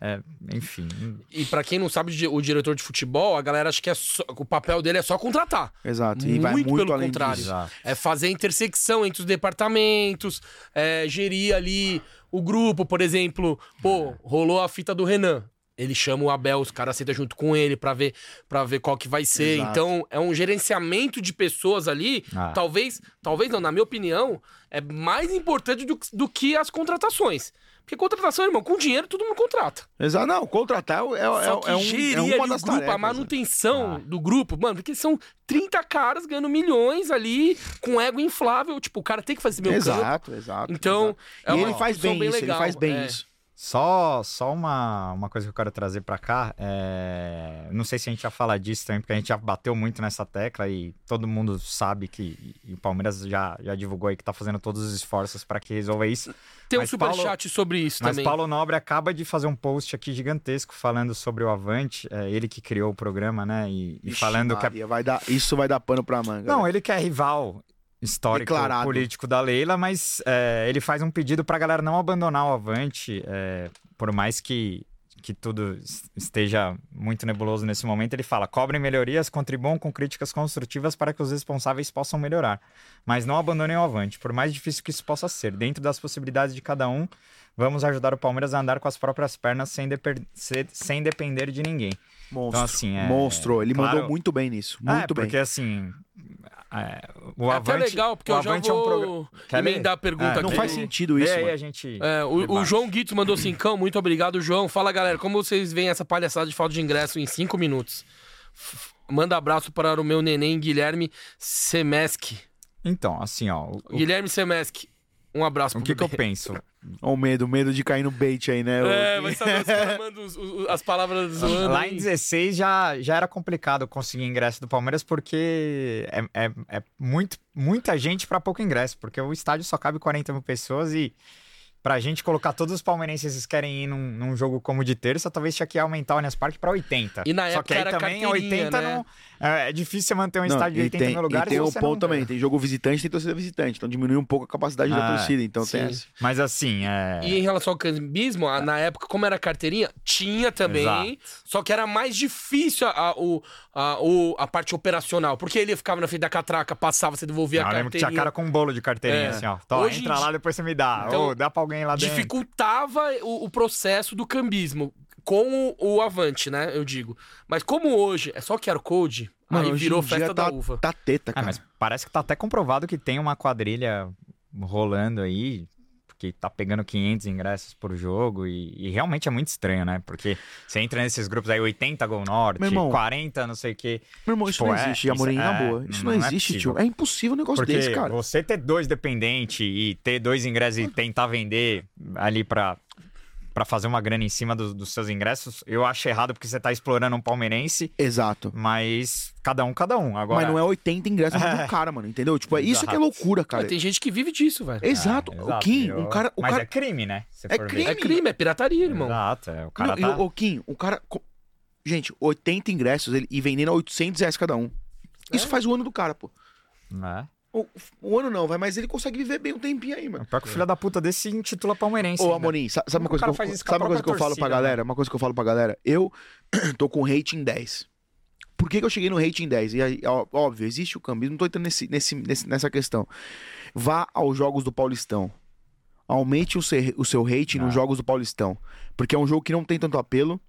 B: é, enfim.
A: E para quem não sabe, di- o diretor de futebol, a galera acha que é só- o papel dele é só contratar.
C: Exato. E vai
A: Muito
C: muito
A: pelo
C: além
A: contrário.
C: disso.
B: Exato.
A: É fazer a intersecção entre os departamentos, é, gerir ali o grupo, por exemplo. Pô, rolou a fita do Renan. Ele chama o Abel, os caras sentam junto com ele pra ver para ver qual que vai ser.
C: Exato.
A: Então, é um gerenciamento de pessoas ali.
B: Ah.
A: Talvez, talvez não, na minha opinião, é mais importante do, do que as contratações. Porque contratação, irmão, com dinheiro todo mundo contrata.
C: Exato. Não, contratar é, é,
A: Só que
C: é, um,
A: gerir
C: é uma
A: ali o
C: das
A: grupo, a
C: tarefas. né?
A: manutenção
B: Ah.
A: do grupo, mano, porque são 30 caras ganhando milhões ali, com ego inflável. Tipo, o cara tem que fazer meu campo.
C: Exato, exato.
A: Então,
C: exato.
A: é
C: E
A: uma
C: ele faz
A: função
C: bem, isso, ele
A: legal,
C: faz bem
A: é.
C: isso.
B: Só, só uma, uma coisa que eu quero trazer pra cá. é, Não sei se a gente já fala disso também, porque a gente já bateu muito nessa tecla e todo mundo sabe que. E o Palmeiras já, já divulgou aí que tá fazendo todos os esforços pra que resolva isso.
A: Tem um
B: Mas
A: superchat sobre isso
B: Mas
A: também.
B: Paulo Nobre acaba de fazer um post aqui gigantesco falando sobre o Avante, é ele que criou o programa, né? E, e
C: Ixi,
B: falando que a
C: Maria, vai dar, isso vai dar pano pra manga.
B: Não, ele que é rival histórico
C: Declarado.
B: político da Leila, mas é, ele faz um pedido pra galera não abandonar o Avante, é, por mais que, que tudo es- esteja muito nebuloso nesse momento, ele fala, cobrem melhorias, contribuam com críticas construtivas para que os responsáveis possam melhorar, mas não abandonem o Avante, por mais difícil que isso possa ser, dentro das possibilidades de cada um, vamos ajudar o Palmeiras a andar com as próprias pernas sem, deper- se- sem depender de ninguém.
C: Monstro.
B: Então, assim, é-
C: Monstro. Ele
B: claro.
C: mandou muito bem nisso.
B: Ah,
C: Muito
B: é, porque
C: bem.
B: assim... é, o
A: é até
B: Avante,
A: legal, porque
B: o
A: eu já
B: Avante é um programa...
A: vou
B: Quer ler?
A: emendar a pergunta
B: Ah,
A: aqui.
C: É, Não faz
A: do-
C: sentido isso.
B: e aí
C: mano.
B: a gente.
A: É, o, o
B: debate.
A: João Guito mandou cincão, muito obrigado, João. Fala, galera, como vocês veem essa palhaçada de falta de ingresso em cinco minutos? F- Manda abraço para o meu neném Guilherme Semesc.
B: Então, assim, ó. O, o-
A: Guilherme Semesc, um abraço
B: o
A: pro
B: que, que eu
A: bebê. (laughs)
B: penso?
C: Ó, o medo, o medo de cair no bait aí, né?
A: É,
C: O-
A: vai saber os caras mandam os- os- as palavras zoando.
B: Lá
A: hein?
B: em 16 já, já era complicado conseguir ingresso do Palmeiras, porque é, é, é muito, muita gente pra pouco ingresso, porque o estádio só cabe 40 mil pessoas e, Pra gente colocar todos os palmeirenses que querem ir num, num jogo como de terça, talvez tinha que aumentar o Allianz Parque pra 80.
A: E na
B: Só
A: época
B: que aí
A: era
B: também
A: carteirinha,
B: 80
A: né?
B: não. É, é difícil você manter um
C: Não,
B: estádio de
C: e
B: 80
C: tem,
B: mil lugares.
C: e tem
B: se
C: o
B: você
C: ponto
B: não-
C: também, tem jogo visitante, tem torcida visitante, então diminui um pouco a capacidade da
B: Ah,
C: torcida, então tem
A: sim.
C: essa.
B: Mas assim, é.
A: E em relação ao cambismo, a- na época, como era carteirinha, tinha também.
B: Exato.
A: Só que era mais difícil a, a- o, a, o- a parte operacional. Porque ele ficava na frente da catraca, passava, você devolvia
B: Não,
A: a
B: eu lembro que tinha
A: carteirinha.
B: cara com um bolo de carteirinha,
A: É.
B: assim, ó. Então,
A: Hoje em
B: entra
A: dia-
B: lá, depois você me dá.
A: Então,
B: Ou dá pra alguém lá dentro.
A: Dificultava o, o processo do cambismo com o, o avante, né? Eu digo. Mas como hoje é só QR Code, aí
C: hoje
A: virou
C: em dia
A: festa da
C: tá,
A: uva.
C: Tá teta,
B: Ah,
C: cara.
B: mas parece que tá até comprovado que tem uma quadrilha rolando aí, porque tá pegando 500 ingressos por jogo e, e realmente é muito estranho, né? Porque você entra nesses grupos aí, 80 Gol Norte,
C: Meu irmão.
B: 40 não sei o quê.
C: Meu irmão, isso
B: Tipo,
C: não
B: é,
C: existe, Amorim,
B: isso-
C: na
B: é,
C: boa. Isso
B: não
C: não,
B: é
C: existe,
B: possível.
C: tio. É impossível um negócio
B: Porque
C: desse, cara.
B: você ter dois dependentes e ter dois ingressos e tentar vender ali pra, pra fazer uma grana em cima dos, dos seus ingressos, eu acho errado porque você tá explorando um palmeirense,
C: Exato.
B: mas cada um, cada um. Agora,
C: Mas não é 80 ingressos na
B: (laughs)
C: mão do cara, mano, entendeu? Tipo, é isso que é
B: Exato.
C: loucura,
A: Cara,
C: cara. É
A: tem gente que vive disso, velho.
C: Exato. O Kim,
B: eu-
C: um cara. O
B: Ah, Mas
C: cara...
B: é crime, né? Se
C: É
B: for ver.
C: crime,
A: É crime, é pirataria, irmão.
B: Exato, é, o cara
C: Não, e
B: tá...
C: o- o Kim, o cara. co- Gente, 80 ingressos ele... e vendendo a 800 reais cada um. Isso
A: É.
C: faz o ano do cara, pô.
B: né?
C: O, o ano não, vai, mas ele consegue viver bem um tempinho aí, mano.
B: Pior que o filho da puta desse se intitula palmeirense.
C: Ô,
B: ainda.
C: Amorim, sa- sabe uma
B: O
C: coisa que
B: cara
C: eu,
B: faz isso com a
C: sabe uma coisa que
B: própria
C: eu falo pra
B: torcida, né?
C: galera? Uma coisa que eu falo pra galera. Eu (clears throat) tô com hate em 10. Por que, que eu cheguei no hate em 10? E aí, ó, óbvio, existe o cambismo, não tô entrando nesse, nesse, nesse- nessa questão. Vá aos jogos do Paulistão. Aumente o seu, o seu hate
B: Ah.
C: nos jogos do Paulistão. Porque é um jogo que não tem tanto apelo.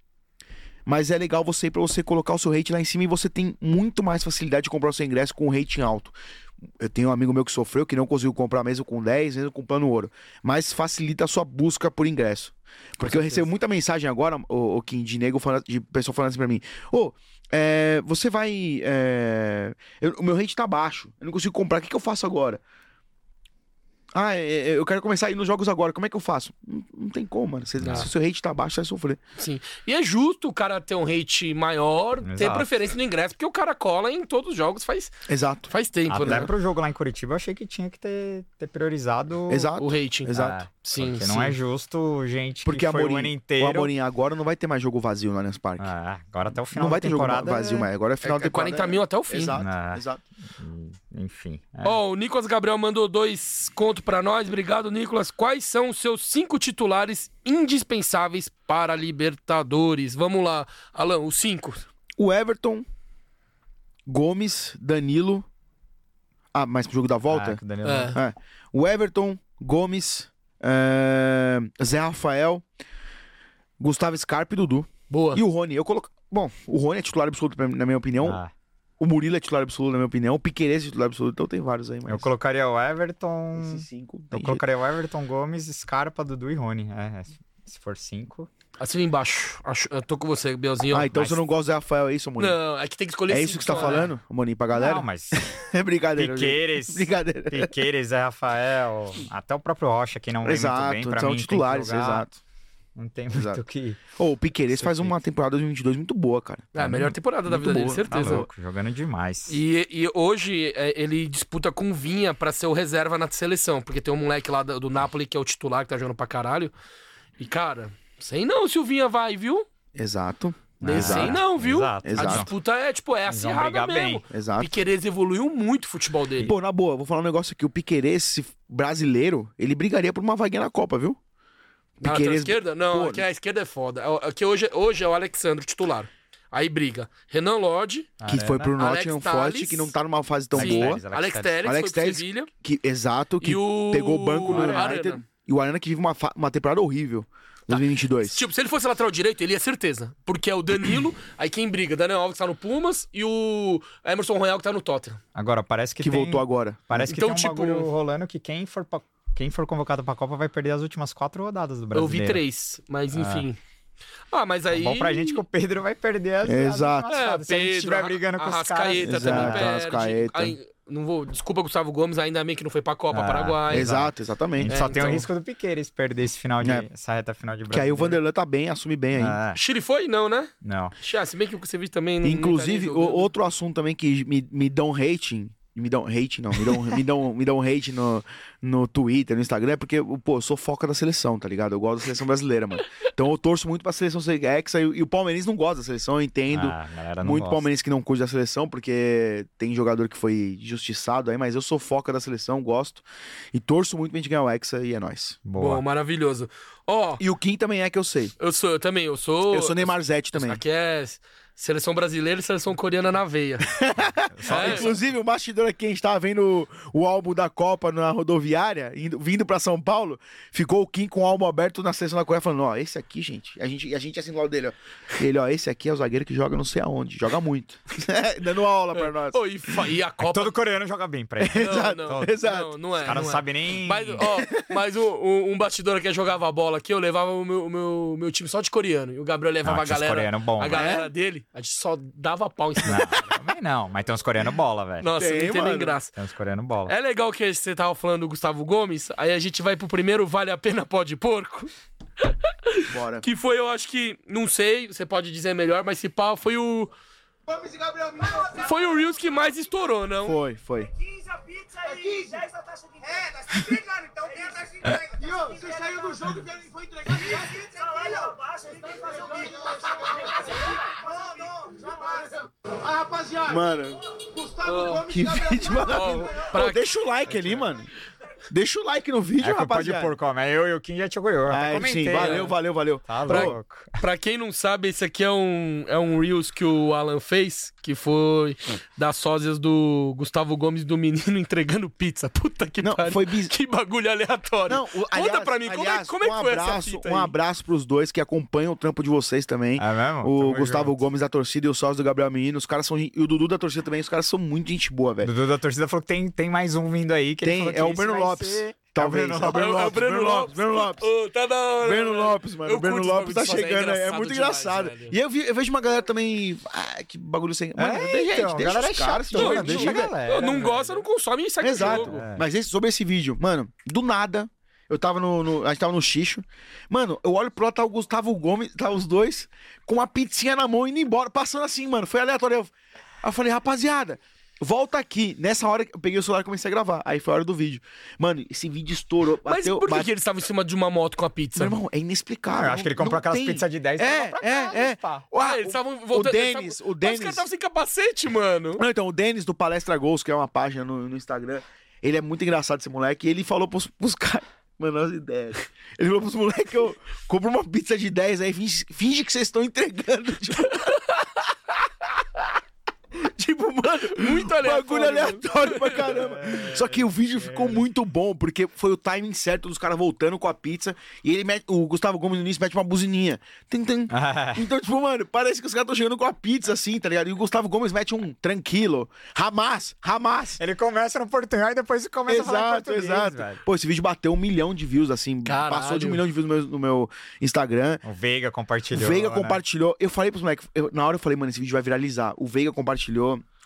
C: Mas é legal você ir pra você colocar o seu rate lá em cima e você tem muito mais facilidade de comprar o seu ingresso com um rating alto. Eu tenho um amigo meu que sofreu, que não conseguiu comprar mesmo com 10, mesmo com plano ouro. Mas facilita a sua busca por ingresso. Porque eu recebo muita mensagem agora, o, Kim, de nego, falando, de pessoa falando assim pra mim: Ô, é, você vai. é, eu- o meu rate tá baixo, eu não consigo comprar, o que, que eu faço agora? Ah, é, é, eu quero começar a ir nos jogos agora, como é que eu faço? Não, não tem como, mano. Se,
A: Não.
C: se o seu rate tá baixo, você vai sofrer.
A: Sim. E é justo o cara ter um hate maior, ter
B: Exato.
A: preferência no ingresso, porque o cara cola em todos os jogos faz,
C: Exato.
A: faz tempo,
B: Até
A: né?
B: pro jogo lá em Curitiba eu achei que tinha que ter, ter priorizado...
C: Exato.
A: O rating.
C: Exato.
B: É,
A: Sim,
B: porque
A: sim.
B: não é justo, gente,
C: Porque
B: que
C: a
B: foi
C: Amorim-
B: o ano
C: O
B: inteiro...
C: Amorim agora não vai ter mais jogo vazio no Allianz Parque.
B: Ah, agora até o final
C: não vai
B: da
C: ter jogo
B: temporada...
C: vazio, mas agora é final da
A: É
C: temporada.
A: 40 mil até o fim.
C: Exato,
B: Ah.
C: exato.
B: Hum, Enfim. é.
A: Ó, o Nicolas Gabriel mandou dois conto pra nós. Obrigado, Nicolas. Quais são os seus cinco titulares indispensáveis para a Libertadores? Vamos lá, Alan, os cinco.
C: O Everton, Gomes, Danilo. Ah, mas pro jogo da
B: Ah,
C: volta?
B: que o Danilo-
A: É.
C: É. O Everton, Gomes, eh, Zé Rafael, Gustavo Scarpa e Dudu.
A: Boa.
C: E o Rony, eu coloco. Bom, o Rony é titular absoluto, pra- na minha opinião.
B: Ah,
C: O Murilo é titular absoluto, na minha opinião. O Piqueires é titular absoluto, então tem vários aí, mas.
B: Eu colocaria o Everton...
C: Esses cinco. tem
B: Eu
C: jeito.
B: colocaria o Everton Gomes, Scarpa, Dudu e Rony. É, é, se for cinco...
A: Assim embaixo. Acho- eu tô com você, Bielzinho.
C: Ah, então
B: Mas-
C: você não gosta do Zé Rafael, é isso, Amorim?
A: Não, é que tem que escolher
C: É
A: cinco
C: isso que você tá
A: só, né?
C: falando, Amorim, pra galera?
B: Não, mas
C: É (laughs) brincadeira. gente.
B: Piqueires,
C: Brincadeira.
B: Piqueires, Zé Rafael, até o próprio Rocha, que não vem muito bem,
C: Exato,
B: pra
C: são
B: mim,
C: titulares,
B: tem que jogar.
C: exato.
B: Não tem muito
C: Exato.
B: o que...
C: Ô, o Piqueires
B: Isso
C: faz
B: aqui.
C: uma temporada 2022 muito boa, cara.
A: É a melhor temporada da
C: Muito
A: vida dele,
C: boa.
B: Tá
A: certeza.
B: louco, jogando demais.
A: E, e hoje é, ele disputa com o Vinha pra ser o reserva na seleção, porque tem um moleque lá do, do Napoli que é o titular, que tá jogando pra caralho. E, cara, sei não se o Vinha vai, viu?
C: Exato.
A: Nem sei
C: exato.
A: não, viu?
B: Ah, Exato.
A: A
C: Exato.
A: disputa é, tipo, é
B: Eles vão
A: acirrada
B: brigar
A: mesmo.
C: Exato.
A: Piqueires evoluiu muito o futebol dele.
C: Pô, na boa, vou falar um negócio aqui. O Piqueires se- brasileiro, ele brigaria por uma vaguinha na Copa, viu?
A: Na lateral
C: Piqueires-
A: esquerda? Não,
C: Pô,
A: é que a esquerda é foda. É, é que hoje, hoje é o Alexandre titular. Aí briga. Renan Lodge,
C: Que
B: Ah, é,
C: foi
B: né?
C: pro
A: Alex
C: Nottingham
A: Telles.
C: Forte, que não tá numa fase tão
A: sim,
B: Alex
C: boa.
B: Telles, Alex
A: Alex
B: Telles.
A: Telles, foi
C: Alex
A: pro
C: Telles,
A: Sevilha.
C: Que, exato, que
A: E o
C: pegou o banco no
A: Arana.
C: United. E o Arana que vive uma, fa- uma temporada horrível. 2022.
A: Tipo, se ele fosse lateral direito, ele ia certeza. Porque é o
C: Uhum.
A: Danilo, aí quem briga? Daniel Alves tá no Pumas e o Emerson Royal que tá no Tottenham.
B: Agora, parece que,
C: que
B: tem,
C: voltou agora.
B: Parece que
A: Então,
B: tem um
A: tipo-
B: bagulho rolando que quem for, pa- quem for convocado pra Copa vai perder as últimas quatro rodadas do
A: Eu vi
B: Brasileiro. É
A: três, mas enfim. Ah, mas aí.
B: Bom pra gente que o Pedro vai perder as,
C: Exato.
B: as últimas
A: É,
B: rodadas. Se a gente estiver brigando com os caras... é.
A: Arrascaeta também
C: Exato,
A: perde.
C: Arrascaeta.
A: Ai, não vou, desculpa, Gustavo Gomes, ainda bem que não foi pra Copa
B: Ah,
A: Paraguai.
C: Exato,
B: A
C: exatamente.
B: gente
A: É,
B: só tem o
A: então.
B: risco do Piqueires perder esse final de,
C: É.
B: essa reta final de
C: Que aí
B: Brasileiro.
C: o Vanderlan tá bem, assume bem aí.
B: Ah,
A: Chile foi? Não, né?
B: não.
A: Xa, se bem que o Kusevich também não. não tá nem
C: Inclusive, o-
A: jogando.
C: outro assunto também que me, me dão rating me dão hate, não. Me dão, me dão, me dão hate no, no Twitter, no Instagram, é porque, pô, eu sou foca da seleção, tá ligado? Eu gosto da seleção brasileira, mano. Então eu torço muito pra seleção ser hexa e, o- e o palmeirense não gosta da seleção, eu entendo.
B: Ah, a galera não
C: muito
B: gosta.
C: palmeirense que não curte da seleção, porque tem jogador que foi injustiçado aí, mas eu sou foca da seleção, gosto. E torço muito pra gente ganhar o Hexa e é nóis.
A: Bom,
B: Boa.
A: maravilhoso. Ó,
C: E o Kim também é que eu sei.
A: eu sou, eu também, eu sou.
C: Eu sou Neymar Zete também.
A: Aqui é seleção brasileira e seleção coreana na
C: (laughs)
A: veia. É,
C: Inclusive, o bastidor aqui, a gente tava vendo o álbum da Copa na rodoviária, indo- vindo pra São Paulo, ficou o Kim com o álbum aberto na seleção da Coreia, falando, ó, esse aqui, gente, a gente, a gente assim do lado dele, ó. Ele, ó, esse aqui é o zagueiro que joga não sei aonde, joga muito. (laughs) Dando aula pra nós.
A: É. Ô, e, fa- e a Copa.
B: Todo coreano joga bem pra ele.
C: (laughs)
A: Não,
C: É Exato,
A: não,
C: exato.
A: não, não é.
B: Os caras
A: não
B: não
A: é.
B: sabem nem.
A: Mas, ó, mas um, um, um bastidor que jogava bola aqui, eu levava o meu, o meu, meu time só de coreano. E o Gabriel levava
B: Não,
A: a
B: tinha os
A: galera.
B: Ah, coreano bom,
A: a
B: né?
A: galera dele, a gente só dava pau em cima.
B: Também não, mas tem uns coreanos bola, velho.
A: Nossa,
C: Tem,
A: não tem nem
C: mano.
A: graça.
B: Tem uns coreanos bola.
A: É legal que você tava falando do Gustavo Gomes, aí a gente vai pro primeiro Vale a Pena Pó de Porco,
C: Bora.
A: que foi, eu acho que, não sei, você pode dizer melhor, mas se pá, foi o...
D: Vamos, Gabriel Menino!
A: Foi o Reels que mais estourou, não?
C: Foi, foi.
E: 15 a pizza e 10 a taxa de entrega.
D: É, tá se brigando, então tem a taxa de
E: Tá
D: entrega. E ô, você saiu do jogo e foi entregar de graça.
E: Salário Tá abaixo, eles têm que fazer um vídeo.
D: Não, não, jamais. Ah, rapaziada,
C: Mano,
D: Gustavo Gomes, (laughs)
C: que
D: Gabriel
C: vídeo
D: Menino.
C: maravilhoso.
A: pra-
C: Ô, deixa o like ali, mano. Deixa o like no
B: É,
C: vídeo,
B: foi pode
C: rapaziada.
B: pôr como? Eu e o Kim já te goiou.
C: Ah, sim,
A: né?
C: valeu, valeu, valeu.
B: Tá
C: Pra-
B: louco.
A: Pra quem não sabe, esse aqui é um, é um Reels que o Alan fez, que foi das sósias do Gustavo Gomes do menino (laughs) entregando pizza. Puta que
C: Não,
A: pariu.
C: foi biz-
A: Que bagulho aleatório.
C: Não, o-
A: Conta
C: aliás-
A: pra mim, como é-
C: aliás,
A: como é,
C: um
A: que foi
C: abraço,
A: essa fita
C: Um
A: aí?
C: abraço pros dois que acompanham o trampo de vocês também.
B: É mesmo?
C: O
B: Tamo
C: Gustavo
B: junto.
C: Gomes da torcida e o sócio do Gabriel Menino. Os caras são. gen- E o Dudu da torcida também. Os caras são muito gente boa, velho.
B: Dudu da torcida falou que tem, tem mais um vindo aí. Que ele
C: Tem-
B: falou que
C: é o
B: esse
C: Breno
B: vai
C: Lopes,
B: ser- É o
C: talvez.
B: Breno
C: É o
B: Lopes.
C: Breno
A: É o
C: Lopes,
A: Breno
C: Breno
A: Lopes.
C: Lopes, Breno Lopes.
A: Ô, tá da hora.
C: Breno
A: mano.
C: Lopes, mano.
A: Eu
C: o Breno
A: curto esse
C: Lopes tá
A: bagulho de
C: chegando
A: sósia,
C: aí. É muito
A: demais,
C: engraçado.
A: velho.
C: e eu, vi- eu vejo uma galera também. Ah, que bagulho sem. Mano,
B: É,
C: deixa,
B: então,
C: gente,
B: a galera
C: deixa
B: é
C: os caras.
B: chata,
C: se
A: Não,
B: mano,
C: divertir, né?
B: deixa a
C: velho.
B: galera,
A: não
B: velho.
A: gosta, não consome e (laughs) segue o
C: Exato. É,
A: jogo.
B: É.
C: Mas esse, sobre esse vídeo, mano, do nada, eu tava no. no- a gente tava no xixo. Mano, eu olho pro lado, tá o Gustavo Gomes, tá os dois, com uma pizzinha na mão indo embora, passando assim, mano. Foi aleatório. Eu, aí eu falei, rapaziada. Volta aqui. Nessa hora eu peguei o celular e comecei a gravar. Aí foi a hora do vídeo. Mano, esse vídeo estourou.
A: Mas
C: bateu,
A: por que,
C: bate-
A: que ele estava em cima de uma moto com a pizza?
C: Meu irmão, é inexplicável.
B: Ah, Eu acho que ele
C: Não-
B: comprou
C: não
B: aquelas
C: tem.
B: pizzas de 10 e
C: É,
B: levou pra casa,
C: é, é.
B: pá.
C: Ah,
A: Ah, eles
C: o-
A: estavam
C: O
A: voltando. eles
C: Denis,
A: tavam- Mas
C: o
A: Os
C: Denis.
A: caras estavam sem capacete, mano.
C: Não, então, o Denis do Palestra Gols, que é uma página no, no Instagram, ele é muito engraçado, esse moleque. Ele falou pros, pros caras. (laughs) Mano, as ideias. Ele falou pros moleques que eu compro uma pizza de 10 aí, finge, finge que vocês estão entregando. (laughs) Tipo, Tipo, mano.
A: Muito aleatório. né?
B: né?
C: Bagulho
A: mano.
C: aleatório pra caramba. Só que o vídeo
B: É.
C: ficou muito bom, porque foi o timing certo dos caras voltando com a pizza. E ele mete, o Gustavo Gomes no início mete uma buzininha.
B: (laughs)
C: Tum, tum. Então, tipo, mano, parece que os caras estão chegando com a pizza assim, tá ligado? E o Gustavo Gomes mete um tranquilo. Hamas, Hamas.
B: Ele começa no portunhol e depois É, começa a falar em
C: Exato,
B: português,
C: exato.
B: velho.
C: Pô, esse vídeo bateu um milhão de views, assim.
A: Caralho.
C: Passou de um milhão de views no meu, no meu Instagram.
B: O Veiga compartilhou.
C: o Veiga
B: né?
C: compartilhou. Eu falei pros moleques, eu- na hora eu falei, mano, esse vídeo vai viralizar. O Veiga compartilhou.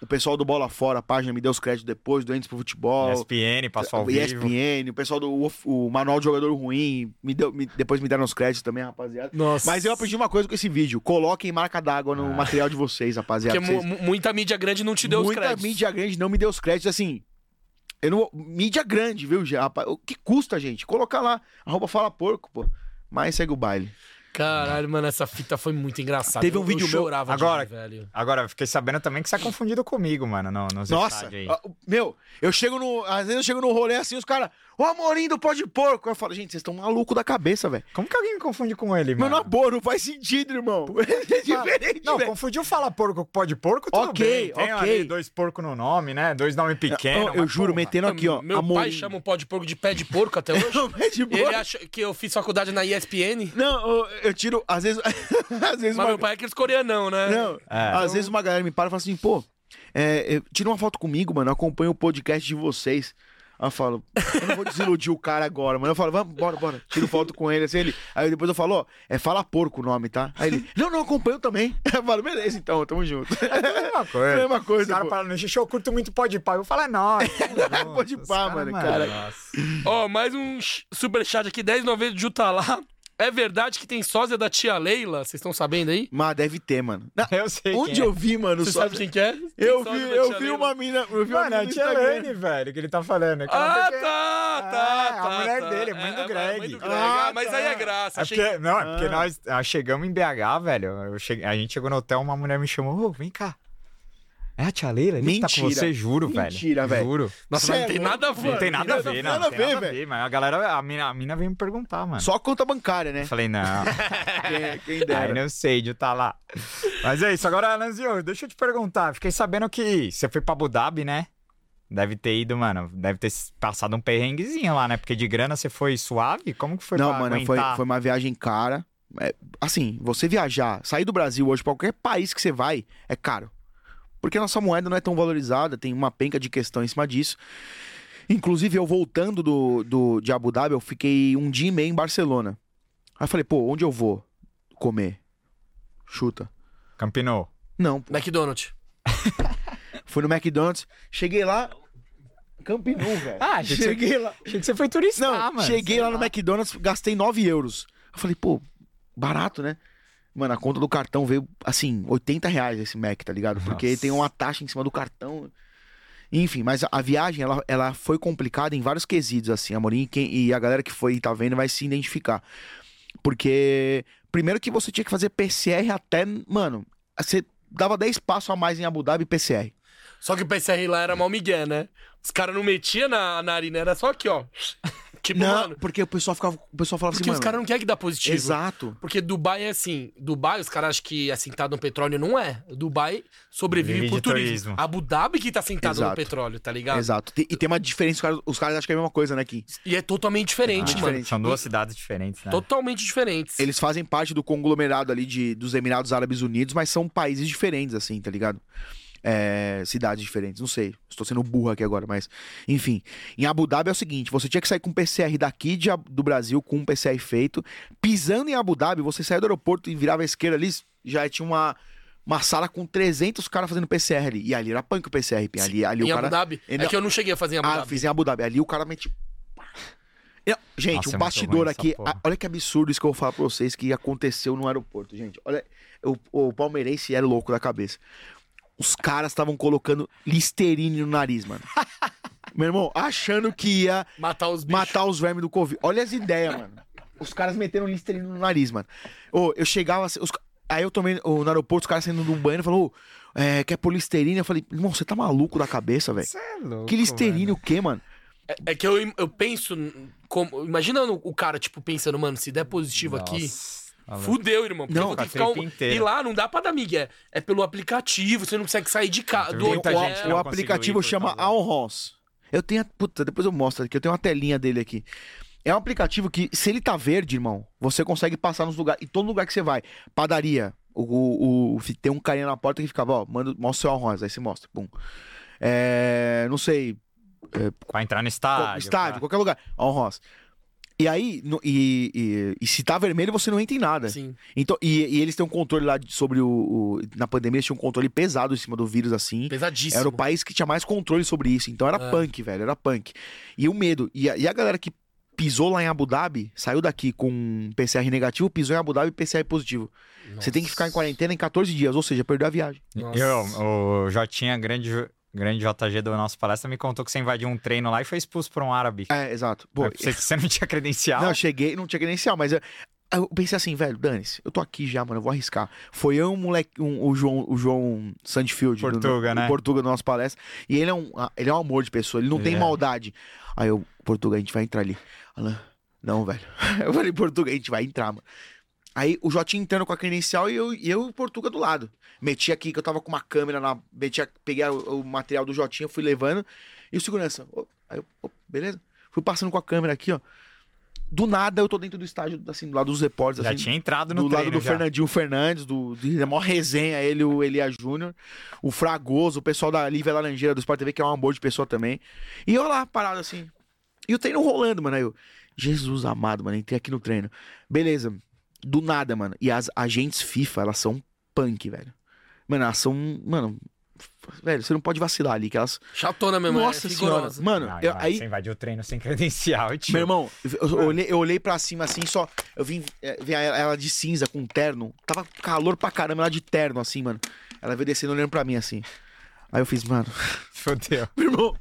C: O pessoal do Bola Fora, a página, me deu os créditos depois, doentes pro futebol.
B: ESPN passou ao
C: o
B: vivo.
C: ESPN, o pessoal do o, o Manual do Jogador Ruim, me deu, me- depois me deram os créditos também, rapaziada.
A: Nossa.
C: Mas eu aprendi uma coisa com esse vídeo: coloquem marca d'água
B: Ah.
C: no material de vocês, rapaziada.
A: Porque
C: Vocês-
A: mu- mu- muita mídia grande não te deu os
C: Muita
A: créditos.
C: mídia grande não me deu os créditos, assim. Eu não, mídia grande, viu, já, rapaz? O que custa, gente? Colocar lá, arroba fala porco, pô. Mas segue o baile.
A: Caralho, mano, essa fita foi muito engraçada.
C: Teve um
A: Eu-
C: vídeo
A: eu
C: meu-
A: chorava de
B: Agora-
A: rir, velho.
B: Agora, eu fiquei sabendo também que você é confundido comigo, mano, no, nos
C: Nossa,
B: estádios aí.
C: ah, meu, eu chego no. Às vezes eu chego no rolê assim, os caras. Ô, Amorim do pó de porco. Eu falo, gente, vocês estão maluco da cabeça, velho.
B: Como que alguém me confunde com ele,
C: Meu
B: mano?
C: namoro não faz sentido, irmão. (laughs) É diferente,
B: Não,
C: velho.
B: confundiu fala porco com pó de porco, tudo
C: Ok,
B: bem. Tem
C: ok.
B: ali dois porcos no nome, né? Dois nomes pequenos.
C: eu, eu
B: mas,
C: juro,
B: porra.
C: metendo aqui, ó.
A: Meu
C: Amorim.
A: pai chama o pó de porco de pé de porco até hoje.
C: (laughs) Não, pé de
A: Ele
C: porco.
A: acha que eu fiz faculdade na ESPN.
C: Não, eu, eu tiro. Às vezes. (laughs) às vezes
A: Mas
C: uma-
A: meu pai é aqueles coreanão, né?
C: Não,
B: É.
C: às vezes uma galera me para e fala assim, pô, é, eu- tira uma foto comigo, mano, eu acompanho o podcast de vocês. Aí eu falo, eu não vou desiludir o cara agora, mano. Eu falo, vamos, bora, bora. Tiro foto com ele, assim, ele. Aí depois eu falo, ó, é fala porco o nome, tá? Aí ele, não, não, acompanho também. (laughs) Eu falo, beleza, então, tamo junto. (laughs)
B: É a mesma coisa.
C: Mesma coisa,
B: Os caras
C: pô.
B: falam, xixi, eu curto muito pó de pá. Eu falo, é
C: (laughs)
B: nóis.
C: Pó de pá, mano, cara.
B: Nossa.
A: Ó, mais um ch- superchat aqui, 10,90 de Jutalá. É verdade que tem sósia da tia Leila? Vocês estão sabendo aí?
C: Mas deve ter, mano. Na-
B: Eu sei quem
C: Onde
B: é.
C: eu vi, mano?
A: Você
C: só-
A: sabe quem que é?
C: (laughs) Eu
A: Tem sósia
C: vi,
A: da
C: eu
A: tia
C: vi
A: Leila.
C: uma mina. Eu vi uma
B: Mano,
C: mina
B: é a
C: no
B: tia
C: Instagram.
B: Lane, velho, que ele tá falando. que eu não
A: Ah,
B: sei quem é.
A: tá, tá,
B: É, a
A: tá.
B: mulher
A: tá.
B: dele, mãe do
A: a
B: Greg.
A: Ah,
C: Ah,
A: mas
C: tá.
A: aí é graça.
B: É
A: achei-
B: porque, não, é porque nós ah, chegamos em BH, velho. eu cheguei- a gente chegou no hotel, uma mulher me chamou, ô, vem cá. É a tia Leila ali que tá com
C: Mentira.
B: você, juro, velho.
C: Mentira, velho.
B: Juro.
A: Nossa,
C: Cê
A: mas não
C: é
A: tem
C: louco,
A: nada a ver.
B: Não tem nada a ver, não.
C: nada
B: Não
C: a
B: tem
C: ver,
B: nada a
C: velho.
B: ver, mas a galera, a mina, a mina veio me perguntar, mano.
C: Só conta bancária, né?
B: Eu falei,
C: (laughs)
B: não.
C: Quem, quem
B: Aí
C: dera.
B: não sei de tá lá. Mas é isso, agora, Lanzinho, deixa eu te perguntar. Fiquei sabendo que você foi pra Abu Dhabi, né? Deve ter ido, mano. Deve ter passado um perrenguezinho lá, né? Porque de grana você foi suave? Como que foi
C: Não,
B: pra
C: mano, foi,
B: aguentar?
C: foi uma viagem cara. É, assim, você viajar, sair do Brasil hoje pra qualquer país que você vai, é caro. Porque a nossa moeda não é tão valorizada, tem uma penca de questão em cima disso. Inclusive, eu voltando do, do, de Abu Dhabi, eu fiquei um dia e meio em Barcelona. Aí eu falei, pô, onde eu vou comer? Chuta.
B: Campinou.
C: Não, pô.
A: McDonald's.
C: Fui no McDonald's, cheguei lá. Campinou, velho.
B: Ah, achei que você-
C: cheguei lá.
B: Achei que você foi turista,
C: Não,
A: Ah,
B: mano.
C: cheguei Ah, lá no McDonald's, gastei 9 euros. Eu falei, pô, barato, né? Mano, a conta do cartão veio, assim, 80 reais esse Mac, tá ligado? Porque
B: Nossa.
C: tem uma taxa em cima do cartão. Enfim, mas a- a viagem, ela, ela foi complicada em vários quesitos, assim. Amorim e, quem- e a galera que foi e tá vendo vai se identificar. Porque, primeiro que você tinha que fazer PCR até, mano, você dava 10 passos a mais em Abu Dhabi PCR.
A: Só que o PCR lá era mal migué, né? Os caras não metiam na narina, era só aqui, ó. Tipo,
C: Não,
A: mano.
C: porque o pessoal ficava, o pessoal falava
A: Porque
C: assim,
A: os
C: mano,
A: caras não querem que dá positivo.
C: Exato.
A: Porque Dubai é assim, Dubai, os caras acham que é sentado no petróleo, não é. Dubai sobrevive
B: Vive
A: por
B: de
A: turismo.
B: turismo.
A: Abu Dhabi que tá sentado no
C: Exato.
A: petróleo, tá ligado?
C: Exato. Tem- E tem uma diferença, os caras, os caras acham que é a mesma coisa, né, Kim?
A: E é totalmente diferente,
C: Totalmente
A: mano.
C: diferente.
B: São duas cidades diferentes, né?
A: Totalmente diferentes.
C: Eles fazem parte do conglomerado ali de, dos Emirados Árabes Unidos, mas são países diferentes, assim, tá ligado? É, cidades diferentes, não sei. Estou sendo burro aqui agora, mas. Enfim. Em Abu Dhabi é o seguinte: você tinha que sair com PCR daqui de Ab- do Brasil, com um PCR feito. Pisando em Abu Dhabi, você saía do aeroporto e virava à esquerda ali, já tinha uma, uma sala com 300 caras fazendo PCR ali. E ali era punk o PCR, Pim. ali, ali
A: em
C: o cara.
A: Abu Dhabi.
C: ele-
A: É que eu não cheguei a fazer em Abu
C: Ah, eu
A: Dhabi.
C: fiz em Abu Dhabi. Ali o cara mete. Eu- Gente,
B: Nossa, é
C: um
B: muito
C: bastidor
B: ruim essa
C: aqui.
B: porra.
C: a- olha que absurdo isso que eu vou falar pra vocês que aconteceu no aeroporto, gente. Olha, o, o palmeirense era louco da cabeça. Os caras estavam colocando listerine no
A: (laughs)
C: nariz, mano. Meu irmão, achando que ia
A: Matar os bichos.
C: matar os vermes do Covid. Olha as ideias, mano. Os caras meteram Listerine no nariz, mano. Ô, eu chegava assim, os ca- Aí eu tomei ô, no aeroporto, os caras saindo do banheiro e falou, ô, é, quer pôr listerine? Eu falei, irmão, você tá maluco da cabeça, velho?
B: Cê é louco,
C: Que listerine o quê, mano?
A: É que eu, eu penso. Como, imagina no- o cara, tipo, pensando, mano, se der positivo
B: Nossa,
A: aqui.
B: maluco.
A: Fudeu, irmão. Porque
C: Não,
A: eu vou ter que
B: cara,
A: ficar um...
B: tem inteira.
A: E lá não dá pra dar migué. É pelo aplicativo, você não consegue sair de casa. Do
B: Tem
C: Tem- né?
B: muita
A: hotel.
B: gente
C: o,
B: não
C: o
B: conseguiu
C: aplicativo
B: ir por
C: chama
B: causa-
C: Aonros. Eu tenho. a- Puta, depois eu mostro aqui. Eu tenho uma telinha dele aqui. É um aplicativo que, se ele tá verde, irmão, você consegue passar nos lugares. Em todo lugar que você vai. Padaria. O, o- o- tem um carinha na porta que ficava, ó, manda, mostra o seu Aonros. Aí você mostra. Pum. É, não sei.
B: Pra entrar no
C: qual-
B: estádio.
C: estádio,
B: pra-
C: qualquer lugar. Aonros. E aí, no- e, e- e se tá vermelho, você não entra em nada.
A: É, Sim.
C: Então, e, e eles têm um controle lá de- sobre o, o- Na pandemia, eles tinham um controle pesado em cima do vírus, assim.
A: Pesadíssimo.
C: Era o país que tinha mais controle sobre isso. Então era
A: É.
C: punk, velho. Era punk. E o medo. E a, e a galera que pisou lá em Abu Dhabi, saiu daqui com PCR negativo, pisou em Abu Dhabi e PCR positivo. Você tem que ficar em quarentena em 14 dias, ou seja, perdeu a viagem.
A: Nossa.
B: Eu, o Jotinha, grande, ju- grande JG do nosso palestra, me contou que você invadiu um treino lá e foi expulso por um árabe.
C: É, exato. Pô,
B: Mas você, você não tinha credencial?
C: não, eu cheguei, não tinha credencial, mas eu, eu pensei assim, velho, dane-se, eu tô aqui já, mano, eu vou arriscar. Foi eu, um moleque, um- o João, o João Sandfield, do-
B: Portuga,
C: do,
B: né?
C: Portuga do nosso palestra, e ele é um, ah, ele é um amor de pessoa, ele não
B: Ele
C: tem
B: é.
C: maldade. Aí eu, Portuga, a gente vai entrar ali. Alan, não, velho. (laughs) Eu falei, Portuga, a gente vai entrar, mano. Aí o Jotinho entrando com a credencial e eu, e eu e o Portuga do lado. Meti aqui, que eu tava com uma câmera na. Meti a- peguei a- o material do Jotinho, fui levando. E o segurança. ô, aí eu, ô, beleza? Fui passando com a câmera aqui, ó. Do nada eu tô dentro do estádio, assim, do lado dos repórteres,
B: já
C: assim.
B: tinha entrado no
C: Do lado
B: treino.
C: do
B: já.
C: Fernandinho Fernandes, do, do da maior resenha, ele, o Elia Júnior, o Fragoso, o pessoal da Lívia Laranjeira do Sport TV, que é um amor de pessoa também. E eu lá, parado assim. E o treino rolando, mano. Aí eu, Jesus amado, mano, entrei aqui no treino. Beleza. Do nada, mano. E as agentes FIFA, elas são punk, velho. Mano, elas são. Mano, Velho, você não pode vacilar ali, que elas.
A: Chatona mesmo,
C: Nossa
A: é
C: senhora.
A: rigorosa.
C: Mano,
B: Não,
C: eu-
B: inva-
C: aí.
B: Você invadiu o treino sem credencial, tio.
C: Meu Ah. irmão, eu, eu olhei, eu olhei pra cima assim, só. Eu vim é, vi ela ela de cinza com terno. Tava calor pra caramba, ela de terno, assim, mano. Ela veio descendo olhando pra mim assim. Aí eu fiz, mano.
B: Fodeu.
C: (laughs) Meu irmão.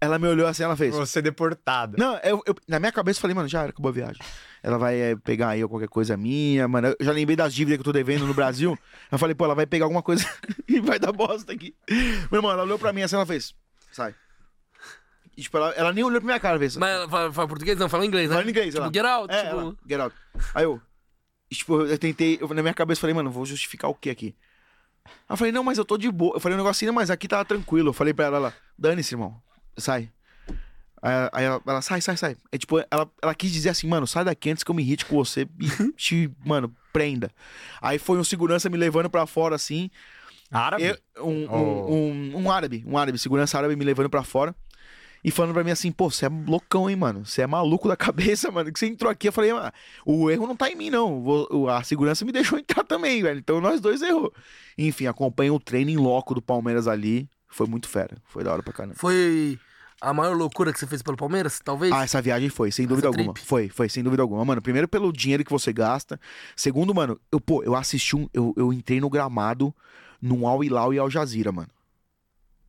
C: Ela me olhou assim, ela fez.
B: Você deportado.
C: Não, eu, eu- na minha cabeça eu falei, mano, já era, acabou a viagem. Ela vai eh, pegar aí qualquer coisa minha, mano. Eu já lembrei das dívidas que eu tô devendo no Brasil. Eu falei, pô, ela vai pegar alguma coisa (laughs) e vai dar bosta aqui. Meu irmão, ela olhou pra mim assim, ela fez, sai. E, tipo, ela, ela nem olhou pra minha cara, fez.
A: Mas ela fala, fala português? Não, fala inglês, né?
C: Fala em inglês,
A: tipo,
C: ela.
A: Get out,
C: É,
A: tipo...
C: ela, get out. Aí eu, e, tipo, eu tentei, eu, na minha cabeça eu falei, mano, vou justificar o que aqui? Ela falei, não, mas eu tô de boa. Eu falei um negocinho, mas aqui tá tranquilo. Eu falei pra ela, ela, dane-se, irmão, sai. Aí, ela- aí ela, ela, sai, sai, sai. É tipo, ela, ela quis dizer assim, mano, sai daqui antes que eu me irrite com você e te, mano, prenda. Aí foi um segurança me levando pra fora assim.
B: Árabe?
C: Eu- um,
B: Ou-
C: um, um, um árabe, um árabe, segurança árabe me levando pra fora. E falando pra mim assim, pô, você é loucão, hein, mano? Você é maluco da (laughs) cabeça, mano. Que você entrou aqui. Eu falei, ah, o erro não tá em mim, não. Vou- o- a segurança me (laughs) deixou entrar também, velho. Então nós dois errou. Enfim, acompanha o treino em loco do Palmeiras ali. Foi muito fera. Foi da hora pra caramba.
A: Foi a maior loucura que você fez pelo Palmeiras, talvez?
C: Ah, essa viagem foi, sem dúvida
A: Essa
C: alguma.
A: trip.
C: Foi, foi, sem dúvida alguma. Mano, primeiro pelo dinheiro que você gasta. Segundo, mano, eu, pô, eu assisti um. Eu, eu entrei no gramado num Al Hilal e Al Jazeera, mano.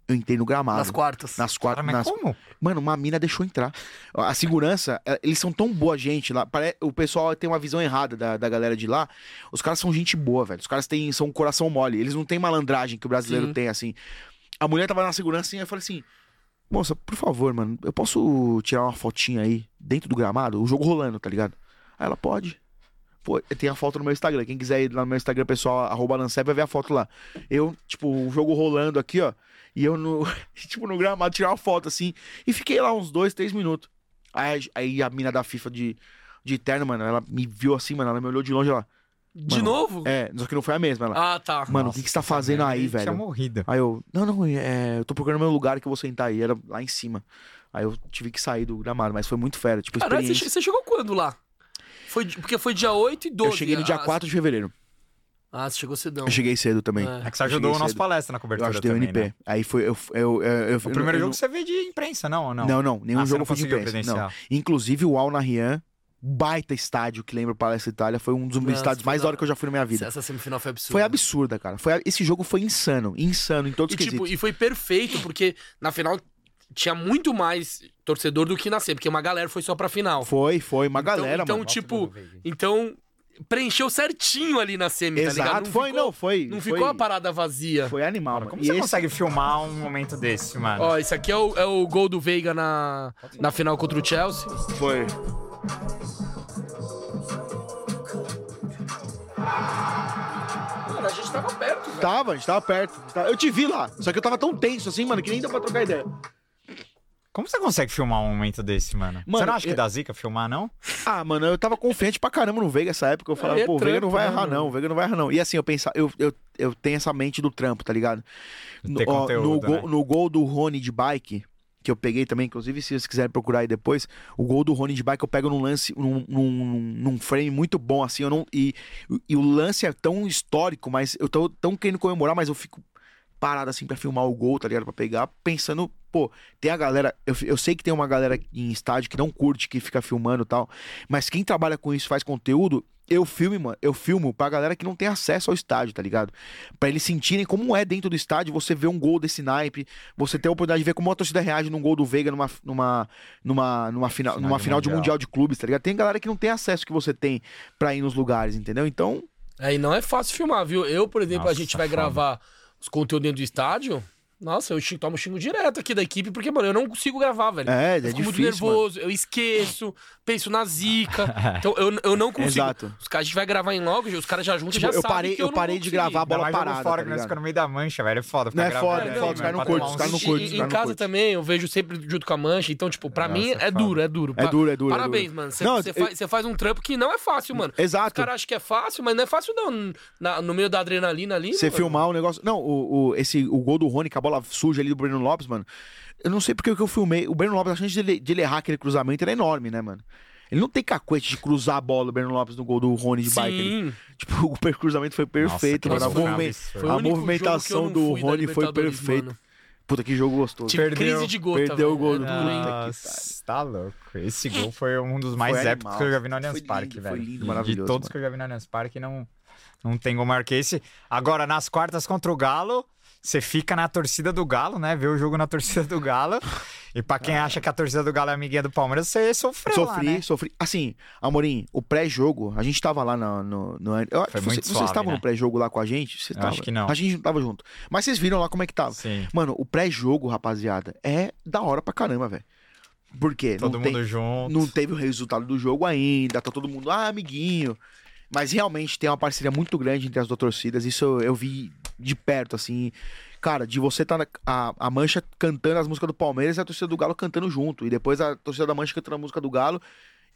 C: Eu entrei no gramado.
A: Nas quartas.
C: Nas
B: Cara,
C: quatro.
B: mas
C: nas-
B: como?
C: Mano, uma mina deixou entrar. A segurança, eh, eles são tão boa gente lá. pare- O pessoal tem uma visão errada da, da galera de lá. Os caras são gente boa, velho. Os caras têm, são um coração mole. Eles não têm malandragem que o brasileiro
A: Sim.
C: tem, assim. A mulher tava na segurança e eu falei assim: Moça, por favor, mano, eu posso tirar uma fotinha aí dentro do gramado? O jogo rolando, tá ligado? Aí ela pode. Pô, tem a foto no meu Instagram. Quem quiser ir lá no meu Instagram pessoal, arroba Lancep, vai ver a foto lá. Eu, tipo, o jogo rolando aqui, ó. E eu no, (laughs) tipo, no gramado, tirar uma foto assim. E fiquei lá uns dois, três minutos. Aí, aí a mina da FIFA de, de terno, mano, ela me viu assim, mano. Ela me olhou de longe, ela.
A: De
C: Mano,
A: novo?
C: É, só que não foi a mesma. Ela.
A: Ah, tá.
C: mano, o que, que você tá fazendo aí,
B: Ele Tinha
C: velho?
B: morrido.
C: Aí eu, não, não, é, eu tô procurando meu lugar que eu vou sentar aí, era lá em cima. Aí eu tive que sair do gramado, mas foi muito fera, tipo,
A: Caralho, você,
C: experiência.
A: che- você chegou quando lá? Foi, de- porque foi dia 8 e 12.
C: eu cheguei no
A: ah,
C: dia 4 de fevereiro.
A: Ah, você chegou cedão.
C: Eu cheguei cedo também.
A: É.
B: É que você ajudou
C: Ah, cheguei
B: o nosso
C: cedo.
B: palestra na
C: Eu
B: cobertura
C: ajudei o
B: também,
C: NP.
B: né?
C: um Aí foi, eu, eu, eu, eu,
B: O primeiro
C: eu-
B: jogo que você vê de imprensa, não ou não?
C: Não, não, nenhum
B: Ah, você
C: jogo
B: não
C: foi de
B: conseguiu
C: imprensa.
B: credencial.
C: Não. Inclusive o Al Nahyan, baita estádio que lembra o Palestra Itália, foi um dos
A: Nossa,
C: estádios
A: foi da-
C: mais
A: é
C: da hora que eu já fui na minha vida.
A: Essa semifinal foi absurda.
C: Foi absurda, cara. Foi, a- esse jogo foi insano, insano em todos
A: E,
C: os
A: tipo,
C: quesitos.
A: e foi perfeito, porque na final tinha muito mais torcedor do que na SEMI, porque uma galera foi só pra final.
C: Foi, foi, uma
A: Então-
C: galera,
A: então,
C: mano.
A: tipo, então preencheu certinho ali na SEMI, tá ligado?
C: Exato, foi,
A: ficou,
C: não, foi.
A: Não
C: foi,
A: ficou a parada vazia.
C: Foi animal, mano.
B: Como
C: E
B: você
C: esse-
B: consegue filmar um momento desse, mano?
A: Ó, esse aqui é o, é o gol do Veiga na, na final contra o Chelsea.
C: Foi.
A: Cara, a gente tava perto, velho.
C: Tava, a gente tava perto. Eu te vi lá. Só que eu tava tão tenso assim, mano, que nem dá pra trocar ideia.
B: Como você consegue filmar um momento desse, mano? você
C: Mano,
B: não acha que
C: eu-
B: dá zica filmar, não?
C: Ah, mano, eu tava confiante pra caramba no Veiga essa época. Eu falava,
A: É,
C: pô, o Veiga não
A: trampo,
C: vai
A: né,
C: errar,
A: mano?
C: não. O Veiga não vai errar, não. E assim, eu pensava, eu, eu, eu tenho essa mente do trampo, tá ligado?
B: De
C: No,
B: ter
C: ó,
B: conteúdo,
C: no, gol,
B: né?
C: no gol do Rony de bike, que eu peguei também, inclusive, se vocês quiserem procurar aí depois, o gol do Rony de bike eu pego num lance, num, num, num frame muito bom, assim, eu não. E, e o lance é tão histórico, mas eu tô tão querendo comemorar, mas eu fico parado assim pra filmar o gol, tá ligado? Pra pegar, pensando, pô, tem a galera. Eu, eu sei que tem uma galera em estádio que não curte, que fica filmando e tal, mas quem trabalha com isso faz conteúdo. Eu filme, mano, eu filmo pra galera que não tem acesso ao estádio, tá ligado? Pra eles sentirem como é dentro do estádio você ver um gol desse naipe, você ter a oportunidade de ver como a torcida reage num gol do Veiga numa numa numa numa final,
B: Final
C: numa
B: de
C: final de
B: Mundial.
C: mundial de clubes, tá ligado? Tem galera que não tem acesso que você tem pra ir nos lugares, entendeu? Então,
A: Aí não é fácil filmar, viu? Eu, por exemplo, a
B: Nossa,
C: tá
A: gente vai
B: foda.
A: gravar os conteúdos dentro do estádio. Nossa, eu xing- tomo xingo direto aqui da equipe, porque, mano, eu não consigo gravar, velho.
C: é, é
A: eu fico
C: difícil,
A: muito nervoso, eu esqueço, penso na zica.
C: (laughs)
A: Então, eu, eu não
C: mano.
A: consigo.
C: Exato.
A: Os caras, a gente vai gravar em logo, os caras já juntam,
C: Tipo,
A: já
C: eu
A: sabem
C: parei-
A: que
C: eu
A: não
C: parei
A: vou
C: de
A: conseguir.
C: gravar a
B: Ainda
C: bola
B: mais jogo
C: parada,
B: fora,
C: tá
B: que nós
C: ligado?
B: ficamos no meio da mancha, velho. É foda.
C: Não é
B: ficar gravando
A: é
C: foda,
B: ali,
A: foda, os
B: mano,
A: caras
C: não
B: pra
C: curtem,
B: tomar um uns
C: os caras não
A: E-
C: curtem,
A: e-
C: os
A: Em
C: caras não
A: casa
C: curtem.
A: também, eu vejo sempre junto com a mancha. Então, tipo, pra
B: Nossa,
A: mim é
B: foda.
A: duro, é duro.
C: É duro, é duro. é
A: Parabéns,
C: duro.
A: mano. Você
C: Não,
A: você
C: eu-
A: faz, você faz um trampo que não é fácil, mano. Os
C: Exato.
A: caras acham que é fácil, mas não é fácil, não. Na- no meio da adrenalina ali.
C: Você
A: mano.
C: filmar o negócio. Não, o, o- esse, o gol do Rony, que a bola suja ali do Breno Lopes, mano. Eu não sei porque que eu filmei. O Breno Lopes, a chance de ele, de ele errar aquele cruzamento era é enorme, né, mano? Ele não tem cacuete de cruzar a bola, o Breno Lopes, no gol do Rony de bike. ali.
A: Sim.
C: Tipo, (laughs) o per- cruzamento foi perfeito,
A: Nossa,
C: mano.
A: foi
C: A, movimen-
B: absurdo.
A: Foi o
C: a
A: único
C: movimentação
A: jogo que eu não
C: do
A: fui da
C: Rony foi
A: Libertadores,
C: perfeita.
A: mano. Tipo,
C: Puta, que jogo gostoso.
A: Tive
B: Perdeu-
A: crise de gota.
C: perdeu
A: velho. É.
C: o gol do-
A: Era duro, hein?
B: Nossa, tá louco. Esse gol foi um
C: (laughs)
B: dos mais
C: Foi
B: épicos
C: animal.
B: que eu já vi no Allianz
C: Foi
B: Parque,
C: lindo,
B: velho.
C: foi lindo,
B: E De
C: maravilhoso,
B: todos
C: mano.
B: que eu já vi no Allianz Parque, não, não tem gol maior que esse. Agora, nas quartas contra o Galo, você fica na torcida do Galo, né? Vê o jogo na (laughs) torcida do Galo. E pra quem acha que a torcida do Galo é amiguinha do Palmeiras, você sofreu
C: Ah. Sofri,
B: lá, né?
C: sofri. Assim, Amorim, o pré-jogo, a gente tava lá no. no, no- eu-
B: Foi
C: você-
B: muito
C: Vocês
B: suave,
C: estavam
B: né?
C: no pré-jogo lá com a gente? Vocês
B: Eu acho
C: tavam?
B: que não.
C: A gente não tava junto. Mas vocês viram lá como é que tava.
B: Sim.
C: Mano, o pré-jogo, rapaziada, é da hora pra caramba, velho. Por quê?
B: Todo
C: não,
B: mundo
C: tem,
B: junto.
C: não teve o resultado do jogo ainda, tá todo mundo, ah, amiguinho. Mas realmente tem uma parceria muito grande entre as duas torcidas, isso eu, eu vi de perto, assim. Cara, de você tá na, a, a Mancha cantando as músicas do Palmeiras e a torcida do Galo cantando junto. E depois a torcida da Mancha cantando a música do Galo.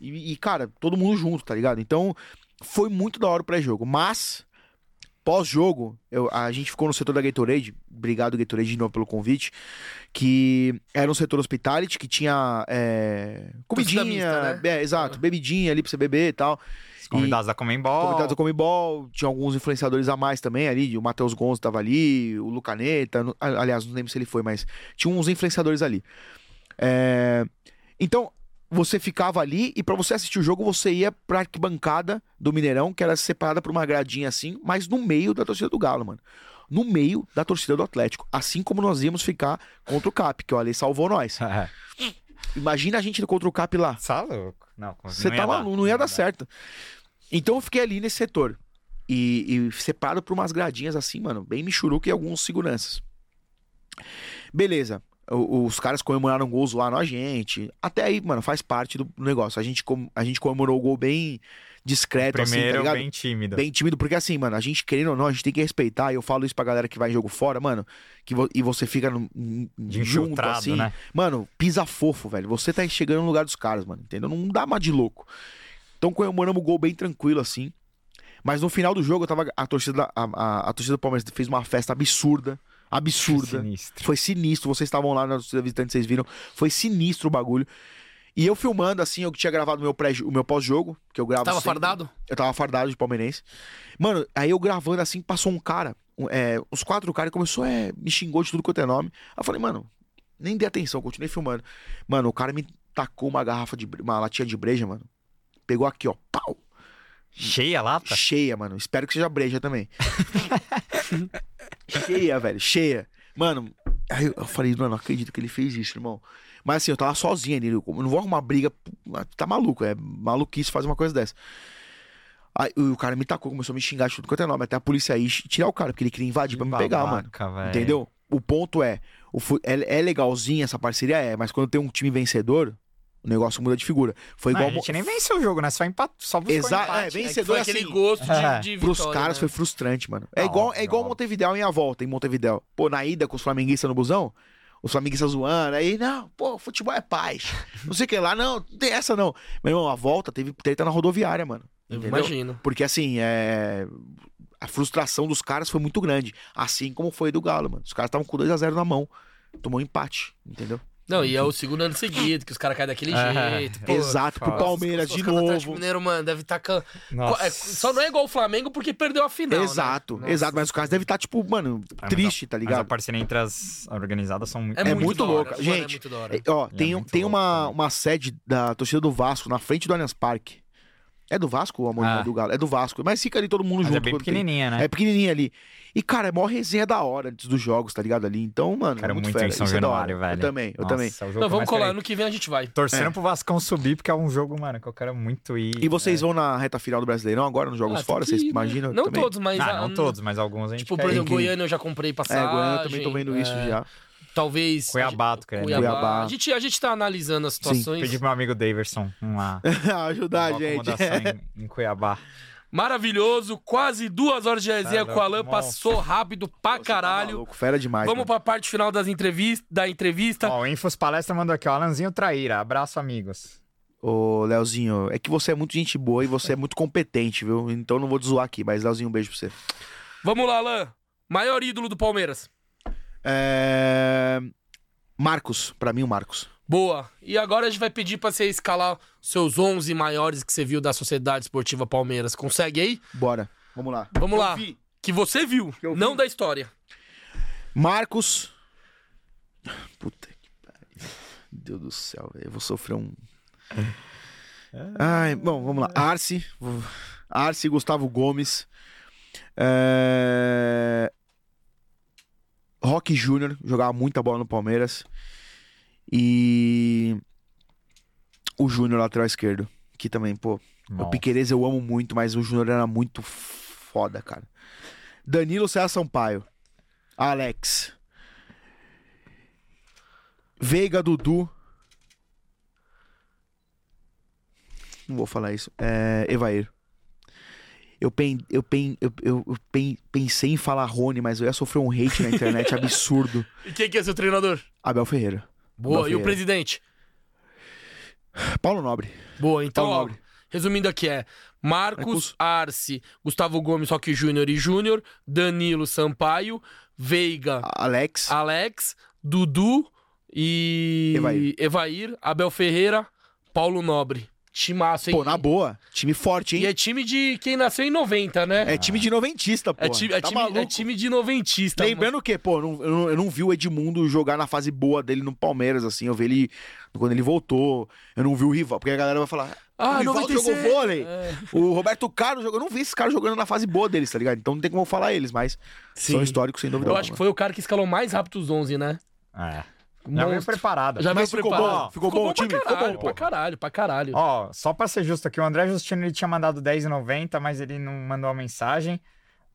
C: E, e, cara, todo mundo junto, tá ligado? Então, foi muito da hora o pré-jogo. Mas, pós-jogo, eu- a gente ficou no setor da Gatorade. Obrigado, Gatorade, de novo pelo convite. Que era um setor hospitality, que tinha é,
A: Torcida
C: comidinha.
A: mista, né? Uhum.
C: é, exato, bebidinha ali pra você beber e tal.
B: Os convidados da Comembol.
C: Convidados do Comebol, tinha alguns influenciadores a mais também ali, o Matheus Gonzo tava ali, o Lucaneta, no- a- aliás, não lembro se ele foi, mas tinha uns influenciadores ali. É, Então, você ficava ali e pra você assistir o jogo, você ia pra arquibancada do Mineirão, que era separada por uma gradinha assim, mas no meio da torcida do Galo, mano. No meio da torcida do Atlético. Assim como nós íamos ficar contra o Cap, que olha, ele
B: (laughs)
C: salvou nós. Imagina a gente contra o Cap lá.
B: É. Tá louco. Não,
C: Você
B: não
C: tá
B: ia dar.
C: maluco, não ia dar certo. Então eu fiquei ali nesse setor. E, e separado por umas gradinhas assim, mano, bem Michuruca e alguns seguranças. Beleza. O- os caras comemoraram gols zoaram a gente. Até aí, mano, faz parte do negócio. A gente, com- a gente comemorou o gol bem discreto, assim, tá
B: Primeiro,
C: ligado?
B: bem tímido.
C: Bem tímido, porque assim, mano, a gente querendo ou não, a gente tem que respeitar. E eu falo isso pra galera que vai em jogo fora, mano, que vo- e você fica no,
B: de
C: junto,
B: infiltrado,
C: assim.
B: né?
C: Mano, pisa fofo, velho. Você tá chegando no lugar dos caras, mano, entendeu? Não dá mais de louco. Então comemoramos o gol bem tranquilo, assim. Mas no final do jogo, eu tava. A torcida, da- a, a- a torcida do Palmeiras fez uma festa absurda. Absurda.
B: Sinistro.
C: Foi sinistro. Vocês estavam lá na torcida visitante, vocês viram. Foi sinistro o bagulho. E eu filmando, assim, eu que tinha gravado meu pré, o meu pós-jogo, que eu gravo.
A: Tava
C: sempre.
A: fardado?
C: Eu tava fardado de palmeirense. Mano, aí eu gravando assim, passou um cara, um, é, uns quatro caras, e começou, é, me xingou de tudo quanto é nome. Aí eu falei, mano, nem dei atenção, continuei filmando. Mano, o cara me tacou uma garrafa de, bre- uma latinha de breja, mano. Pegou aqui, ó, pau,
B: Cheia a lata?
C: cheia, mano. Espero que seja
B: (laughs)
C: breja também. cheia, velho, cheia. Mano, aí eu eu falei, mano, não acredito que ele fez isso, irmão. Mas assim, eu tava sozinho ali, eu não vou arrumar briga, tá maluco, é maluquice fazer uma coisa dessa. Aí o cara me tacou, começou a me xingar de tudo quanto é nome, até a polícia aí tirar o cara, porque ele queria invadir pra me pegar, mano.
B: Babaca, velho.
C: Entendeu? O ponto é, o fu- é, é legalzinha essa parceria, é, mas quando tem um time vencedor, o negócio muda de figura. Foi
B: Não,
C: igual.
B: a gente nem venceu o jogo, né? Só empatou. Só buscou
C: Exa-
B: empate. né?
C: é,
A: É que
C: vencedor
A: foi
C: é
A: aquele
C: assim.
A: gosto de,
B: É.
A: de
C: Pros
A: vitória,
C: caras
A: né?
C: foi frustrante, mano. É
B: Não,
C: igual, é igual
B: não.
C: Montevidéu em a volta, em Montevidéu. Pô, na ida com os flamenguistas no busão, os flamenguistas zoando, aí, não, pô, futebol
B: (laughs)
C: é paz. Não sei o que lá, não, não tem essa não. Meu irmão, a volta teve treta na rodoviária, mano.
A: Eu
C: Entendeu?
A: Imagino.
C: Porque assim, é... a frustração dos caras foi muito grande. Assim como foi do Galo, mano. Os caras estavam com 2 a 0 na mão. Tomou um empate, entendeu?
A: Não, e é o segundo ano seguido que os caras caem daquele
B: É.
A: jeito. pô.
C: Exato, pro
B: fala.
C: Palmeiras
A: Os
C: de
A: caras do Atlético
C: novo.
A: Mineiro, mano, deve estar. Tá
B: Nossa.
A: É, Só não é
C: tá
A: igual o Flamengo porque perdeu a final. né?
C: exato,
A: Nossa.
C: exato. Mas os caras devem estar, tipo, mano,
B: Ah, mas
C: triste, tá
B: Mas a
C: ligado?
B: parceria entre as organizadas são muito...
A: É,
C: É
A: muito,
C: muito
A: da hora,
C: louca.
A: mano,
C: Gente,
A: é muito da hora.
C: É, ó, tem,
B: muito
C: tem
B: louco,
C: uma,
B: né?
C: uma sede da torcida do Vasco na frente do Allianz Parque. É do Vasco, amor?
B: Ah.
C: É do Galo. É do Vasco. Mas fica ali todo mundo
B: Mas
C: junto.
B: é bem
C: quando tem.
B: pequenininha, né?
C: É pequenininha ali. E, cara, é mó resenha da hora antes dos jogos, tá ligado? Ali. Então, mano,
B: Quero
C: é muito,
B: muito
C: fera.
B: em São
C: Isso é da hora.
B: Januário, velho.
C: Eu também, eu
B: Nossa,
C: também.
B: é o jogo que
A: Não,
B: eu
A: Então, vamos
B: mais
A: colar,
B: quero
A: ano
B: ir.
A: que vem a gente vai.
B: Torcendo pro Vascão subir, porque é um jogo, mano, que é. eu quero muito ir.
C: E vocês vão na reta final do Brasileirão agora, nos jogos
A: Ah, tem
C: fora?
A: que
C: Vocês
A: ir, né?
C: imaginam?
A: Não
C: também?
A: todos, mas.
B: Ah,
A: a- um,
B: não todos, mas alguns a gente
A: Tipo,
B: quer
A: por
B: ir.
A: exemplo,
C: que-
A: Goiânia eu já comprei
C: É,
A: passagem.
C: Goiânia, eu também tô vendo isso
A: é,
C: já. (laughs)
A: Talvez.
B: Cuiabá, tu quer, né?
A: Cuiabá.
C: Cuiabá.
A: A, gente, a gente tá analisando as situações.
B: Pedir pro meu amigo Daverson
C: (laughs)
B: uma,
C: Ajudar a
B: uma
C: gente. (laughs) é.
B: acomodação em, em Cuiabá.
A: Maravilhoso, quase duas horas de resenha
B: Tá
A: com o Alan.
B: louco,
A: Passou rápido
B: Ah,
A: pra caralho.
C: Louco, tá fera demais.
A: Vamos
C: mano.
A: pra parte final das entrevistas, da entrevista.
B: Ó, o Infos Palestra mandou aqui, ó, Alanzinho Traíra. Abraço, amigos.
C: Ô, Leozinho, é que você é muito gente boa e você é muito competente, viu? Então não vou te zoar aqui, mas Leozinho, um beijo pra você.
A: Vamos lá, Alan. Maior ídolo do Palmeiras.
C: É... Marcos, pra mim o Marcos.
A: Boa. E agora a gente vai pedir pra você escalar seus 11 maiores que você viu da Sociedade Esportiva Palmeiras. Consegue aí?
C: Bora. Vamos lá.
A: Vamos
C: Eu
A: lá.
C: vi.
A: Que você viu,
C: eu vi.
A: não da história.
C: Marcos. Puta que pariu. Deus do céu, velho. Eu vou sofrer um. Ai, bom, vamos lá. Arce. vou- Arce Gustavo Gomes. É... Rock Júnior. Jogava muita bola no Palmeiras. E. O Júnior lateral esquerdo. Que também, pô. O
B: Bom.
C: Piqueires eu amo muito, mas o Júnior era muito foda, cara. Danilo César Sampaio. Alex. Veiga Dudu. Não vou falar isso. É, Evair. Eu, pen, eu, pen, eu, eu, eu pen- pensei em falar Rony, mas eu ia sofrer um hate na
A: (laughs)
C: internet absurdo.
A: E quem que é seu treinador?
C: Abel Ferreira.
A: Boa.
C: Abel
A: E o
C: Ferreira.
A: presidente?
C: Paulo Nobre.
A: Boa. Então,
C: Paulo
A: ó,
C: Nobre.
A: resumindo aqui é Marcos, Arce, Gustavo Gomes, Roque Júnior e Júnior, Danilo Sampaio, Veiga,
C: Alex.
A: Ah, Alex, Dudu e
C: Evair.
A: Evair, Abel Ferreira, Paulo Nobre. Timaço, hein?
C: Pô, na boa. Time forte,
A: E
C: hein?
A: é time de quem nasceu em 90, né?
C: É time de noventista, pô.
A: É time, é
C: tá
A: time,
C: maluco?
A: é time de noventista. mano.
C: Lembrando que, pô, eu não- eu não, eu não vi o Edmundo jogar na fase boa dele no Palmeiras, assim. Eu vi ele quando ele voltou. Eu não vi o Rival, porque a galera vai falar.
A: Ah,
C: o Rival
A: 96.
C: jogou vôlei.
A: É.
C: O Roberto Carlos jogou. Eu não vi esse cara jogando na fase boa deles, tá ligado? Então não tem como eu falar eles, mas
A: Sim.
C: são é históricos sem dúvida
A: Eu acho que foi o cara que escalou mais rápido os 11, né?
B: É. Já veio
A: Monstro.
B: preparado.
A: Já veio
C: Mas ficou
A: preparado.
C: bom, ficou bom o time?
A: Pra
C: Ficou
A: caralho,
C: bom,
A: pra
C: pô.
A: caralho, pra caralho.
B: Ó, só pra ser justo aqui, o André Justino ele tinha mandado 10,90, mas ele não mandou a mensagem.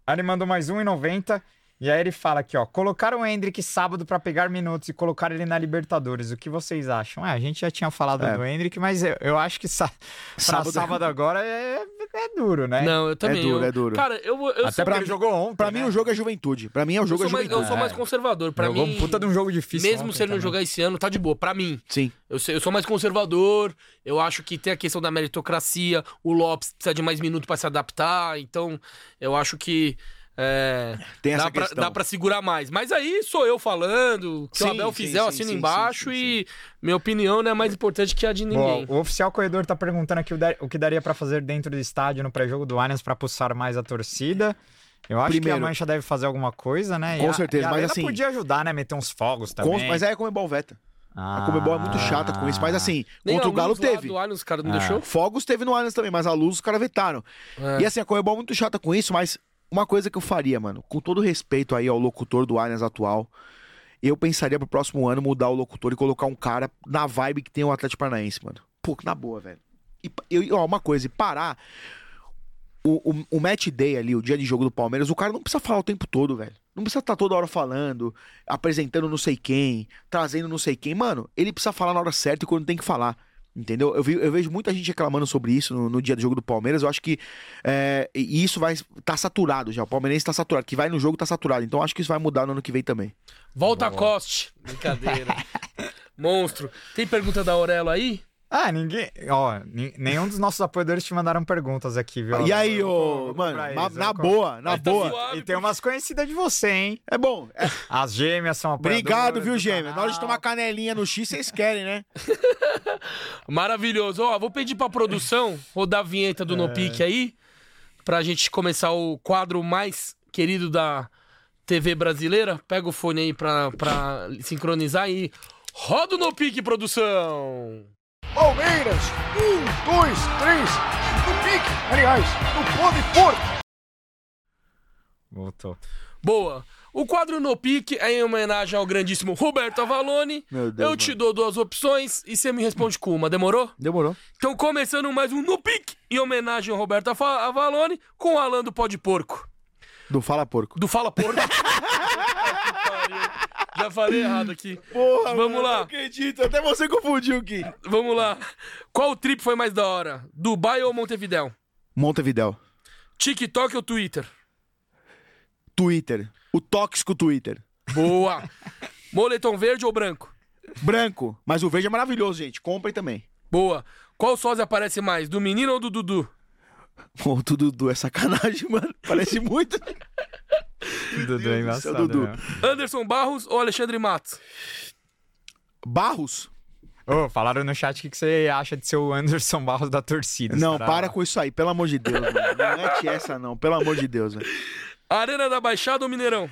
B: Aí ele mandou mais 1,90. E aí ele fala aqui, ó. Colocaram o Hendrick sábado pra pegar minutos e colocar ele na Libertadores. O que vocês acham? Ah, a gente já tinha falado
C: É.
B: do Hendrick, mas eu, eu acho que sa pra sábado,
C: Sábado-
B: agora é, é duro, né?
A: Não, eu também.
C: duro,
A: eu-
C: é duro.
A: Cara, eu, vou- eu
B: Até
A: sou,
B: porque ele jogou ontem.
C: Pra mim,
B: né?
C: o jogo é juventude. Pra mim, é o
A: eu
C: jogo é
A: sou mais, eu
C: juventude.
A: sou mais
B: É.
A: conservador. Pra
B: Jogou
A: mim,
B: um puta de um jogo difícil.
A: mesmo se ele não jogar esse ano, tá de boa. Pra mim,
C: Sim.
A: eu, sei- eu sou mais conservador. Eu acho que tem a questão da meritocracia. O Lopes precisa de mais minuto pra se adaptar. Então, eu acho que. é,
C: Tem essa
A: dá, pra,
C: questão.
A: dá pra segurar mais. Mas aí sou eu falando. O que o
C: Sim,
A: Abel
C: sim,
A: fizer, eu
C: sim,
A: assino
C: sim,
A: embaixo
C: sim, sim,
A: e minha opinião não é mais importante que a de ninguém.
B: Bom, o oficial corredor tá perguntando aqui o, da- o que daria pra fazer dentro do estádio no pré-jogo do Allianz pra pulsar mais a torcida. Eu acho que
C: Primeiro.
B: a Mancha deve fazer alguma coisa, né? E
C: Com
B: a-
C: certeza,
B: e a
C: mas
B: Arena
C: assim-
B: podia ajudar, né? Meter uns fogos
C: Com-
B: também.
C: Mas aí é Comebol veta.
B: Ah.
C: A Comebol é muito chata com isso. Mas assim,
A: Nem
C: contra o
A: a
C: Galo
A: luz lá
C: teve.
A: Do Allianz, cara, não
B: Ah.
A: deixou?
C: É. Fogos teve no Allianz também, mas a luz os caras vetaram.
A: É.
C: E assim, a Comebol é muito chata com isso, mas uma coisa que eu faria, mano, com todo respeito aí ao locutor do Allianz atual, eu pensaria pro próximo ano mudar o locutor e colocar um cara na vibe que tem o Atlético Paranaense, mano. Pô, na boa, velho. E pa- eu, ó, uma coisa, e parar. O, o, o match day ali, o dia de jogo do Palmeiras, o cara não precisa falar o tempo todo, velho. Não precisa estar toda hora falando, apresentando não sei quem, trazendo não sei quem. Mano, ele precisa falar na hora certa e quando tem que falar. Entendeu? Eu, vi- eu vejo muita gente reclamando sobre isso no, no dia do jogo do Palmeiras. Eu acho que é, e isso vai tá saturado já. O Palmeirense tá saturado. Que vai no jogo tá saturado. Então acho que isso vai mudar no ano que vem também.
A: Volta Coste. Brincadeira. (laughs) Monstro. Tem pergunta da Aurelo aí?
B: Ah, ninguém. Ó, ni- nenhum dos nossos apoiadores te mandaram perguntas aqui, viu?
C: e aí,
B: Eu vou-
C: ô,
B: vou
C: mano,
B: pra
C: na,
B: eles, eu
C: na
B: vou-
C: boa, na
A: né, Mas tá
C: boa.
A: zoado.
B: E tem umas conhecidas de você, hein?
C: É bom. É,
B: As gêmeas são apoiadoras.
C: obrigado, viu,
B: do
C: gêmeo? Na hora de
B: canal.
C: tomar canelinha no X, vocês querem, né?
A: Maravilhoso. Ó, vou pedir pra produção rodar a vinheta
C: É.
A: do Nopic aí, pra gente começar o quadro mais querido da TV brasileira. Pega o fone aí pra, pra sincronizar e roda o Nopic, produção!
F: Palmeiras, um, dois, três, no pique, aliás, no pôde por.
B: Voltou.
A: Boa. O quadro No Pique é em homenagem ao grandíssimo Roberto Avalone.
C: Meu Deus,
A: Eu te
C: mano.
A: dou duas opções e você me responde com uma, demorou?
C: Demorou.
A: Então, começando mais um No Pique em homenagem ao Roberto Afa- Avalone com o Alan do Pó de Porco.
C: Do Fala Porco.
A: Do Fala Porco. (laughs) Que pariu. Já falei errado aqui.
C: Porra,
A: Vamos mano, lá. não
C: acredito. Até você confundiu, Gui.
A: Vamos lá. Qual trip foi mais da hora? Dubai ou Montevidéu?
C: Montevidéu.
A: TikTok ou Twitter?
C: Twitter. O tóxico Twitter.
A: Boa. Moletom verde ou branco?
C: Branco. Mas o verde é maravilhoso, gente. Comprem também.
A: Boa. Qual sósia aparece mais, do menino ou do Dudu?
C: Pô, tu Dudu é sacanagem, (laughs) mano. Parece muito.
B: Dudu é
C: do céu,
B: engraçado.
C: Dudu.
B: né?
A: Anderson Barros ou Alexandre Matos?
C: Barros.
B: Ô, falaram no chat o que que você acha de ser o Anderson Barros da torcida.
C: Não,
B: Será?
C: para com isso aí, pelo amor de Deus, mano. Não mete essa, não, pelo amor de Deus, velho.
A: Arena da Baixada ou Mineirão?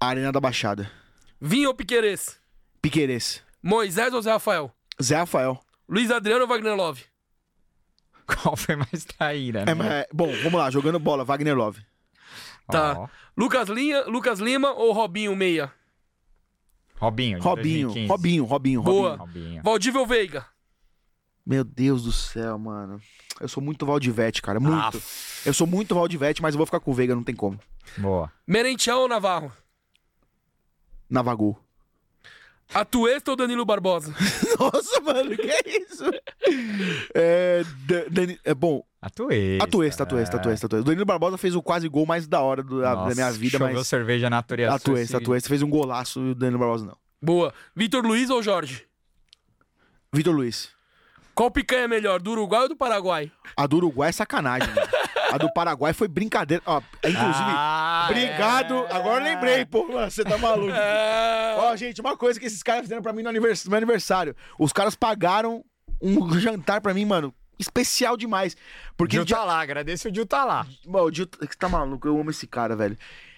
C: Arena da Baixada.
A: Vinho ou Piquerez?
C: Piqueires.
A: Moisés ou Zé Rafael?
C: Zé Rafael.
A: Luiz Adriano ou Wagner Love?
B: (laughs) Qual foi mais traíra, né?
C: É, mas é- bom, vamos lá, jogando bola, Wagner Love.
B: Ó,
A: Tá. Lucas, Linha, Lucas Lima ou Robinho Meia?
B: Robinho. de
C: Robinho,
B: 2015.
C: Robinho, Robinho,
A: Boa.
C: Robinho.
B: Robinho.
A: Valdívia ou Veiga?
C: Meu Deus do céu, mano. Eu sou muito Valdivete, cara, muito. Eu sou muito Valdivete, mas eu vou ficar com o Veiga, não tem como.
B: Boa.
A: Merentiel ou Navarro?
C: Navagol.
A: Atuesta ou Danilo Barbosa?
C: (laughs) Nossa, mano, que é isso? É, Dan- Dani- é, bom,
B: Atuei.
C: Atuesta, Atuesta, Atuesta, Atuesta. O Danilo Barbosa fez o quase gol mais da hora tá do- da, da minha vida,
B: choveu
C: mas.
B: cerveja na Atuesta.
C: Atuesta, Atuesta fez um golaço e o Danilo Barbosa não.
A: Boa. Vitor Luiz ou Jorge?
C: Vitor Luiz.
A: Qual picanha é melhor, do Uruguai ou do Paraguai?
C: A do Uruguai é sacanagem, mano. A do Paraguai foi brincadeira. Ó, é, inclusive,
B: Ah,
C: obrigado.
B: é.
C: Agora eu lembrei, pô, mano, você tá maluco. (laughs)
A: É...
C: Ó, gente, uma coisa que esses caras fizeram pra mim no, anivers- no meu aniversário. Os caras pagaram um jantar pra mim, mano, especial demais.
B: O
C: Porque
B: Gil
C: dia...
B: tá lá, agradeço o Gil tá lá.
C: Mano, o Gil- Você tá maluco, eu amo esse cara, velho.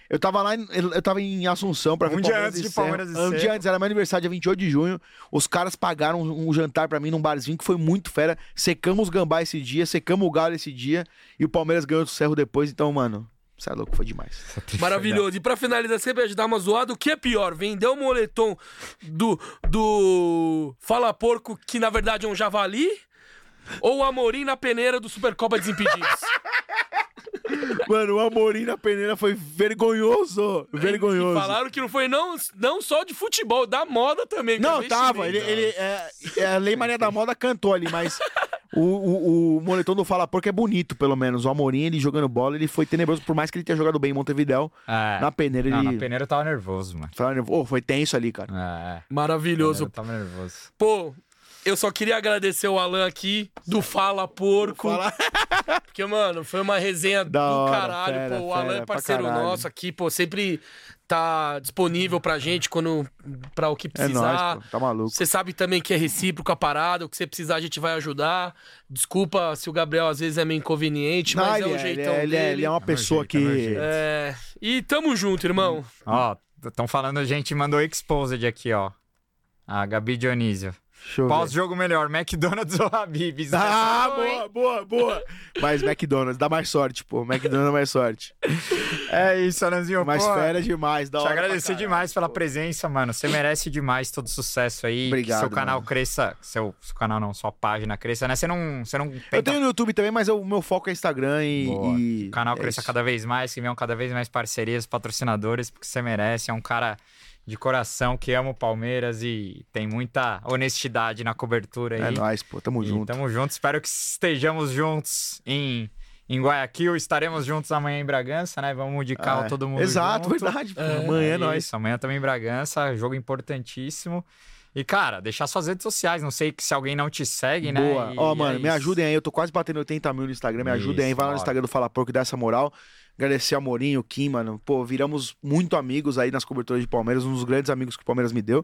C: Eu tava lá, em- eu tava em Assunção pra
B: Um
C: ver
B: dia antes de Palmeiras e
C: Serra. Um
B: Serra.
C: dia antes, era meu aniversário, dia 28 de junho. Os caras pagaram um um jantar pra mim num barzinho que foi muito fera. Secamos os gambá esse dia, secamos o galo esse dia. E o Palmeiras ganhou do Cerro depois, então, mano, você é louco, foi demais.
B: (laughs)
A: Maravilhoso. E pra finalizar, sempre ajudar uma zoada, o que é pior? Vender o moletom do, do Fala Porco, que na verdade é um javali? Ou o Amorim na peneira do Supercopa
C: (laughs)
A: Desimpedidos?
C: Mano, o Amorim na peneira foi vergonhoso.
A: E
C: Vergonhoso.
A: falaram que não foi não, não só de futebol, da moda também. que é
C: Não,
A: investimento.
C: tava. Ele, ele- é, é, a Lei Maria da Moda cantou ali, mas o, o, o moletom do Fala Porco é bonito, pelo menos. O Amorim, ele jogando bola, ele foi tenebroso, por mais que ele tenha jogado bem em Montevidéu.
B: É.
C: Na peneira,
B: Não, na
C: ele.
B: peneira eu tava nervoso, mano.
C: Falaram, "Ô, foi tenso ali, cara.
B: É, é.
A: Maravilhoso.
B: Eu tava nervoso.
A: Pô, eu só queria agradecer o Alan aqui, do Fala Porco.
C: Fala-
A: (laughs) Porque, mano, foi uma resenha
C: Da
A: do
C: hora,
A: caralho.
C: fera,
A: pô, o
C: fera,
A: Alan é
C: pra
A: parceiro
C: caralho.
A: nosso aqui, pô, sempre tá disponível pra gente quando pra o que
C: É
A: precisar.
C: nóis, pô. Tá maluco.
A: Você sabe também que é recíproco a parada, o que você precisar a gente vai ajudar. Desculpa se o Gabriel às vezes é meio inconveniente,
C: Não,
A: mas
C: ele,
A: é o
C: é, ele,
A: jeitão
C: é, ele, é,
A: dele.
C: ele é uma pessoa
B: jeito, é meu
C: que.
B: jeito.
A: É, E tamo junto, irmão.
B: Ó, estão falando, gente mandou Exposed aqui, ó. A Gabi Dionísio.
C: Deixa eu ver.
B: Pós-jogo melhor, McDonald's (laughs) ou Habib's?
C: Ah, boa, boa, boa. Mas McDonald's, dá mais sorte, pô. McDonald's dá mais sorte.
B: É isso, Alanzinho.
C: Mas
B: pô,
C: fera demais, da
B: Te
C: hora. pra
B: agradecer
C: caralho.
B: demais pela presença, mano. Você merece demais todo sucesso aí.
C: Obrigado,
B: Que seu canal
C: mano.
B: cresça. Seu, seu canal não, sua página cresça, né? Você não, você não
C: Eu
B: tenta-
C: tenho no YouTube também, mas o meu foco é Instagram e.
B: Boa.
C: e-
B: O canal
C: é
B: cresça
C: isso.
B: cada vez mais, que venham cada vez mais parcerias, patrocinadores, porque você merece. É um cara de coração que ama o Palmeiras e tem muita honestidade na cobertura aí.
C: É nóis, pô. Tamo
B: E
C: junto.
B: Tamo junto. Espero que estejamos juntos em, em Guayaquil. Estaremos juntos amanhã em Bragança, né? Vamos de carro
C: É.
B: todo mundo
C: Exato,
B: junto.
C: verdade. pô. Amanhã é
B: Isso,
C: nóis.
B: Amanhã também em Bragança, jogo importantíssimo. E, cara, deixar suas redes sociais. Não sei que se alguém não te segue, né?
C: Boa.
B: E-
C: Ó,
B: e
C: mano,
B: é
C: me
B: isso.
C: ajudem aí. Eu tô quase batendo 80 mil no Instagram. Me ajudem aí.
B: Isso,
C: Vai lá no
B: bora.
C: Instagram do Fala Porco e dá essa moral. Agradecer ao Morinho, o Kim, mano. Pô, viramos muito amigos aí nas coberturas de Palmeiras. Um dos grandes amigos que o Palmeiras me deu.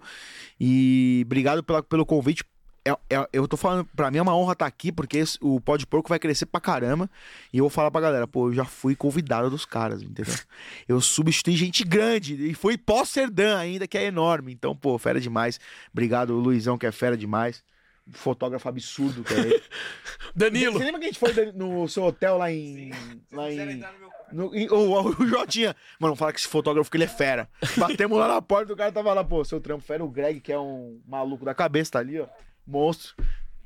C: E obrigado pela, pelo convite. É- é- eu tô falando, pra mim é uma honra estar aqui, porque esse- o Pó de Porco vai crescer pra caramba. E eu vou falar pra galera, pô, eu já fui convidado dos
B: (laughs)
C: caras, entendeu? Eu substituí gente grande e fui pós-Serdã ainda, que é enorme. Então, pô, fera demais. Obrigado, Luizão, que é fera demais. Fotógrafo absurdo, cara.
A: Danilo.
C: Você lembra que a gente foi da- no seu hotel lá em. lá em. no- em- o, o Jotinha. Mano, fala que esse fotógrafo que ele é fera. Batemos lá na porta, o cara tava lá, pô, seu trampo fera, o Greg, que é um maluco da cabeça, tá ali, ó. Monstro.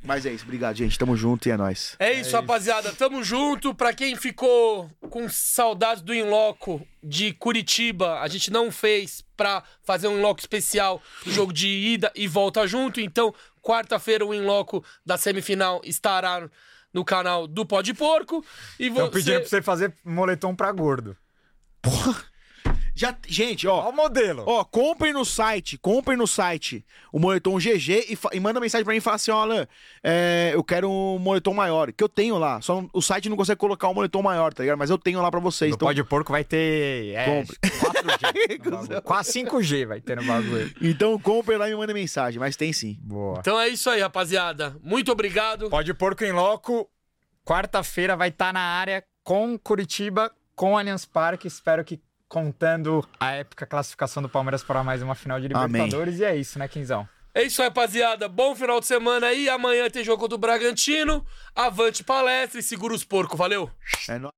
C: Mas é isso, obrigado, gente. Tamo junto e é nóis.
A: É isso, rapaziada. Tamo junto. Pra quem ficou com saudades do Inloco de Curitiba, a gente não fez pra fazer um Inloco especial do jogo de ida e volta junto. Então, quarta-feira, o Inloco da semifinal estará no canal do Pó de Porco. E
B: Estão
A: você...
B: pedindo pra você fazer moletom pra gordo.
C: Já, gente, ó.
B: Olha o modelo.
C: Ó, comprem no site, comprem no site o moletom GG e, fa- e manda mensagem pra mim e fala assim, ó, Alan, é, eu quero um moletom maior, que eu tenho lá. Só não- o site não consegue colocar um moletom maior, tá ligado? Mas eu tenho lá pra vocês.
B: No
C: Então, (laughs)
B: Pode Porco vai ter é,
C: Compre.
B: 4G. no
C: (laughs)
B: bagulho. Quase 5G vai ter no bagulho.
C: então comprem lá e me mandem mensagem, mas tem sim.
B: Boa.
A: Então é isso aí, rapaziada. Muito obrigado.
B: Pode Porco em Loco, quarta-feira vai estar na área com Curitiba, com Allianz Parque. Espero que contando a épica classificação do Palmeiras para mais uma final de
C: Amém.
B: Libertadores. E é isso, né, Quinzão?
A: É isso aí, rapaziada. Bom final de semana aí. Amanhã tem jogo contra o Bragantino. Avante palestra e segura os porcos. Valeu!
C: É nóis.